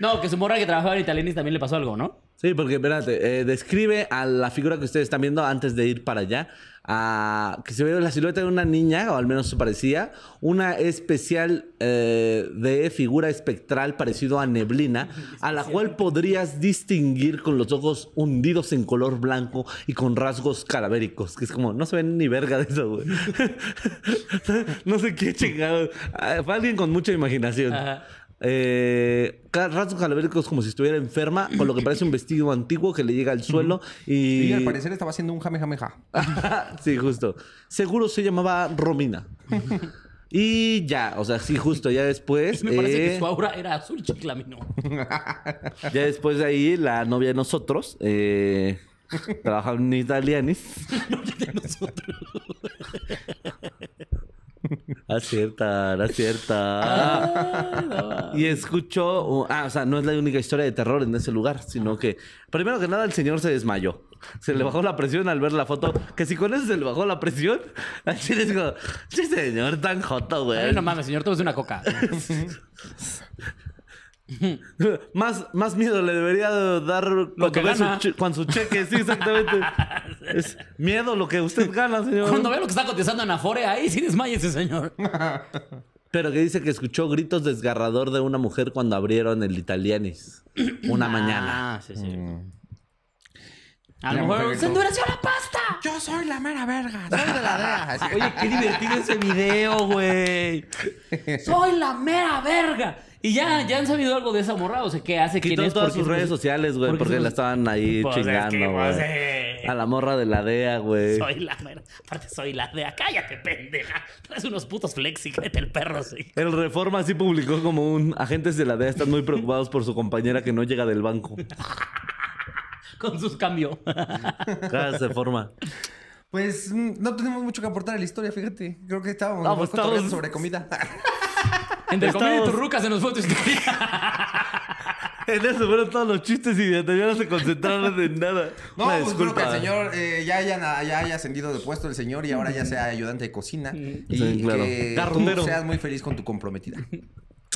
Speaker 4: no, que su morra que trabajaba en Italenis también le pasó algo, ¿no?
Speaker 3: Sí, porque espérate, eh, describe a la figura que ustedes están viendo antes de ir para allá, a- que se ve la silueta de una niña, o al menos se parecía, una especial eh, de figura espectral parecido a neblina, a la cual podrías distinguir con los ojos hundidos en color blanco y con rasgos cadavéricos, que es como, no se ven ni verga de eso, güey. [LAUGHS] no sé qué chingado. Ah, Fue alguien con mucha imaginación.
Speaker 4: Ajá.
Speaker 3: Eh, ca- rasgos calabéricos como si estuviera enferma, con lo que parece un vestido antiguo que le llega al suelo y...
Speaker 2: Y al parecer estaba haciendo un jame jame ja.
Speaker 3: [LAUGHS] sí, justo. Seguro se llamaba
Speaker 4: [LAUGHS]
Speaker 3: Romina. y ya, o sea, sí, justo, ya después...
Speaker 4: [LAUGHS] Me parece
Speaker 3: eh,
Speaker 4: que su aura era azul chiclamino.
Speaker 3: Ya después de ahí, la novia de nosotros eh, trabajaba en
Speaker 4: [LAUGHS]
Speaker 3: Italianis. Ah, Acierta, acierta. Y escuchó, uh, ah, o sea, no es la única historia de terror en ese lugar, sino que, primero que nada, el señor se desmayó. Se le bajó la presión al ver la foto. Que si con eso se le bajó la presión, [LAUGHS] así les digo, sí, señor, tan joto,
Speaker 4: Ay,
Speaker 3: güey.
Speaker 4: no mames, señor, es una
Speaker 3: [LAUGHS]
Speaker 4: coca.
Speaker 3: [LAUGHS] Más, más miedo le debería dar cuando,
Speaker 4: que
Speaker 3: ve su
Speaker 4: gana.
Speaker 3: che- cuando su cheque,
Speaker 4: [LAUGHS]
Speaker 3: sí, exactamente. es miedo lo que usted gana, señor.
Speaker 4: Cuando veo lo que está cotizando en Afore, ahí sí desmaya ese señor.
Speaker 3: Pero que dice que escuchó gritos desgarrador de una mujer cuando abrieron el
Speaker 4: [CLEARS THROAT]
Speaker 3: Italianis. Una mañana. Mm.
Speaker 4: Ah, sí, sí. A
Speaker 2: La
Speaker 4: lo
Speaker 2: mujer
Speaker 4: mejor
Speaker 2: que
Speaker 4: se
Speaker 2: todo-
Speaker 4: endureció la pasta.
Speaker 2: Yo soy la mera verga. Soy de la DEA. Así.
Speaker 4: Oye, qué divertido ese video, güey. [LAUGHS] Soy la mera verga. Y ya, ya han sabido algo de esa morra, o sea, ¿qué hace? ¿Quién
Speaker 3: Quitó
Speaker 4: es? ¿Por
Speaker 3: todas
Speaker 4: qué
Speaker 3: sus
Speaker 4: es?
Speaker 3: redes sociales, güey,
Speaker 4: por qué
Speaker 3: porque
Speaker 4: se-
Speaker 3: la estaban ahí
Speaker 4: Pues es que,
Speaker 3: chingando, güey.
Speaker 4: pues, eh.
Speaker 3: A la morra de la DEA, güey.
Speaker 4: Soy la mera. Aparte, soy la de acá. Cállate, pendeja. [LAUGHS] Traes unos putos flexi, créete el perro, sí.
Speaker 3: El Reforma sí publicó como un agentes de la DEA están muy preocupados por su compañera que no llega del banco.
Speaker 4: Con sus cambios.
Speaker 3: Cada se forma.
Speaker 2: [LAUGHS] Pues mm, no tenemos mucho que aportar a la historia, fíjate. Creo que estábamos
Speaker 3: Vamos,
Speaker 2: mejor cotorreando
Speaker 3: estamos-
Speaker 2: sobre comida. [LAUGHS]
Speaker 4: Entre comida y
Speaker 3: Estamos-
Speaker 4: tu ruca se nos fue tu historia.
Speaker 3: En eso fueron todos los chistes y ya no se concentraron en nada.
Speaker 2: [LAUGHS] No,
Speaker 3: Una
Speaker 2: pues creo que el
Speaker 3: disculpa.
Speaker 2: señor eh, ya, haya, ya haya ascendido de puesto el señor y ahora ya sea ayudante de cocina. Y
Speaker 3: Sí, claro.
Speaker 2: que
Speaker 3: Garrotero.
Speaker 2: tú seas muy feliz con tu
Speaker 3: [LAUGHS]
Speaker 2: comprometida.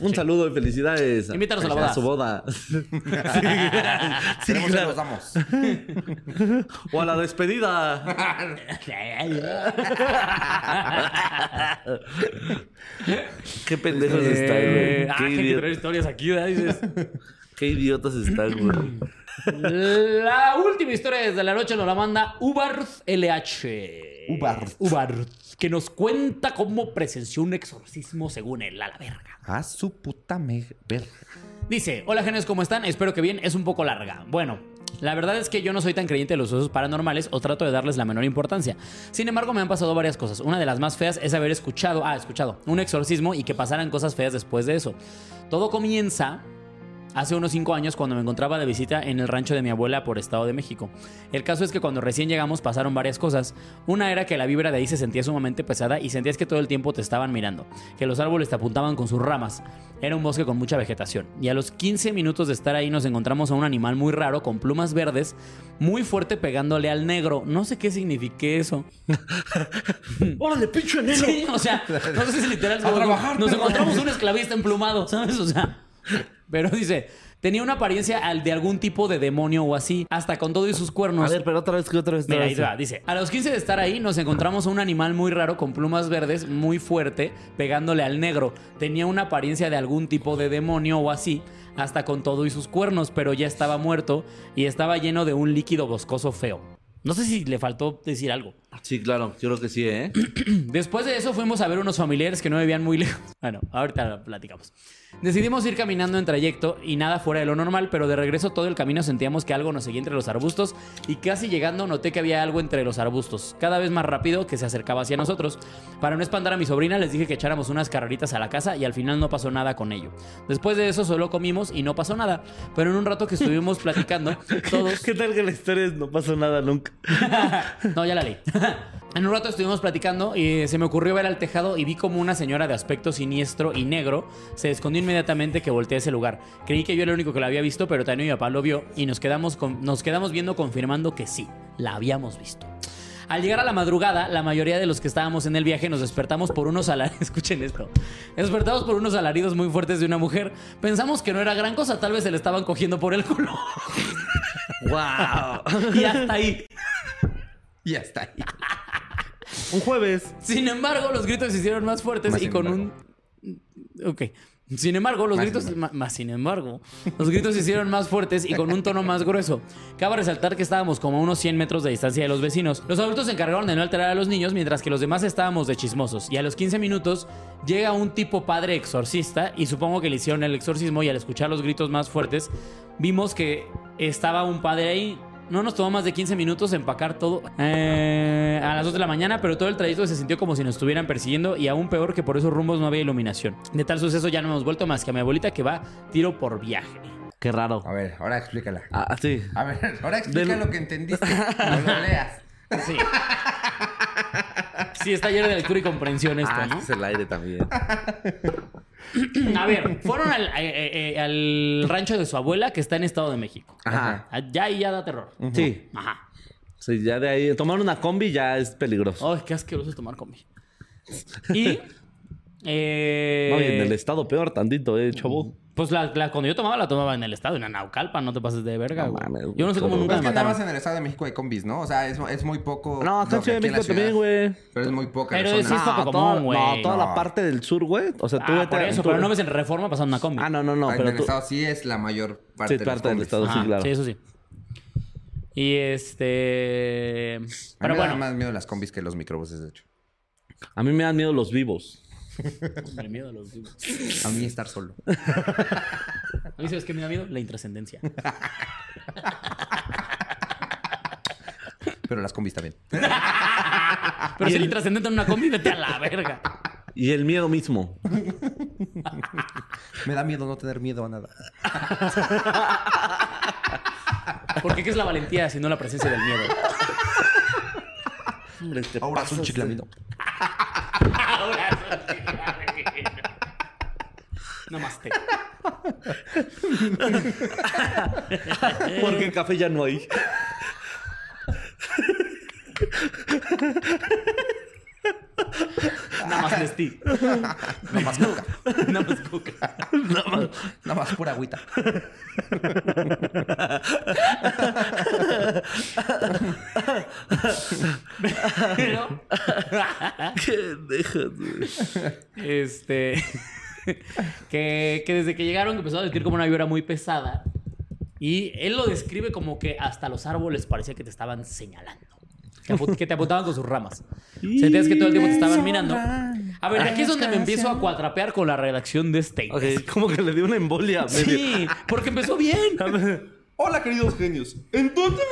Speaker 3: Un saludo y felicidades.
Speaker 4: Invítanos a la boda.
Speaker 3: su boda. [LAUGHS] sí, sí,
Speaker 2: Queremos que
Speaker 3: claro.
Speaker 2: pues, nos damos.
Speaker 3: O a la despedida.
Speaker 2: [LAUGHS]
Speaker 3: Qué pendejos están,
Speaker 4: Eh,
Speaker 3: güey.
Speaker 4: ah,
Speaker 3: Qué,
Speaker 4: hay que
Speaker 3: idiota-
Speaker 4: traer historias aquí, ¿verdad? Dices.
Speaker 3: qué idiotas están, güey.
Speaker 4: La última historia desde la noche nos la manda Ubarth LH.
Speaker 2: Ubarth.
Speaker 4: Ubarth, Que nos cuenta cómo presenció un exorcismo según él, a la verga.
Speaker 2: A su puta me verga.
Speaker 4: Dice, hola genes, ¿cómo están? Espero que bien, es un poco larga. Bueno, la verdad es que yo no soy tan creyente de los usos paranormales o trato de darles la menor importancia. Sin embargo, me han pasado varias cosas. Una de las más feas es haber escuchado, ah, escuchado, un exorcismo y que pasaran cosas feas después de eso. Todo comienza Hace unos 5 años cuando me encontraba de visita en el rancho de mi abuela por Estado de México. El caso es que cuando recién llegamos pasaron varias cosas. Una era que la vibra de ahí se sentía sumamente pesada y sentías que todo el tiempo te estaban mirando, que los árboles te apuntaban con sus ramas. Era un bosque con mucha vegetación. Y a los 15 minutos de estar ahí nos encontramos a un animal muy raro con plumas verdes, muy fuerte pegándole al negro. No sé qué signifique eso.
Speaker 3: ¡Órale, pinche neno!
Speaker 4: Sí, o sea, no sé si es literal. como-
Speaker 2: trabajar,
Speaker 4: Nos
Speaker 2: perro.
Speaker 4: encontramos un esclavista emplumado, ¿sabes? O sea. Pero dice, tenía una apariencia al de algún tipo de demonio o así, hasta con todo y sus
Speaker 3: A
Speaker 4: cuernos.
Speaker 3: ver, pero otra vez que otra vez. otra
Speaker 4: Mira, ahí
Speaker 3: vez.
Speaker 4: te va, dice. A los 15 de estar ahí nos encontramos a un animal muy raro con plumas verdes, muy fuerte, pegándole al negro. Tenía una apariencia de algún tipo de demonio o así, hasta con todo y sus cuernos, pero ya estaba muerto y estaba lleno de un líquido boscoso feo. No sé si le faltó decir algo.
Speaker 3: Sí, claro, yo creo que sí,
Speaker 4: [CLEARS THROAT]
Speaker 3: ¿eh?
Speaker 4: Después de eso fuimos a ver unos familiares que no vivían muy lejos. [LAUGHS] Bueno, ahorita lo platicamos. Decidimos ir caminando en trayecto y nada fuera de lo normal, pero de regreso todo el camino sentíamos que algo nos seguía entre los arbustos y casi llegando noté que había algo entre los arbustos, cada vez más rápido que se acercaba hacia nosotros. Para no espantar a mi sobrina les dije que echáramos unas carreritas a la casa y al final no pasó nada con ello. Después de eso solo comimos y no pasó nada, pero en un rato que estuvimos [LAUGHS] platicando, todos...
Speaker 3: ¿Qué tal que la historia es no pasó nada nunca?
Speaker 4: No, ya la leí. [LAUGHS] En un rato estuvimos platicando y se me ocurrió ver al tejado y vi como una señora de aspecto siniestro y negro se escondió inmediatamente que volteé a ese lugar. Creí que yo era el único que la había visto, pero también mi papá lo vio y nos quedamos, con- nos quedamos viendo confirmando que sí, la habíamos visto. Al llegar a la madrugada, la mayoría de los que estábamos en el viaje nos despertamos por unos alaridos. [LAUGHS] Escuchen esto. Despertados por unos alaridos muy fuertes de una mujer. Pensamos que no era gran cosa, tal vez se le estaban cogiendo por el culo. [LAUGHS]
Speaker 2: [LAUGHS]
Speaker 3: ¡Wow!
Speaker 4: y hasta ahí.
Speaker 2: Y hasta ahí.
Speaker 3: Un jueves.
Speaker 4: Sin embargo, los gritos se hicieron más fuertes
Speaker 2: Más
Speaker 4: y
Speaker 2: sin
Speaker 4: con
Speaker 2: embargo.
Speaker 4: un. Ok. Sin embargo, los
Speaker 2: Más sin
Speaker 4: gritos.
Speaker 2: embargo.
Speaker 4: ma- Más sin embargo. Los gritos se hicieron más fuertes y con un tono más grueso. Cabe resaltar que estábamos como a unos 100 metros de distancia de los vecinos. Los adultos se encargaron de no alterar a los niños, mientras que los demás estábamos de chismosos. Y a los 15 minutos llega un tipo padre exorcista, y supongo que le hicieron el exorcismo. Y al escuchar los gritos más fuertes, vimos que estaba un padre ahí. No nos tomó más de 15 minutos empacar todo eh, a las 2 de la mañana, pero todo el trayecto se sintió como si nos estuvieran persiguiendo y aún peor que por esos rumbos no había iluminación. De tal suceso ya no hemos vuelto más que a mi abuelita que va tiro por viaje.
Speaker 3: Qué raro.
Speaker 2: A ver, ahora explícala.
Speaker 3: Ah, sí.
Speaker 2: A ver, ahora explica
Speaker 3: Del-
Speaker 2: lo que entendiste.
Speaker 3: [LAUGHS]
Speaker 2: No lo leas.
Speaker 4: Sí. Sí, está lleno de lectura y comprensión esto,
Speaker 3: Ah,
Speaker 4: ¿no?
Speaker 3: es el aire también.
Speaker 4: A ver, fueron al, eh, eh, al rancho de su abuela que está en Estado de México.
Speaker 3: Ajá.
Speaker 4: Allá y ya da terror.
Speaker 3: Sí.
Speaker 4: Ajá.
Speaker 3: Sí, ya de ahí. Tomar una combi ya es peligroso.
Speaker 4: Ay, qué asqueroso es tomar combi. Y... eh,
Speaker 3: No, y en el estado peor tantito, eh, chavo.
Speaker 4: Pues la, la- cuando yo tomaba, la tomaba en el estado, en Naucalpan, no te pases de verga,
Speaker 3: No
Speaker 4: güey.
Speaker 3: mames,
Speaker 4: yo no sé cómo
Speaker 3: todo.
Speaker 4: nunca
Speaker 2: Pero es
Speaker 4: me
Speaker 2: que nada más
Speaker 4: mataron.
Speaker 2: en el Estado de México hay combis, ¿no? O sea, es, es muy poco.
Speaker 3: No, acá en
Speaker 2: lo que
Speaker 3: Ciudad de
Speaker 2: en la
Speaker 3: México también,
Speaker 2: ciudad.
Speaker 3: güey.
Speaker 2: Pero es muy poca
Speaker 4: Pero
Speaker 2: la
Speaker 4: es-
Speaker 2: zona.
Speaker 4: es- poco común,
Speaker 3: Ah, toda-
Speaker 4: güey.
Speaker 3: No, toda
Speaker 2: No.
Speaker 3: la parte del sur, güey. O sea, tú
Speaker 4: Ah,
Speaker 3: vete
Speaker 4: por
Speaker 3: al
Speaker 4: eso,
Speaker 3: sur.
Speaker 4: pero no ves en reforma pasando una combi.
Speaker 3: Ah, no, no, no.
Speaker 2: Ah, en
Speaker 3: pero
Speaker 2: el
Speaker 3: tú...
Speaker 2: Estado sí es la mayor parte,
Speaker 3: Sí,
Speaker 2: de los
Speaker 3: parte del
Speaker 2: combis.
Speaker 3: estado, sí,
Speaker 4: Ajá,
Speaker 3: claro.
Speaker 4: sí, eso sí. Y este.
Speaker 2: A mí
Speaker 4: Pero
Speaker 2: me dan
Speaker 4: bueno.
Speaker 2: más miedo las combis que los microbuses, de hecho.
Speaker 3: A mí me dan miedo los vivos.
Speaker 4: Hombre, miedo a los vivos.
Speaker 2: A mí estar solo.
Speaker 4: A mí, ¿sabes qué me da miedo? La
Speaker 3: [LAUGHS]
Speaker 4: intrascendencia.
Speaker 2: Pero las combis también.
Speaker 3: Ah,
Speaker 4: Pero ser intrascendente en una combi, vete a la verga.
Speaker 3: Y el miedo mismo.
Speaker 2: Me da miedo no tener miedo a nada.
Speaker 4: Porque ¿qué es la valentía si no la presencia del miedo?
Speaker 3: [LAUGHS] Hombre, te
Speaker 2: Ahora es
Speaker 3: pasas
Speaker 2: un
Speaker 3: de-
Speaker 2: chiclamino.
Speaker 4: Namaste. Eh.
Speaker 3: Porque el café ya no hay.
Speaker 4: Namaste,
Speaker 3: [LAUGHS]
Speaker 4: Steve.
Speaker 2: Nada más coca.
Speaker 4: Namaste, Coca.
Speaker 2: Nada más pura agüita.
Speaker 4: Pero,
Speaker 3: ¿Qué dejas, güey?
Speaker 4: este. [LAUGHS] que, que desde que llegaron empezó a sentir como una vibra muy pesada. Y él lo describe como que hasta los árboles parecía que te estaban señalando. Que, apu- que te apuntaban con sus ramas. Sentías que todo el tiempo te estaban mirando. A ver, aquí es donde me empiezo a cuatrapear con la redacción de este.
Speaker 3: Ok, como que le dio una embolia. medio.
Speaker 4: Sí, porque empezó bien.
Speaker 2: Hola, queridos genios. Entonces.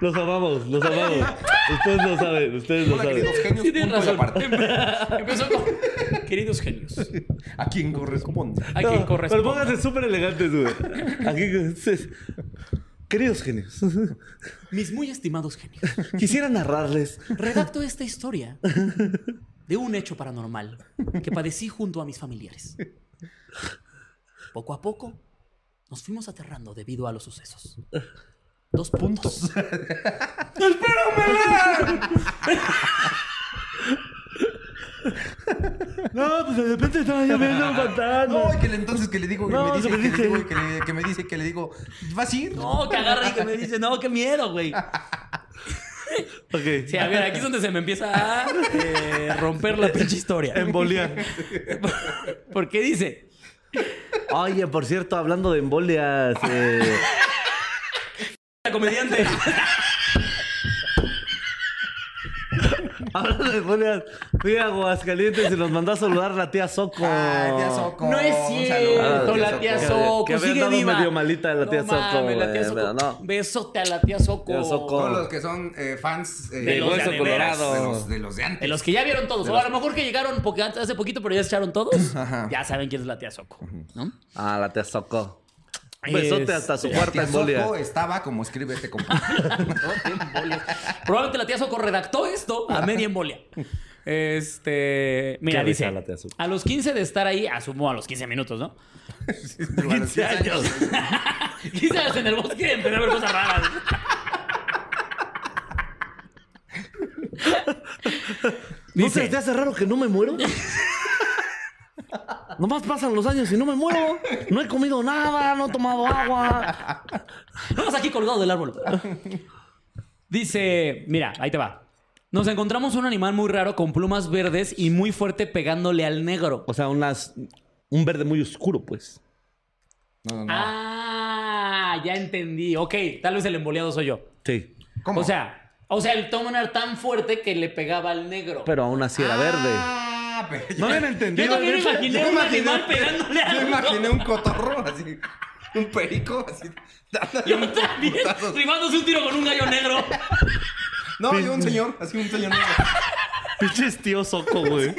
Speaker 3: Los amamos, los amamos. Ustedes lo saben, ustedes lo
Speaker 2: Hola,
Speaker 3: saben.
Speaker 2: queridos genios.
Speaker 4: Tienes
Speaker 2: punto y
Speaker 4: razón.
Speaker 2: aparte.
Speaker 4: Empe- Empezó con. Queridos genios,
Speaker 2: ¿A quién corresponde?
Speaker 4: a quien
Speaker 3: No,
Speaker 4: corresponde.
Speaker 3: Pero pónganse súper elegantes, güey. Aquí, ustedes- queridos genios,
Speaker 4: Mis muy estimados genios.
Speaker 3: quisiera narrarles
Speaker 4: Redacto esta historia de un hecho paranormal que padecí junto a mis familiares. Poco a poco nos fuimos aterrando debido a los sucesos. Dos puntos.
Speaker 3: No, pues de repente estaba yo viendo un fantasma.
Speaker 2: No, que le- entonces que le digo, que
Speaker 3: Ah, No,
Speaker 2: me dice,
Speaker 3: se
Speaker 2: que
Speaker 3: me
Speaker 2: le
Speaker 3: dice.
Speaker 2: digo, que le- que me dice, que le digo, ¿vas a ir?
Speaker 4: No, que agarra y que me dice, no, qué miedo, güey.
Speaker 3: Ok.
Speaker 4: Sí, a ver, aquí es donde se me empieza a eh, romper la pinche historia.
Speaker 3: Embolia.
Speaker 4: Porque dice,
Speaker 3: Oye, por cierto, hablando de embolias. eh,
Speaker 4: la comediante.
Speaker 3: [LAUGHS] hablando de embolias, fui a Aguascalientes y nos mandó a saludar la tía Soco.
Speaker 2: Ay, Ah, tía Soco.
Speaker 4: No es
Speaker 2: Un
Speaker 4: cierto,
Speaker 2: saludo, Ah,
Speaker 4: la tía
Speaker 3: Que-
Speaker 4: Soco.
Speaker 3: que había
Speaker 4: sigue
Speaker 3: andado
Speaker 4: viva.
Speaker 3: medio malita la tía
Speaker 4: no
Speaker 3: Soco,
Speaker 4: mames, la tía
Speaker 3: güey, pero
Speaker 4: Soco.
Speaker 3: no.
Speaker 4: Besote a la tía Soco.
Speaker 3: Tía Soco.
Speaker 2: Todos los que son eh, fans eh,
Speaker 4: De los de
Speaker 2: Hueso
Speaker 4: veras.
Speaker 2: Colorado. De los, de los de antes.
Speaker 4: De los que ya vieron todos. O a lo mejor que llegaron porque antes- hace poquito, pero ya se echaron
Speaker 3: [LAUGHS]
Speaker 4: todos. Ya saben quién es la tía Soco. ¿no? Este,
Speaker 3: Ah, la tía Soco. Un
Speaker 4: Es-
Speaker 3: besote hasta su
Speaker 4: la
Speaker 3: cuarta
Speaker 2: Tía
Speaker 3: embolia.
Speaker 2: Soco estaba como escribe este
Speaker 3: [LAUGHS]
Speaker 2: compa.
Speaker 4: [LAUGHS] Probablemente la tía Soco redactó esto a media embolia. Este. Mira,
Speaker 3: Qué risa
Speaker 4: dice.
Speaker 3: la tía Soco.
Speaker 4: A los 15 de estar ahí, asumo a los 15 minutos,
Speaker 3: [LAUGHS]
Speaker 4: ¿no?
Speaker 2: 15 años.
Speaker 4: [LAUGHS] 15 años en el bosque empecé a ver cosas raras.
Speaker 3: [LAUGHS] ¿No
Speaker 4: Dice-
Speaker 3: se te hace raro que no me [LAUGHS] muero? Nomás pasan los años y no me muero. No he comido nada, no he tomado agua.
Speaker 4: [LAUGHS] Vamos aquí colgado del árbol. [LAUGHS] Dice, mira, ahí te va. Nos encontramos un animal muy raro con plumas verdes y muy fuerte pegándole al negro.
Speaker 3: O sea, unas, un verde muy oscuro, pues.
Speaker 2: No, no, no.
Speaker 4: Ah, ya entendí. Ok, tal vez el emboleado soy yo.
Speaker 3: Sí.
Speaker 2: ¿Cómo?
Speaker 4: O sea, o sea, el tomo era tan fuerte que le pegaba al negro.
Speaker 3: Pero aún así era verde.
Speaker 2: Ah, pero
Speaker 3: No
Speaker 2: yo-
Speaker 3: habían entendido.
Speaker 4: yo también imaginé
Speaker 2: yo
Speaker 4: un animal pegándole
Speaker 2: Yo
Speaker 4: al
Speaker 2: imaginé un cotorro así. Un perico así. dándole
Speaker 4: Yo
Speaker 2: unos
Speaker 4: [LAUGHS] también,
Speaker 2: putazos.
Speaker 4: rifándose un tiro con un gallo negro.
Speaker 2: No, yo un señor, así un señor.
Speaker 3: Pinches tío Soco, güey.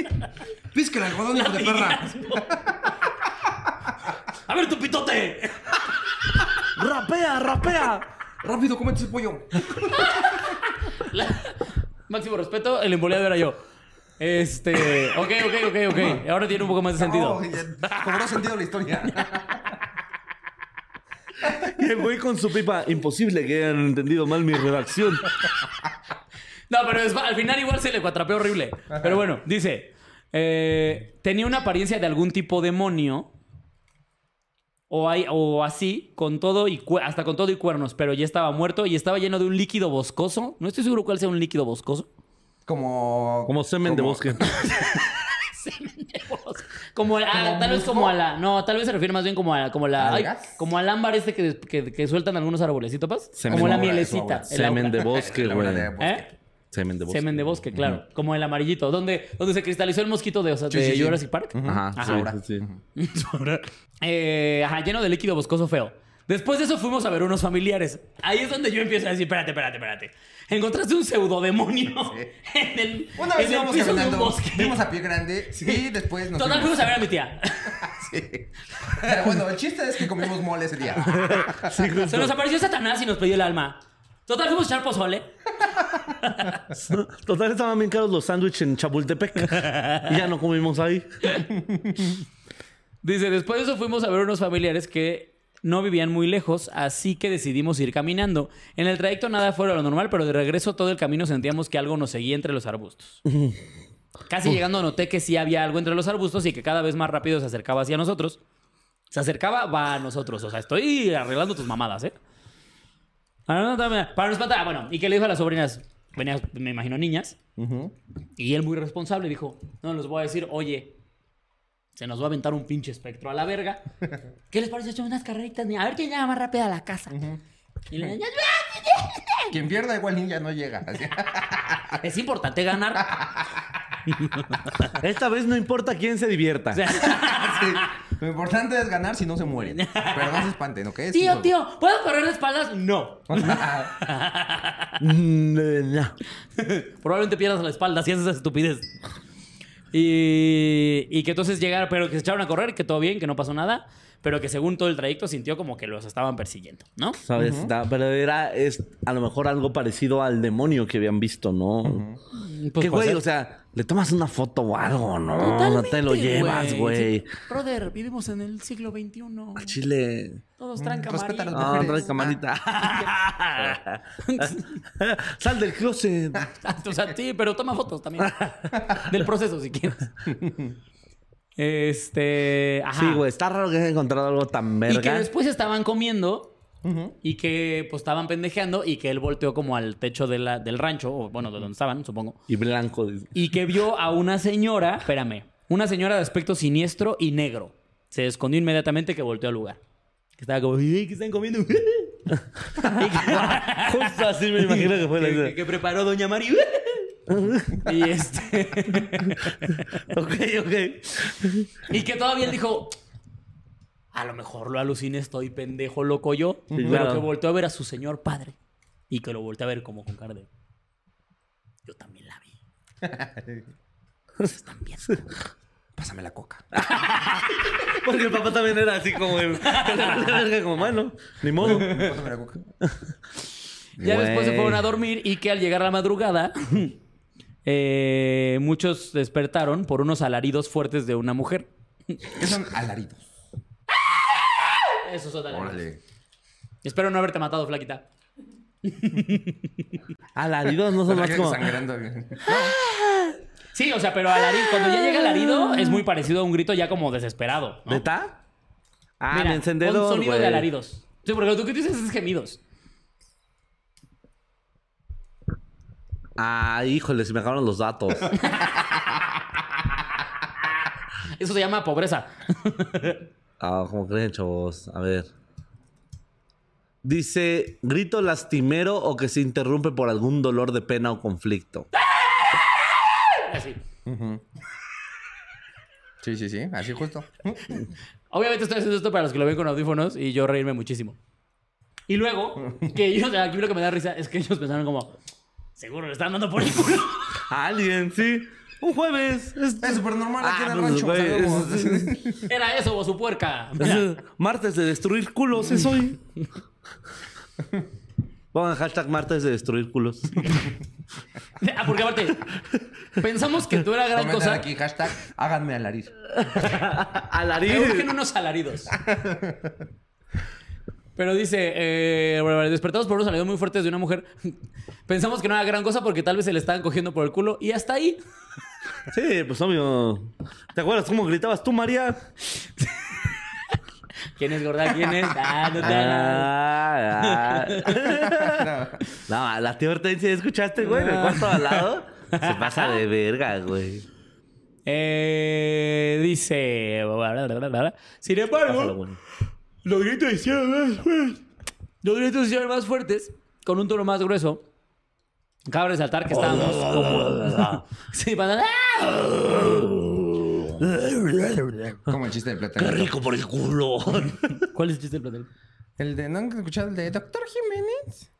Speaker 2: Pisca el algodón, hijo de perra.
Speaker 4: A ver tu pitote.
Speaker 3: [LAUGHS]
Speaker 4: [LAUGHS]
Speaker 3: ¡Rapea, rapea!
Speaker 2: Rápido, comete ese pollo.
Speaker 4: Máximo respeto, el emboleado era yo. Este, ok, ok, ok, ok. Ahora tiene un poco más de sentido.
Speaker 2: Oh, ya cobró sentido la historia.
Speaker 3: Y el güey con su pipa. Imposible que hayan entendido mal mi redacción.
Speaker 4: No, pero es- al final igual se le cuatrapeó horrible. Pero bueno, dice: eh, Tenía una apariencia de algún tipo demonio. O, hay, o así, con todo y cu- hasta con todo y cuernos, pero ya estaba muerto y estaba lleno de un líquido boscoso. No estoy seguro cuál sea un líquido boscoso.
Speaker 2: Como.
Speaker 3: Como semen de bosque.
Speaker 4: Como, a- tal vez como a la. No, tal vez se refiere más bien como a la- como la. ay,
Speaker 2: ¿Algas?
Speaker 4: como al ámbar este que, que- que sueltan algunos árboles, ¿sí topas?
Speaker 3: Semen
Speaker 4: como
Speaker 3: de
Speaker 4: la
Speaker 3: obra,
Speaker 4: mielecita. el
Speaker 3: Semen de
Speaker 4: obra.
Speaker 3: bosque,
Speaker 2: La
Speaker 3: güey.
Speaker 2: obra de bosque.
Speaker 4: [LAUGHS] ¿Eh?
Speaker 3: Semen de bosque.
Speaker 4: Semen de bosque, claro. Como el amarillito. Donde, donde se cristalizó el mosquito de, o sea,
Speaker 2: Sí,
Speaker 4: de
Speaker 2: sí, sí.
Speaker 4: Jurassic Park.
Speaker 3: Ajá,
Speaker 4: Ajá.
Speaker 3: sí,
Speaker 4: Ahora.
Speaker 3: sí, sí.
Speaker 4: [LAUGHS] Eh, ajá, lleno de líquido boscoso feo. Después de eso fuimos a ver unos familiares. Ahí es donde yo empiezo a decir, espérate, espérate, espérate. Encontraste un pseudodemonio [LAUGHS] en el,
Speaker 2: Una vez
Speaker 4: en el
Speaker 2: íbamos
Speaker 4: piso de un
Speaker 2: caminando,
Speaker 4: bosque.
Speaker 2: vimos a pie grande
Speaker 4: [LAUGHS]
Speaker 2: y después nos
Speaker 4: Total,
Speaker 2: fuimos.
Speaker 4: fuimos a ver a mi tía.
Speaker 2: [LAUGHS] Sí. Pero bueno, el chiste es que comimos mole ese
Speaker 3: [LAUGHS]
Speaker 2: día.
Speaker 3: Sí, justo.
Speaker 4: Se nos apareció Satanás y nos pidió el alma. Total, fuimos a echar pozole.
Speaker 3: [LAUGHS] Total, estaban bien caros los sándwiches en Chapultepec. Y ya no comimos ahí.
Speaker 4: Dice, después de eso fuimos a ver unos familiares que no vivían muy lejos, así que decidimos ir caminando. En el trayecto nada fuera de lo normal, pero de regreso todo el camino sentíamos que algo nos seguía entre los arbustos. Casi llegando noté que sí había algo entre los arbustos y que cada vez más rápido se acercaba hacia nosotros. Se acercaba, va a nosotros. O sea, estoy arreglando tus mamadas, ¿eh? Para no, para no espantar. Ah, bueno, y que le dijo a las sobrinas, venían, me imagino, niñas. Y él muy responsable dijo, no, les voy a decir, oye, se nos va a aventar un pinche espectro a la [LAUGHS] verga. ¿Qué les parece? Echamos unas carreritas. ni- A ver quién llega más rápida a la casa. Y le-
Speaker 2: Quien pierda igual ninja no llega. [LAUGHS] Así.
Speaker 4: es importante [LAUGHS] ganar.
Speaker 3: Esta vez no importa quién se divierta.
Speaker 2: Sí. Lo importante es ganar si no se mueren. Pero no se espanten, ¿ok? Es un
Speaker 4: Tío,
Speaker 2: juego.
Speaker 4: tío, ¿puedo correr de espaldas? No.
Speaker 3: Mm, eh, no.
Speaker 4: Probablemente pierdas la espalda si haces esa estupidez. Y, y que entonces llegaron, pero que se echaron a correr, que todo bien, que no pasó nada. Pero que según todo el trayecto sintió como que los estaban persiguiendo, ¿no?
Speaker 3: ¿Sabes? Da- Pero era es, a lo mejor algo parecido al demonio que habían visto, ¿no?
Speaker 4: Pues,
Speaker 3: que, güey,
Speaker 4: pues,
Speaker 3: o sea, le tomas una foto o algo, ¿no? no te lo
Speaker 4: totalmente,
Speaker 3: llevas, güey.
Speaker 4: Sí. Brother, vivimos en el siglo XXI.
Speaker 3: Al Chile. Ah,
Speaker 4: Todos tranca
Speaker 2: respeta las
Speaker 3: No,
Speaker 2: Mujeres.
Speaker 3: trae
Speaker 4: Ah.
Speaker 3: camarita. [LAUGHS]
Speaker 4: [LAUGHS]
Speaker 3: Sal del closet.
Speaker 4: O sea, sí, pero toma fotos también. Del proceso, si quieres. Este. Ajá.
Speaker 3: Sí, güey, está raro que hayas encontrado algo tan
Speaker 4: Y que
Speaker 3: verga.
Speaker 4: después estaban comiendo y que pues estaban pendejeando y que él volteó como al techo de la- del rancho, o bueno, de donde estaban, supongo,
Speaker 3: Y blanco. dice.
Speaker 4: y que vio a una señora, espérame, una señora de aspecto siniestro y negro. Se escondió inmediatamente que volteó al lugar. Que estaba como, "Ey, ¿qué están
Speaker 3: [LAUGHS]
Speaker 4: comiendo? Y que-
Speaker 3: Justo así me imagino que fue la
Speaker 4: que,
Speaker 3: escena.
Speaker 4: que preparó Doña
Speaker 3: [LAUGHS]
Speaker 4: Mari. y este.
Speaker 3: Ok, ok.
Speaker 4: Y que todavía él dijo. A lo mejor lo aluciné, estoy pendejo, loco yo. pero
Speaker 3: claro.
Speaker 4: que volteó a ver a su señor padre. Y que lo volteó a ver como con cara de. Yo también la vi. Se están viendo.
Speaker 2: Pásame la coca.
Speaker 3: [LAUGHS] Porque el papá también era así como. el- [LAUGHS] como mano. Ni modo.
Speaker 2: Pásame la coca.
Speaker 4: Ya después se
Speaker 3: Güey.
Speaker 4: fueron a dormir y que al llegar la madrugada. [LAUGHS] eh, muchos despertaron por unos alaridos fuertes de una mujer.
Speaker 2: ¿Qué son alaridos?
Speaker 4: Esos son alaridos.
Speaker 2: Órale.
Speaker 4: Espero no haberte matado, flaquita.
Speaker 3: Alaridos no son
Speaker 2: La
Speaker 3: más
Speaker 2: gente
Speaker 3: como.
Speaker 2: sangrando.
Speaker 4: Sí, o sea, pero alarido, cuando ya llega el alarido es muy parecido a un grito ya como desesperado. ¿no?
Speaker 3: ¿Neta? Ah,
Speaker 4: Mira,
Speaker 3: mi encendedor.
Speaker 4: Con sonido
Speaker 3: güey.
Speaker 4: de alaridos. Sí, porque lo que tú dices es gemidos.
Speaker 3: Ah, híjole, se me acabaron los [LAUGHS] datos.
Speaker 4: Eso se llama pobreza.
Speaker 3: Ah, ¿cómo creen, chavos? A ver. Dice, grito lastimero o que se interrumpe por algún dolor de pena o conflicto.
Speaker 4: Así.
Speaker 2: Sí, sí, sí. Así justo.
Speaker 4: Obviamente estoy haciendo esto para los que lo ven con audífonos y yo reírme muchísimo. Y luego, que ellos, aquí lo que me da risa es que ellos pensaron como, seguro le están dando por el culo.
Speaker 3: Alguien, sí. Un jueves. Es,
Speaker 2: Es súper normal
Speaker 3: Ah,
Speaker 2: aquí en el
Speaker 3: pues,
Speaker 2: rancho.
Speaker 3: güey,
Speaker 2: salgamos.
Speaker 3: [LAUGHS] es-
Speaker 4: Era eso, o su puerca.
Speaker 3: es el martes de destruir culos, es hoy. Pongan hashtag martes de destruir [LAUGHS] culos.
Speaker 4: Ah, porque aparte, pensamos que tú eras gran
Speaker 2: Comenten
Speaker 4: cosa.
Speaker 2: aquí, hashtag, háganme alarido.
Speaker 4: Me urgen
Speaker 3: Alarín.
Speaker 4: unos alaridos. Pero dice, eh, bueno, despertados por unos alaridos muy fuertes de una mujer. Pensamos que no era gran cosa porque tal vez se le estaban cogiendo por el culo y hasta ahí.
Speaker 3: Sí, pues obvio. ¿Te acuerdas cómo gritabas tú, María?
Speaker 4: ¿Quién es gorda? ¿Quién es? Ah, no te hagas.
Speaker 3: Ah, ah. [LAUGHS] No, la tía Hortensia, ¿escuchaste, güey? En el cuarto de al lado. Se pasa de verga, güey.
Speaker 4: Eh, dice. Sin
Speaker 3: Pásalo,
Speaker 4: embargo,
Speaker 3: güey.
Speaker 4: los gritos hicieron más fuertes. Los gritos hicieron más fuertes, con un tono más grueso. Cabe resaltar que estábamos como. [LAUGHS] Sí, ¡Ah! para-
Speaker 2: Como el chiste de plátano.
Speaker 3: Rico por el culo.
Speaker 4: ¿Cuál es el chiste del platel?
Speaker 2: El de, ¿no han escuchado el de Doctor Jiménez?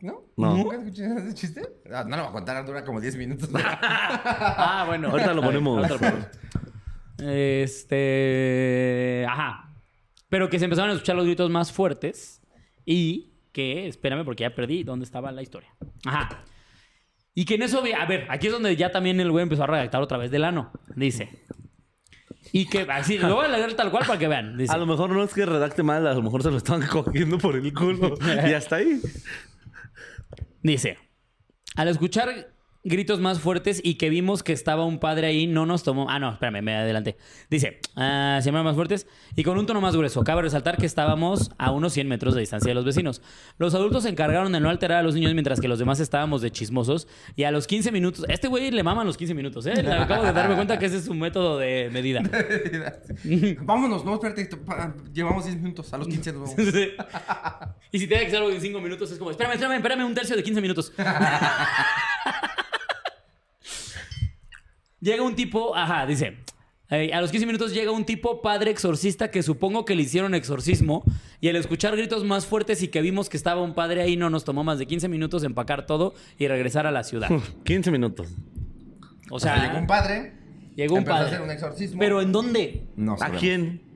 Speaker 2: ¿No?
Speaker 3: No.
Speaker 2: ¿Nunca has escuchado ese chiste? Ah, no lo voy a contar, dura como 10
Speaker 4: [LAUGHS]
Speaker 2: minutos.
Speaker 4: Ah, bueno.
Speaker 3: Ahorita lo ponemos.
Speaker 4: Ahorita lo ponemos. Este. Ajá. Pero que se empezaron a escuchar los gritos más fuertes. Y que, espérame, porque ya perdí dónde estaba la historia. Ajá. Y que en eso, vi- a ver, aquí es donde ya también el güey empezó a redactar otra vez del ano. Dice. Y que, así, lo voy a leer tal cual para que vean. Dice.
Speaker 3: A lo mejor no es que redacte mal, a lo mejor se lo estaban [LAUGHS] cogiendo por el [LAUGHS] culo. Y hasta ahí.
Speaker 4: Dice, al escuchar gritos más fuertes y que vimos que estaba un padre ahí, no nos tomó... Ah, no, espérame, me adelanté. Dice, ah, se llamaron más fuertes y con un tono más grueso. Cabe resaltar que estábamos a unos 100 metros de distancia de los vecinos. Los adultos se encargaron de no alterar a los niños mientras que los demás estábamos de chismosos y a los 15 minutos... Este güey le maman los 15 minutos, ¿eh? Acabo de darme cuenta que ese es su método de medida.
Speaker 2: Vámonos, no, espérate. esto- pa- Llevamos 10 minutos, a los 15
Speaker 4: [LAUGHS]
Speaker 2: nos vamos.
Speaker 4: Sí. [LAUGHS] y si te da que hacer algo en 5 minutos, es como, espérame, espérame, espérame un tercio de 15 minutos. [LAUGHS] llega un tipo, ajá, dice. eh, a los 15 minutos llega un tipo padre exorcista que supongo que le hicieron exorcismo y al escuchar gritos más fuertes y que vimos que estaba un padre ahí no nos tomó más de 15 minutos empacar todo y regresar a
Speaker 2: [LAUGHS]
Speaker 4: la ciudad.
Speaker 3: 15 minutos.
Speaker 4: O
Speaker 2: O sea, llegó
Speaker 4: sea,
Speaker 2: un padre.
Speaker 4: llegó un
Speaker 2: empezó
Speaker 4: padre.
Speaker 2: a hacer un exorcismo.
Speaker 4: Pero ¿en dónde?
Speaker 2: No,
Speaker 3: ¿A
Speaker 2: sabemos.
Speaker 3: quién?
Speaker 2: [CLEARS THROAT]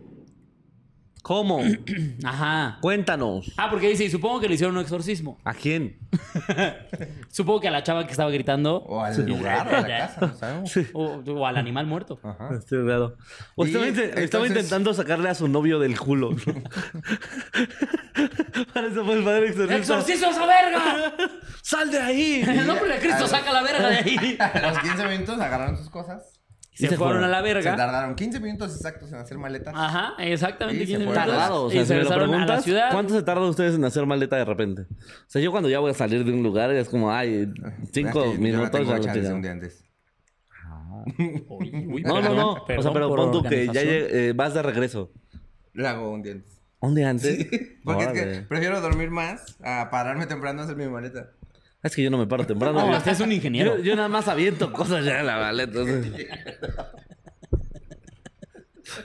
Speaker 3: ¿Cómo?
Speaker 4: Ajá.
Speaker 3: Cuéntanos.
Speaker 4: Ah, porque dice, y supongo que le hicieron un exorcismo.
Speaker 3: ¿A quién?
Speaker 4: Supongo que a la chava que estaba gritando
Speaker 2: O al lugar, o
Speaker 4: [LAUGHS]
Speaker 2: a la casa, Ah. no sabemos.
Speaker 3: Sí.
Speaker 4: O, o al animal muerto. [LAUGHS]
Speaker 2: Ajá.
Speaker 3: [LAUGHS] Estoy raro. O
Speaker 2: Y,
Speaker 3: estaba, inte- estaba
Speaker 2: entonces-
Speaker 3: intentando sacarle a su novio del
Speaker 2: [LAUGHS]
Speaker 3: culo. [LAUGHS] Para eso fue el padre exorcista.
Speaker 4: ¡Exorcizo esa
Speaker 3: [LAUGHS]
Speaker 4: verga!
Speaker 3: ¡Sal de ahí!
Speaker 2: [LAUGHS]
Speaker 4: En el nombre de Cristo, saca la verga de ahí.
Speaker 2: A los 15 minutos agarraron sus cosas.
Speaker 4: y se,
Speaker 5: se
Speaker 4: fueron a la
Speaker 2: Se
Speaker 4: verga. Ah.
Speaker 2: tardaron 15 minutos exactos en hacer maletas.
Speaker 4: Ajá, exactamente.
Speaker 2: Y se
Speaker 4: 15
Speaker 2: fueron.
Speaker 4: minutos.
Speaker 2: Tardados,
Speaker 3: O
Speaker 4: y
Speaker 3: sea, si
Speaker 4: se
Speaker 3: me lo
Speaker 4: regresaron a la
Speaker 3: preguntas,
Speaker 4: ciudad.
Speaker 3: ¿cuánto se tardan ustedes en hacer maleta de repente? O sea, yo cuando ya voy a salir de un lugar es como, ay,
Speaker 2: Es que
Speaker 3: cinco
Speaker 2: yo la
Speaker 3: minutos.
Speaker 2: tengo
Speaker 3: ya lo
Speaker 2: hecha desde
Speaker 3: tiraron.
Speaker 2: un día antes.
Speaker 4: Uy, uy,
Speaker 3: No, no,
Speaker 4: perdón,
Speaker 3: no. O sea,
Speaker 4: perdón
Speaker 3: pero
Speaker 4: por
Speaker 3: pon tú que ya
Speaker 4: organización.
Speaker 3: lleg- eh, vas de regreso.
Speaker 2: La hago un día antes.
Speaker 3: ¿Dónde antes?
Speaker 2: [LAUGHS] Porque es que
Speaker 3: Órale.
Speaker 2: prefiero dormir más a pararme temprano a hacer mi maleta.
Speaker 3: Es que yo no me paro temprano.
Speaker 4: No,
Speaker 3: yo-
Speaker 4: usted es un ingeniero.
Speaker 3: Yo, yo nada más aviento cosas ya en la maleta. o sea.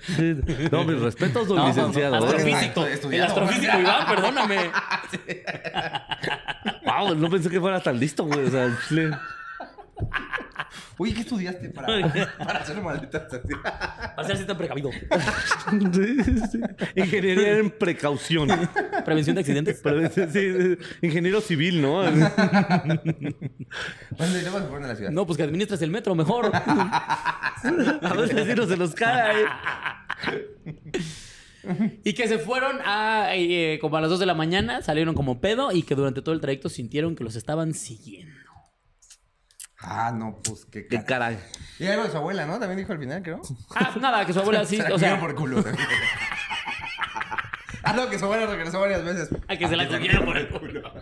Speaker 3: Sí. No, mis respetos, don
Speaker 4: No,
Speaker 3: licenciado.
Speaker 4: no,
Speaker 3: ¿eh?
Speaker 2: Estoy
Speaker 4: astrofísico. El
Speaker 2: estudiando.
Speaker 4: astrofísico, Iván, perdóname.
Speaker 3: Wow, no pensé que fuera tan listo, güey. O sea, al chile.
Speaker 2: Oye, ¿qué estudiaste para, [LAUGHS] para hacer maletas así? [LAUGHS]
Speaker 4: Va a ser así tan precavido.
Speaker 3: Sí, sí. Ingeniería en precaución.
Speaker 4: Prevención de
Speaker 3: [LAUGHS]
Speaker 4: accidentes.
Speaker 3: Pero, sí, sí, ingeniero civil, ¿no?
Speaker 2: Bueno, y luego se fueron a la ciudad.
Speaker 4: No, pues que administres el metro
Speaker 3: [LAUGHS]
Speaker 4: mejor.
Speaker 3: A veces sí no se los cae.
Speaker 4: Y que se fueron a eh, como a las 2 de la mañana, salieron como pedo y que durante todo el trayecto sintieron que los estaban siguiendo.
Speaker 2: Ah, no, pues qué
Speaker 3: Qué
Speaker 2: cara.
Speaker 3: caray.
Speaker 2: Y algo de su abuela, ¿no? También dijo al final, creo.
Speaker 4: Ah, nada, que su abuela
Speaker 2: [LAUGHS]
Speaker 4: sí,
Speaker 2: Se la
Speaker 4: o sea,
Speaker 2: comieron por culo. [LAUGHS] ah, no, que su abuela regresó varias veces. Ah,
Speaker 4: a que
Speaker 2: [LAUGHS]
Speaker 4: se la comieron por el culo. [LAUGHS]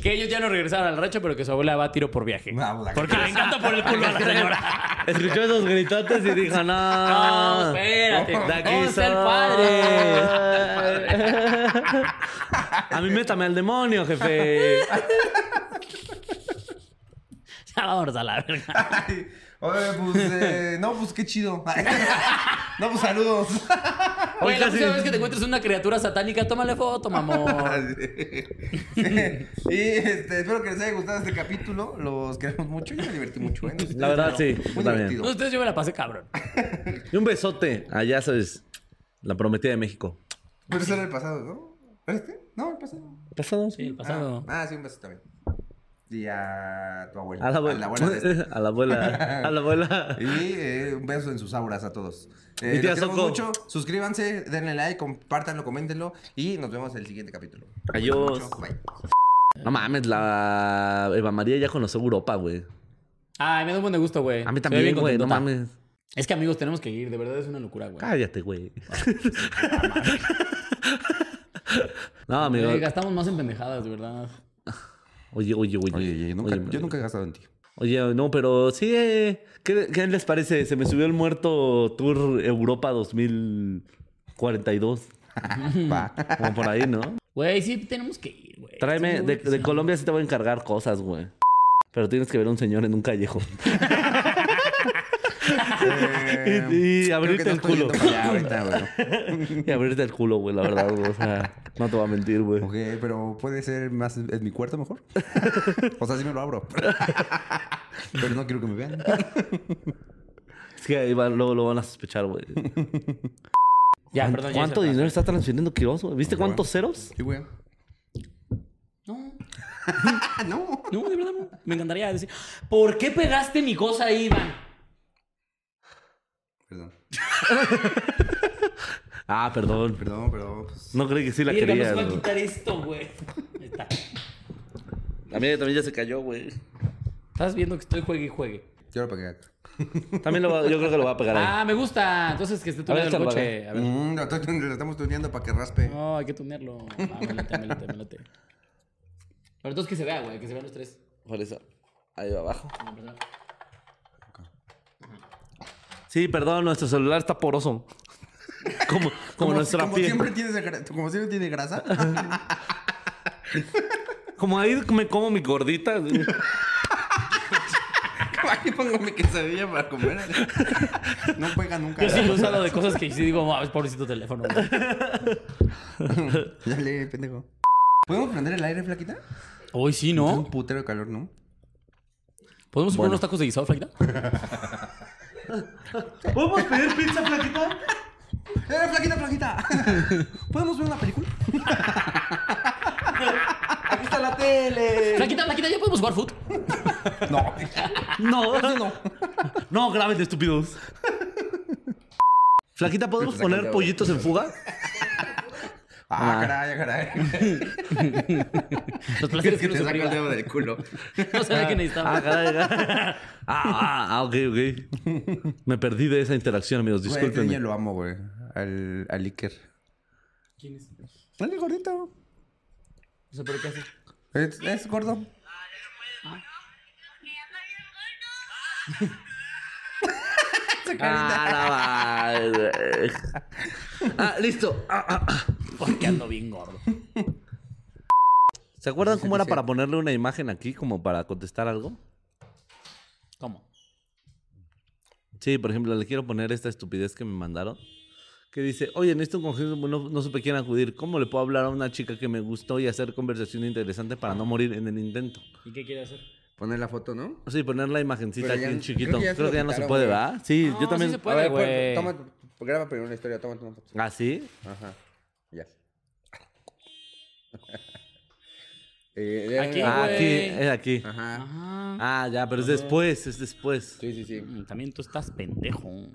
Speaker 4: Que ellos ya no regresaron al rancho, pero que su abuela va a tiro por viaje.
Speaker 2: Ah, pues, la
Speaker 4: Porque le encanta por el culo a la señora.
Speaker 3: [LAUGHS]
Speaker 4: [LAUGHS]
Speaker 3: Escuchó esos gritotes y dijo, no.
Speaker 4: No, espérate.
Speaker 3: De aquí
Speaker 4: Vamos a ser
Speaker 3: soy". A mí métame al demonio, jefe.
Speaker 4: Ya vámonos a la
Speaker 2: [LAUGHS]
Speaker 4: verga.
Speaker 2: Ay, Oye, pues, eh, no, pues qué chido. [LAUGHS] no, pues saludos.
Speaker 4: Güey, la
Speaker 3: Ahorita sí.
Speaker 4: próxima vez que te encuentres una criatura satánica, tómale foto,
Speaker 3: Ah,
Speaker 4: mamón.
Speaker 2: [LAUGHS] y este, espero que les haya gustado este capítulo. Los queremos mucho. Yo me divertí mucho. ¿eh?
Speaker 3: La verdad, sí. Yo
Speaker 2: Muy
Speaker 3: también.
Speaker 2: divertido.
Speaker 4: No, ustedes yo me la pasé cabrón.
Speaker 3: Y un besote. Allá, ¿sabes? La prometida de México.
Speaker 2: Pero eso era el pasado, ¿no? ¿Era este? No, el pasado.
Speaker 3: ¿Pasado?
Speaker 4: Sí, el pasado.
Speaker 2: Ah, ah, sí, un beso también. Y a tu abuela.
Speaker 3: A la abuela.
Speaker 2: de
Speaker 3: [LAUGHS]
Speaker 2: este.
Speaker 3: A la abuela. A la abuela. [LAUGHS]
Speaker 2: Y eh, un beso en sus auras a todos.
Speaker 3: Mi
Speaker 2: Eh,
Speaker 3: tía
Speaker 2: los queremos
Speaker 3: Soco.
Speaker 2: mucho. Suscríbanse, denle like, compártanlo, coméntenlo. Y nos vemos en el siguiente capítulo.
Speaker 3: Adiós.
Speaker 2: Bye.
Speaker 3: No mames, la Eva María ya conoció Europa, güey.
Speaker 4: Ay, me da un buen de gusto, güey.
Speaker 3: A mí
Speaker 4: Se ve
Speaker 3: también,
Speaker 4: bien
Speaker 3: güey. No
Speaker 4: contentota.
Speaker 3: mames.
Speaker 4: Es que amigos, tenemos que ir, de verdad es una locura, güey. [LAUGHS]
Speaker 3: Cállate, güey. No, amigo.
Speaker 4: Eh, gastamos más en pendejadas, de verdad.
Speaker 3: Oye, oye, oye.
Speaker 2: yo nunca he gastado en ti.
Speaker 3: Oye, no, pero sí. eh, ¿Qué, qué les parece? Se me subió el muerto Tour Europa [LAUGHS] 2042.
Speaker 2: Va.
Speaker 3: Como por ahí, ¿no?
Speaker 4: Güey, sí, tenemos que ir, güey.
Speaker 3: Tráeme,
Speaker 4: Estoy
Speaker 3: de,
Speaker 4: seguro que
Speaker 3: de
Speaker 4: sí.
Speaker 3: Colombia sí te voy a encargar cosas, güey. Pero tienes que ver a un señor en un callejón.
Speaker 2: [LAUGHS]
Speaker 3: [LAUGHS] [LAUGHS]
Speaker 2: Eh,
Speaker 3: Y- y
Speaker 2: creo que
Speaker 3: abrirte
Speaker 2: no
Speaker 3: el
Speaker 2: estoy
Speaker 3: culo.
Speaker 2: yendo para allá ahorita, güey.
Speaker 3: y abrirte el culo, güey, la verdad, güey. O sea, no te voy a mentir, güey.
Speaker 2: Ok, pero puede ser más en mi cuarto
Speaker 4: [LAUGHS]
Speaker 2: mejor. o sea, sí me lo abro. pero no quiero que me vean.
Speaker 3: Es que ahí va- luego lo van a sospechar, güey.
Speaker 4: Ya, perdón, ya
Speaker 3: ¿Cuánto
Speaker 4: hice el
Speaker 3: dinero está transfiriendo Quiroz, güey? ¿Viste cuántos ceros?
Speaker 2: Sí, güey.
Speaker 4: No,
Speaker 2: Ah, no.
Speaker 4: no, de verdad no. Me encantaría decir, ¿por qué pegaste mi cosa ahí, Iván?
Speaker 2: Perdón.
Speaker 3: Ah, perdón.
Speaker 2: Perdón, pero pues,
Speaker 3: No creí que sí la
Speaker 4: Verga, no
Speaker 3: querías.
Speaker 4: se va a
Speaker 3: güey.
Speaker 4: quitar esto, güey. Ahí está.
Speaker 3: La mía también ya se cayó, güey.
Speaker 4: Estás viendo que estoy juegue y juegue.
Speaker 2: yo lo pegué acá.
Speaker 3: También lo va- yo creo que lo va a pegar ahí.
Speaker 4: Ah, me gusta. Entonces que esté
Speaker 3: A ver,
Speaker 4: tuneando el
Speaker 3: échalo,
Speaker 4: coche. A ver.
Speaker 2: Mm, lo, estoy- lo estamos tuneando para que raspe.
Speaker 4: No, hay que tunearlo. Ah, me late, me late, me late. Pero entonces que se vea, güey, que se vean los tres.
Speaker 3: Por eso. Ahí va abajo.
Speaker 4: No, perdón.
Speaker 3: Sí, perdón, nuestro celular está poroso. [LAUGHS] Como, como, nuestra
Speaker 2: como
Speaker 3: piel.
Speaker 2: siempre tienes gra- como siempre tiene grasa.
Speaker 3: Como ahí me como mi [LAUGHS] gordita. güey.
Speaker 2: [LAUGHS] Aquí pongo mi quesadilla para
Speaker 4: [LAUGHS]
Speaker 2: comer. No pega nunca.
Speaker 4: Yo sí pues. lo he usado de cosas que sí digo, "Wow, es pobrecito teléfono. güey".
Speaker 2: Dale, pendejo. ¿Podemos prender el aire, flaquita?
Speaker 4: Hoy sí,
Speaker 2: Es
Speaker 4: ¿no?
Speaker 2: un putero de calor, ¿no?
Speaker 4: ¿Podemos poner unos tacos de guisado, Flaquita?
Speaker 3: ¿Podemos pedir pizza, flaquita?
Speaker 2: ¡Eh, flaquita, flaquita! [LAUGHS] ¿Podemos ver una [LAUGHS] película? ¡Aquí está la tele!
Speaker 4: Flaquita, Flaquita, ¿ya podemos jugar foot?
Speaker 2: No.
Speaker 3: No, no. No, graben, estúpidos. Flaquita, ¿podemos poner pollitos en fuga?
Speaker 2: Ah,
Speaker 4: Ah.
Speaker 2: caray, ah, caray.
Speaker 4: Los
Speaker 2: Es
Speaker 4: placeres
Speaker 2: que
Speaker 4: que
Speaker 2: te
Speaker 4: nos
Speaker 2: saca el
Speaker 4: privan.
Speaker 2: dedo del culo.
Speaker 4: No sabía que
Speaker 3: Ah,
Speaker 4: necesitaba.
Speaker 3: caray, caray. Ah, ah, ah, ok, ok. Me perdí de esa interacción, amigos.
Speaker 2: Güey, este niño
Speaker 3: Discúlpenme.
Speaker 2: lo amo, güey. Al, al Iker.
Speaker 4: ¿Quién es? No
Speaker 2: Dale, gordito.
Speaker 4: sé por qué hace.
Speaker 2: Es, es gordo.
Speaker 3: Ah, la madre. Ah, listo. Ah, ah, ah.
Speaker 4: Porque ando bien gordo.
Speaker 3: ¿Se acuerdan cómo era
Speaker 2: dice.
Speaker 3: para ponerle una imagen aquí, como para contestar algo?
Speaker 4: ¿Cómo?
Speaker 3: Sí, por ejemplo, le quiero poner esta estupidez que me mandaron. Que dice, oye, en un conjunto no, no supe quién acudir. ¿Cómo le puedo hablar a una chica que me gustó y hacer conversación interesante para no morir en el intento?
Speaker 4: ¿Y qué quiere hacer?
Speaker 2: Poner la foto, ¿no?
Speaker 3: Sí, poner la imagencita
Speaker 2: Pero
Speaker 3: aquí
Speaker 2: ya-
Speaker 3: en chiquito.
Speaker 2: creo
Speaker 3: Creo
Speaker 2: que ya se
Speaker 3: que ya,
Speaker 2: lo
Speaker 3: no se
Speaker 2: quitaron,
Speaker 3: puede,
Speaker 2: güey.
Speaker 3: ¿verdad? Sí,
Speaker 4: No,
Speaker 3: yo
Speaker 4: sí
Speaker 3: también.
Speaker 4: se Puede,
Speaker 2: pues,
Speaker 4: güey.
Speaker 2: toma, graba primero una historia, toma una foto.
Speaker 3: ¿Ah, sí?
Speaker 2: Ajá. Ya. [LAUGHS] Eh, ya,
Speaker 4: Aquí.
Speaker 2: ya,
Speaker 3: Ah, aquí,
Speaker 4: güey.
Speaker 3: es aquí.
Speaker 2: ya. Ajá.
Speaker 4: Ah.
Speaker 3: Ah, ya, pero es después, es después.
Speaker 2: Sí, sí, sí.
Speaker 4: Mm, También tú estás pendejo.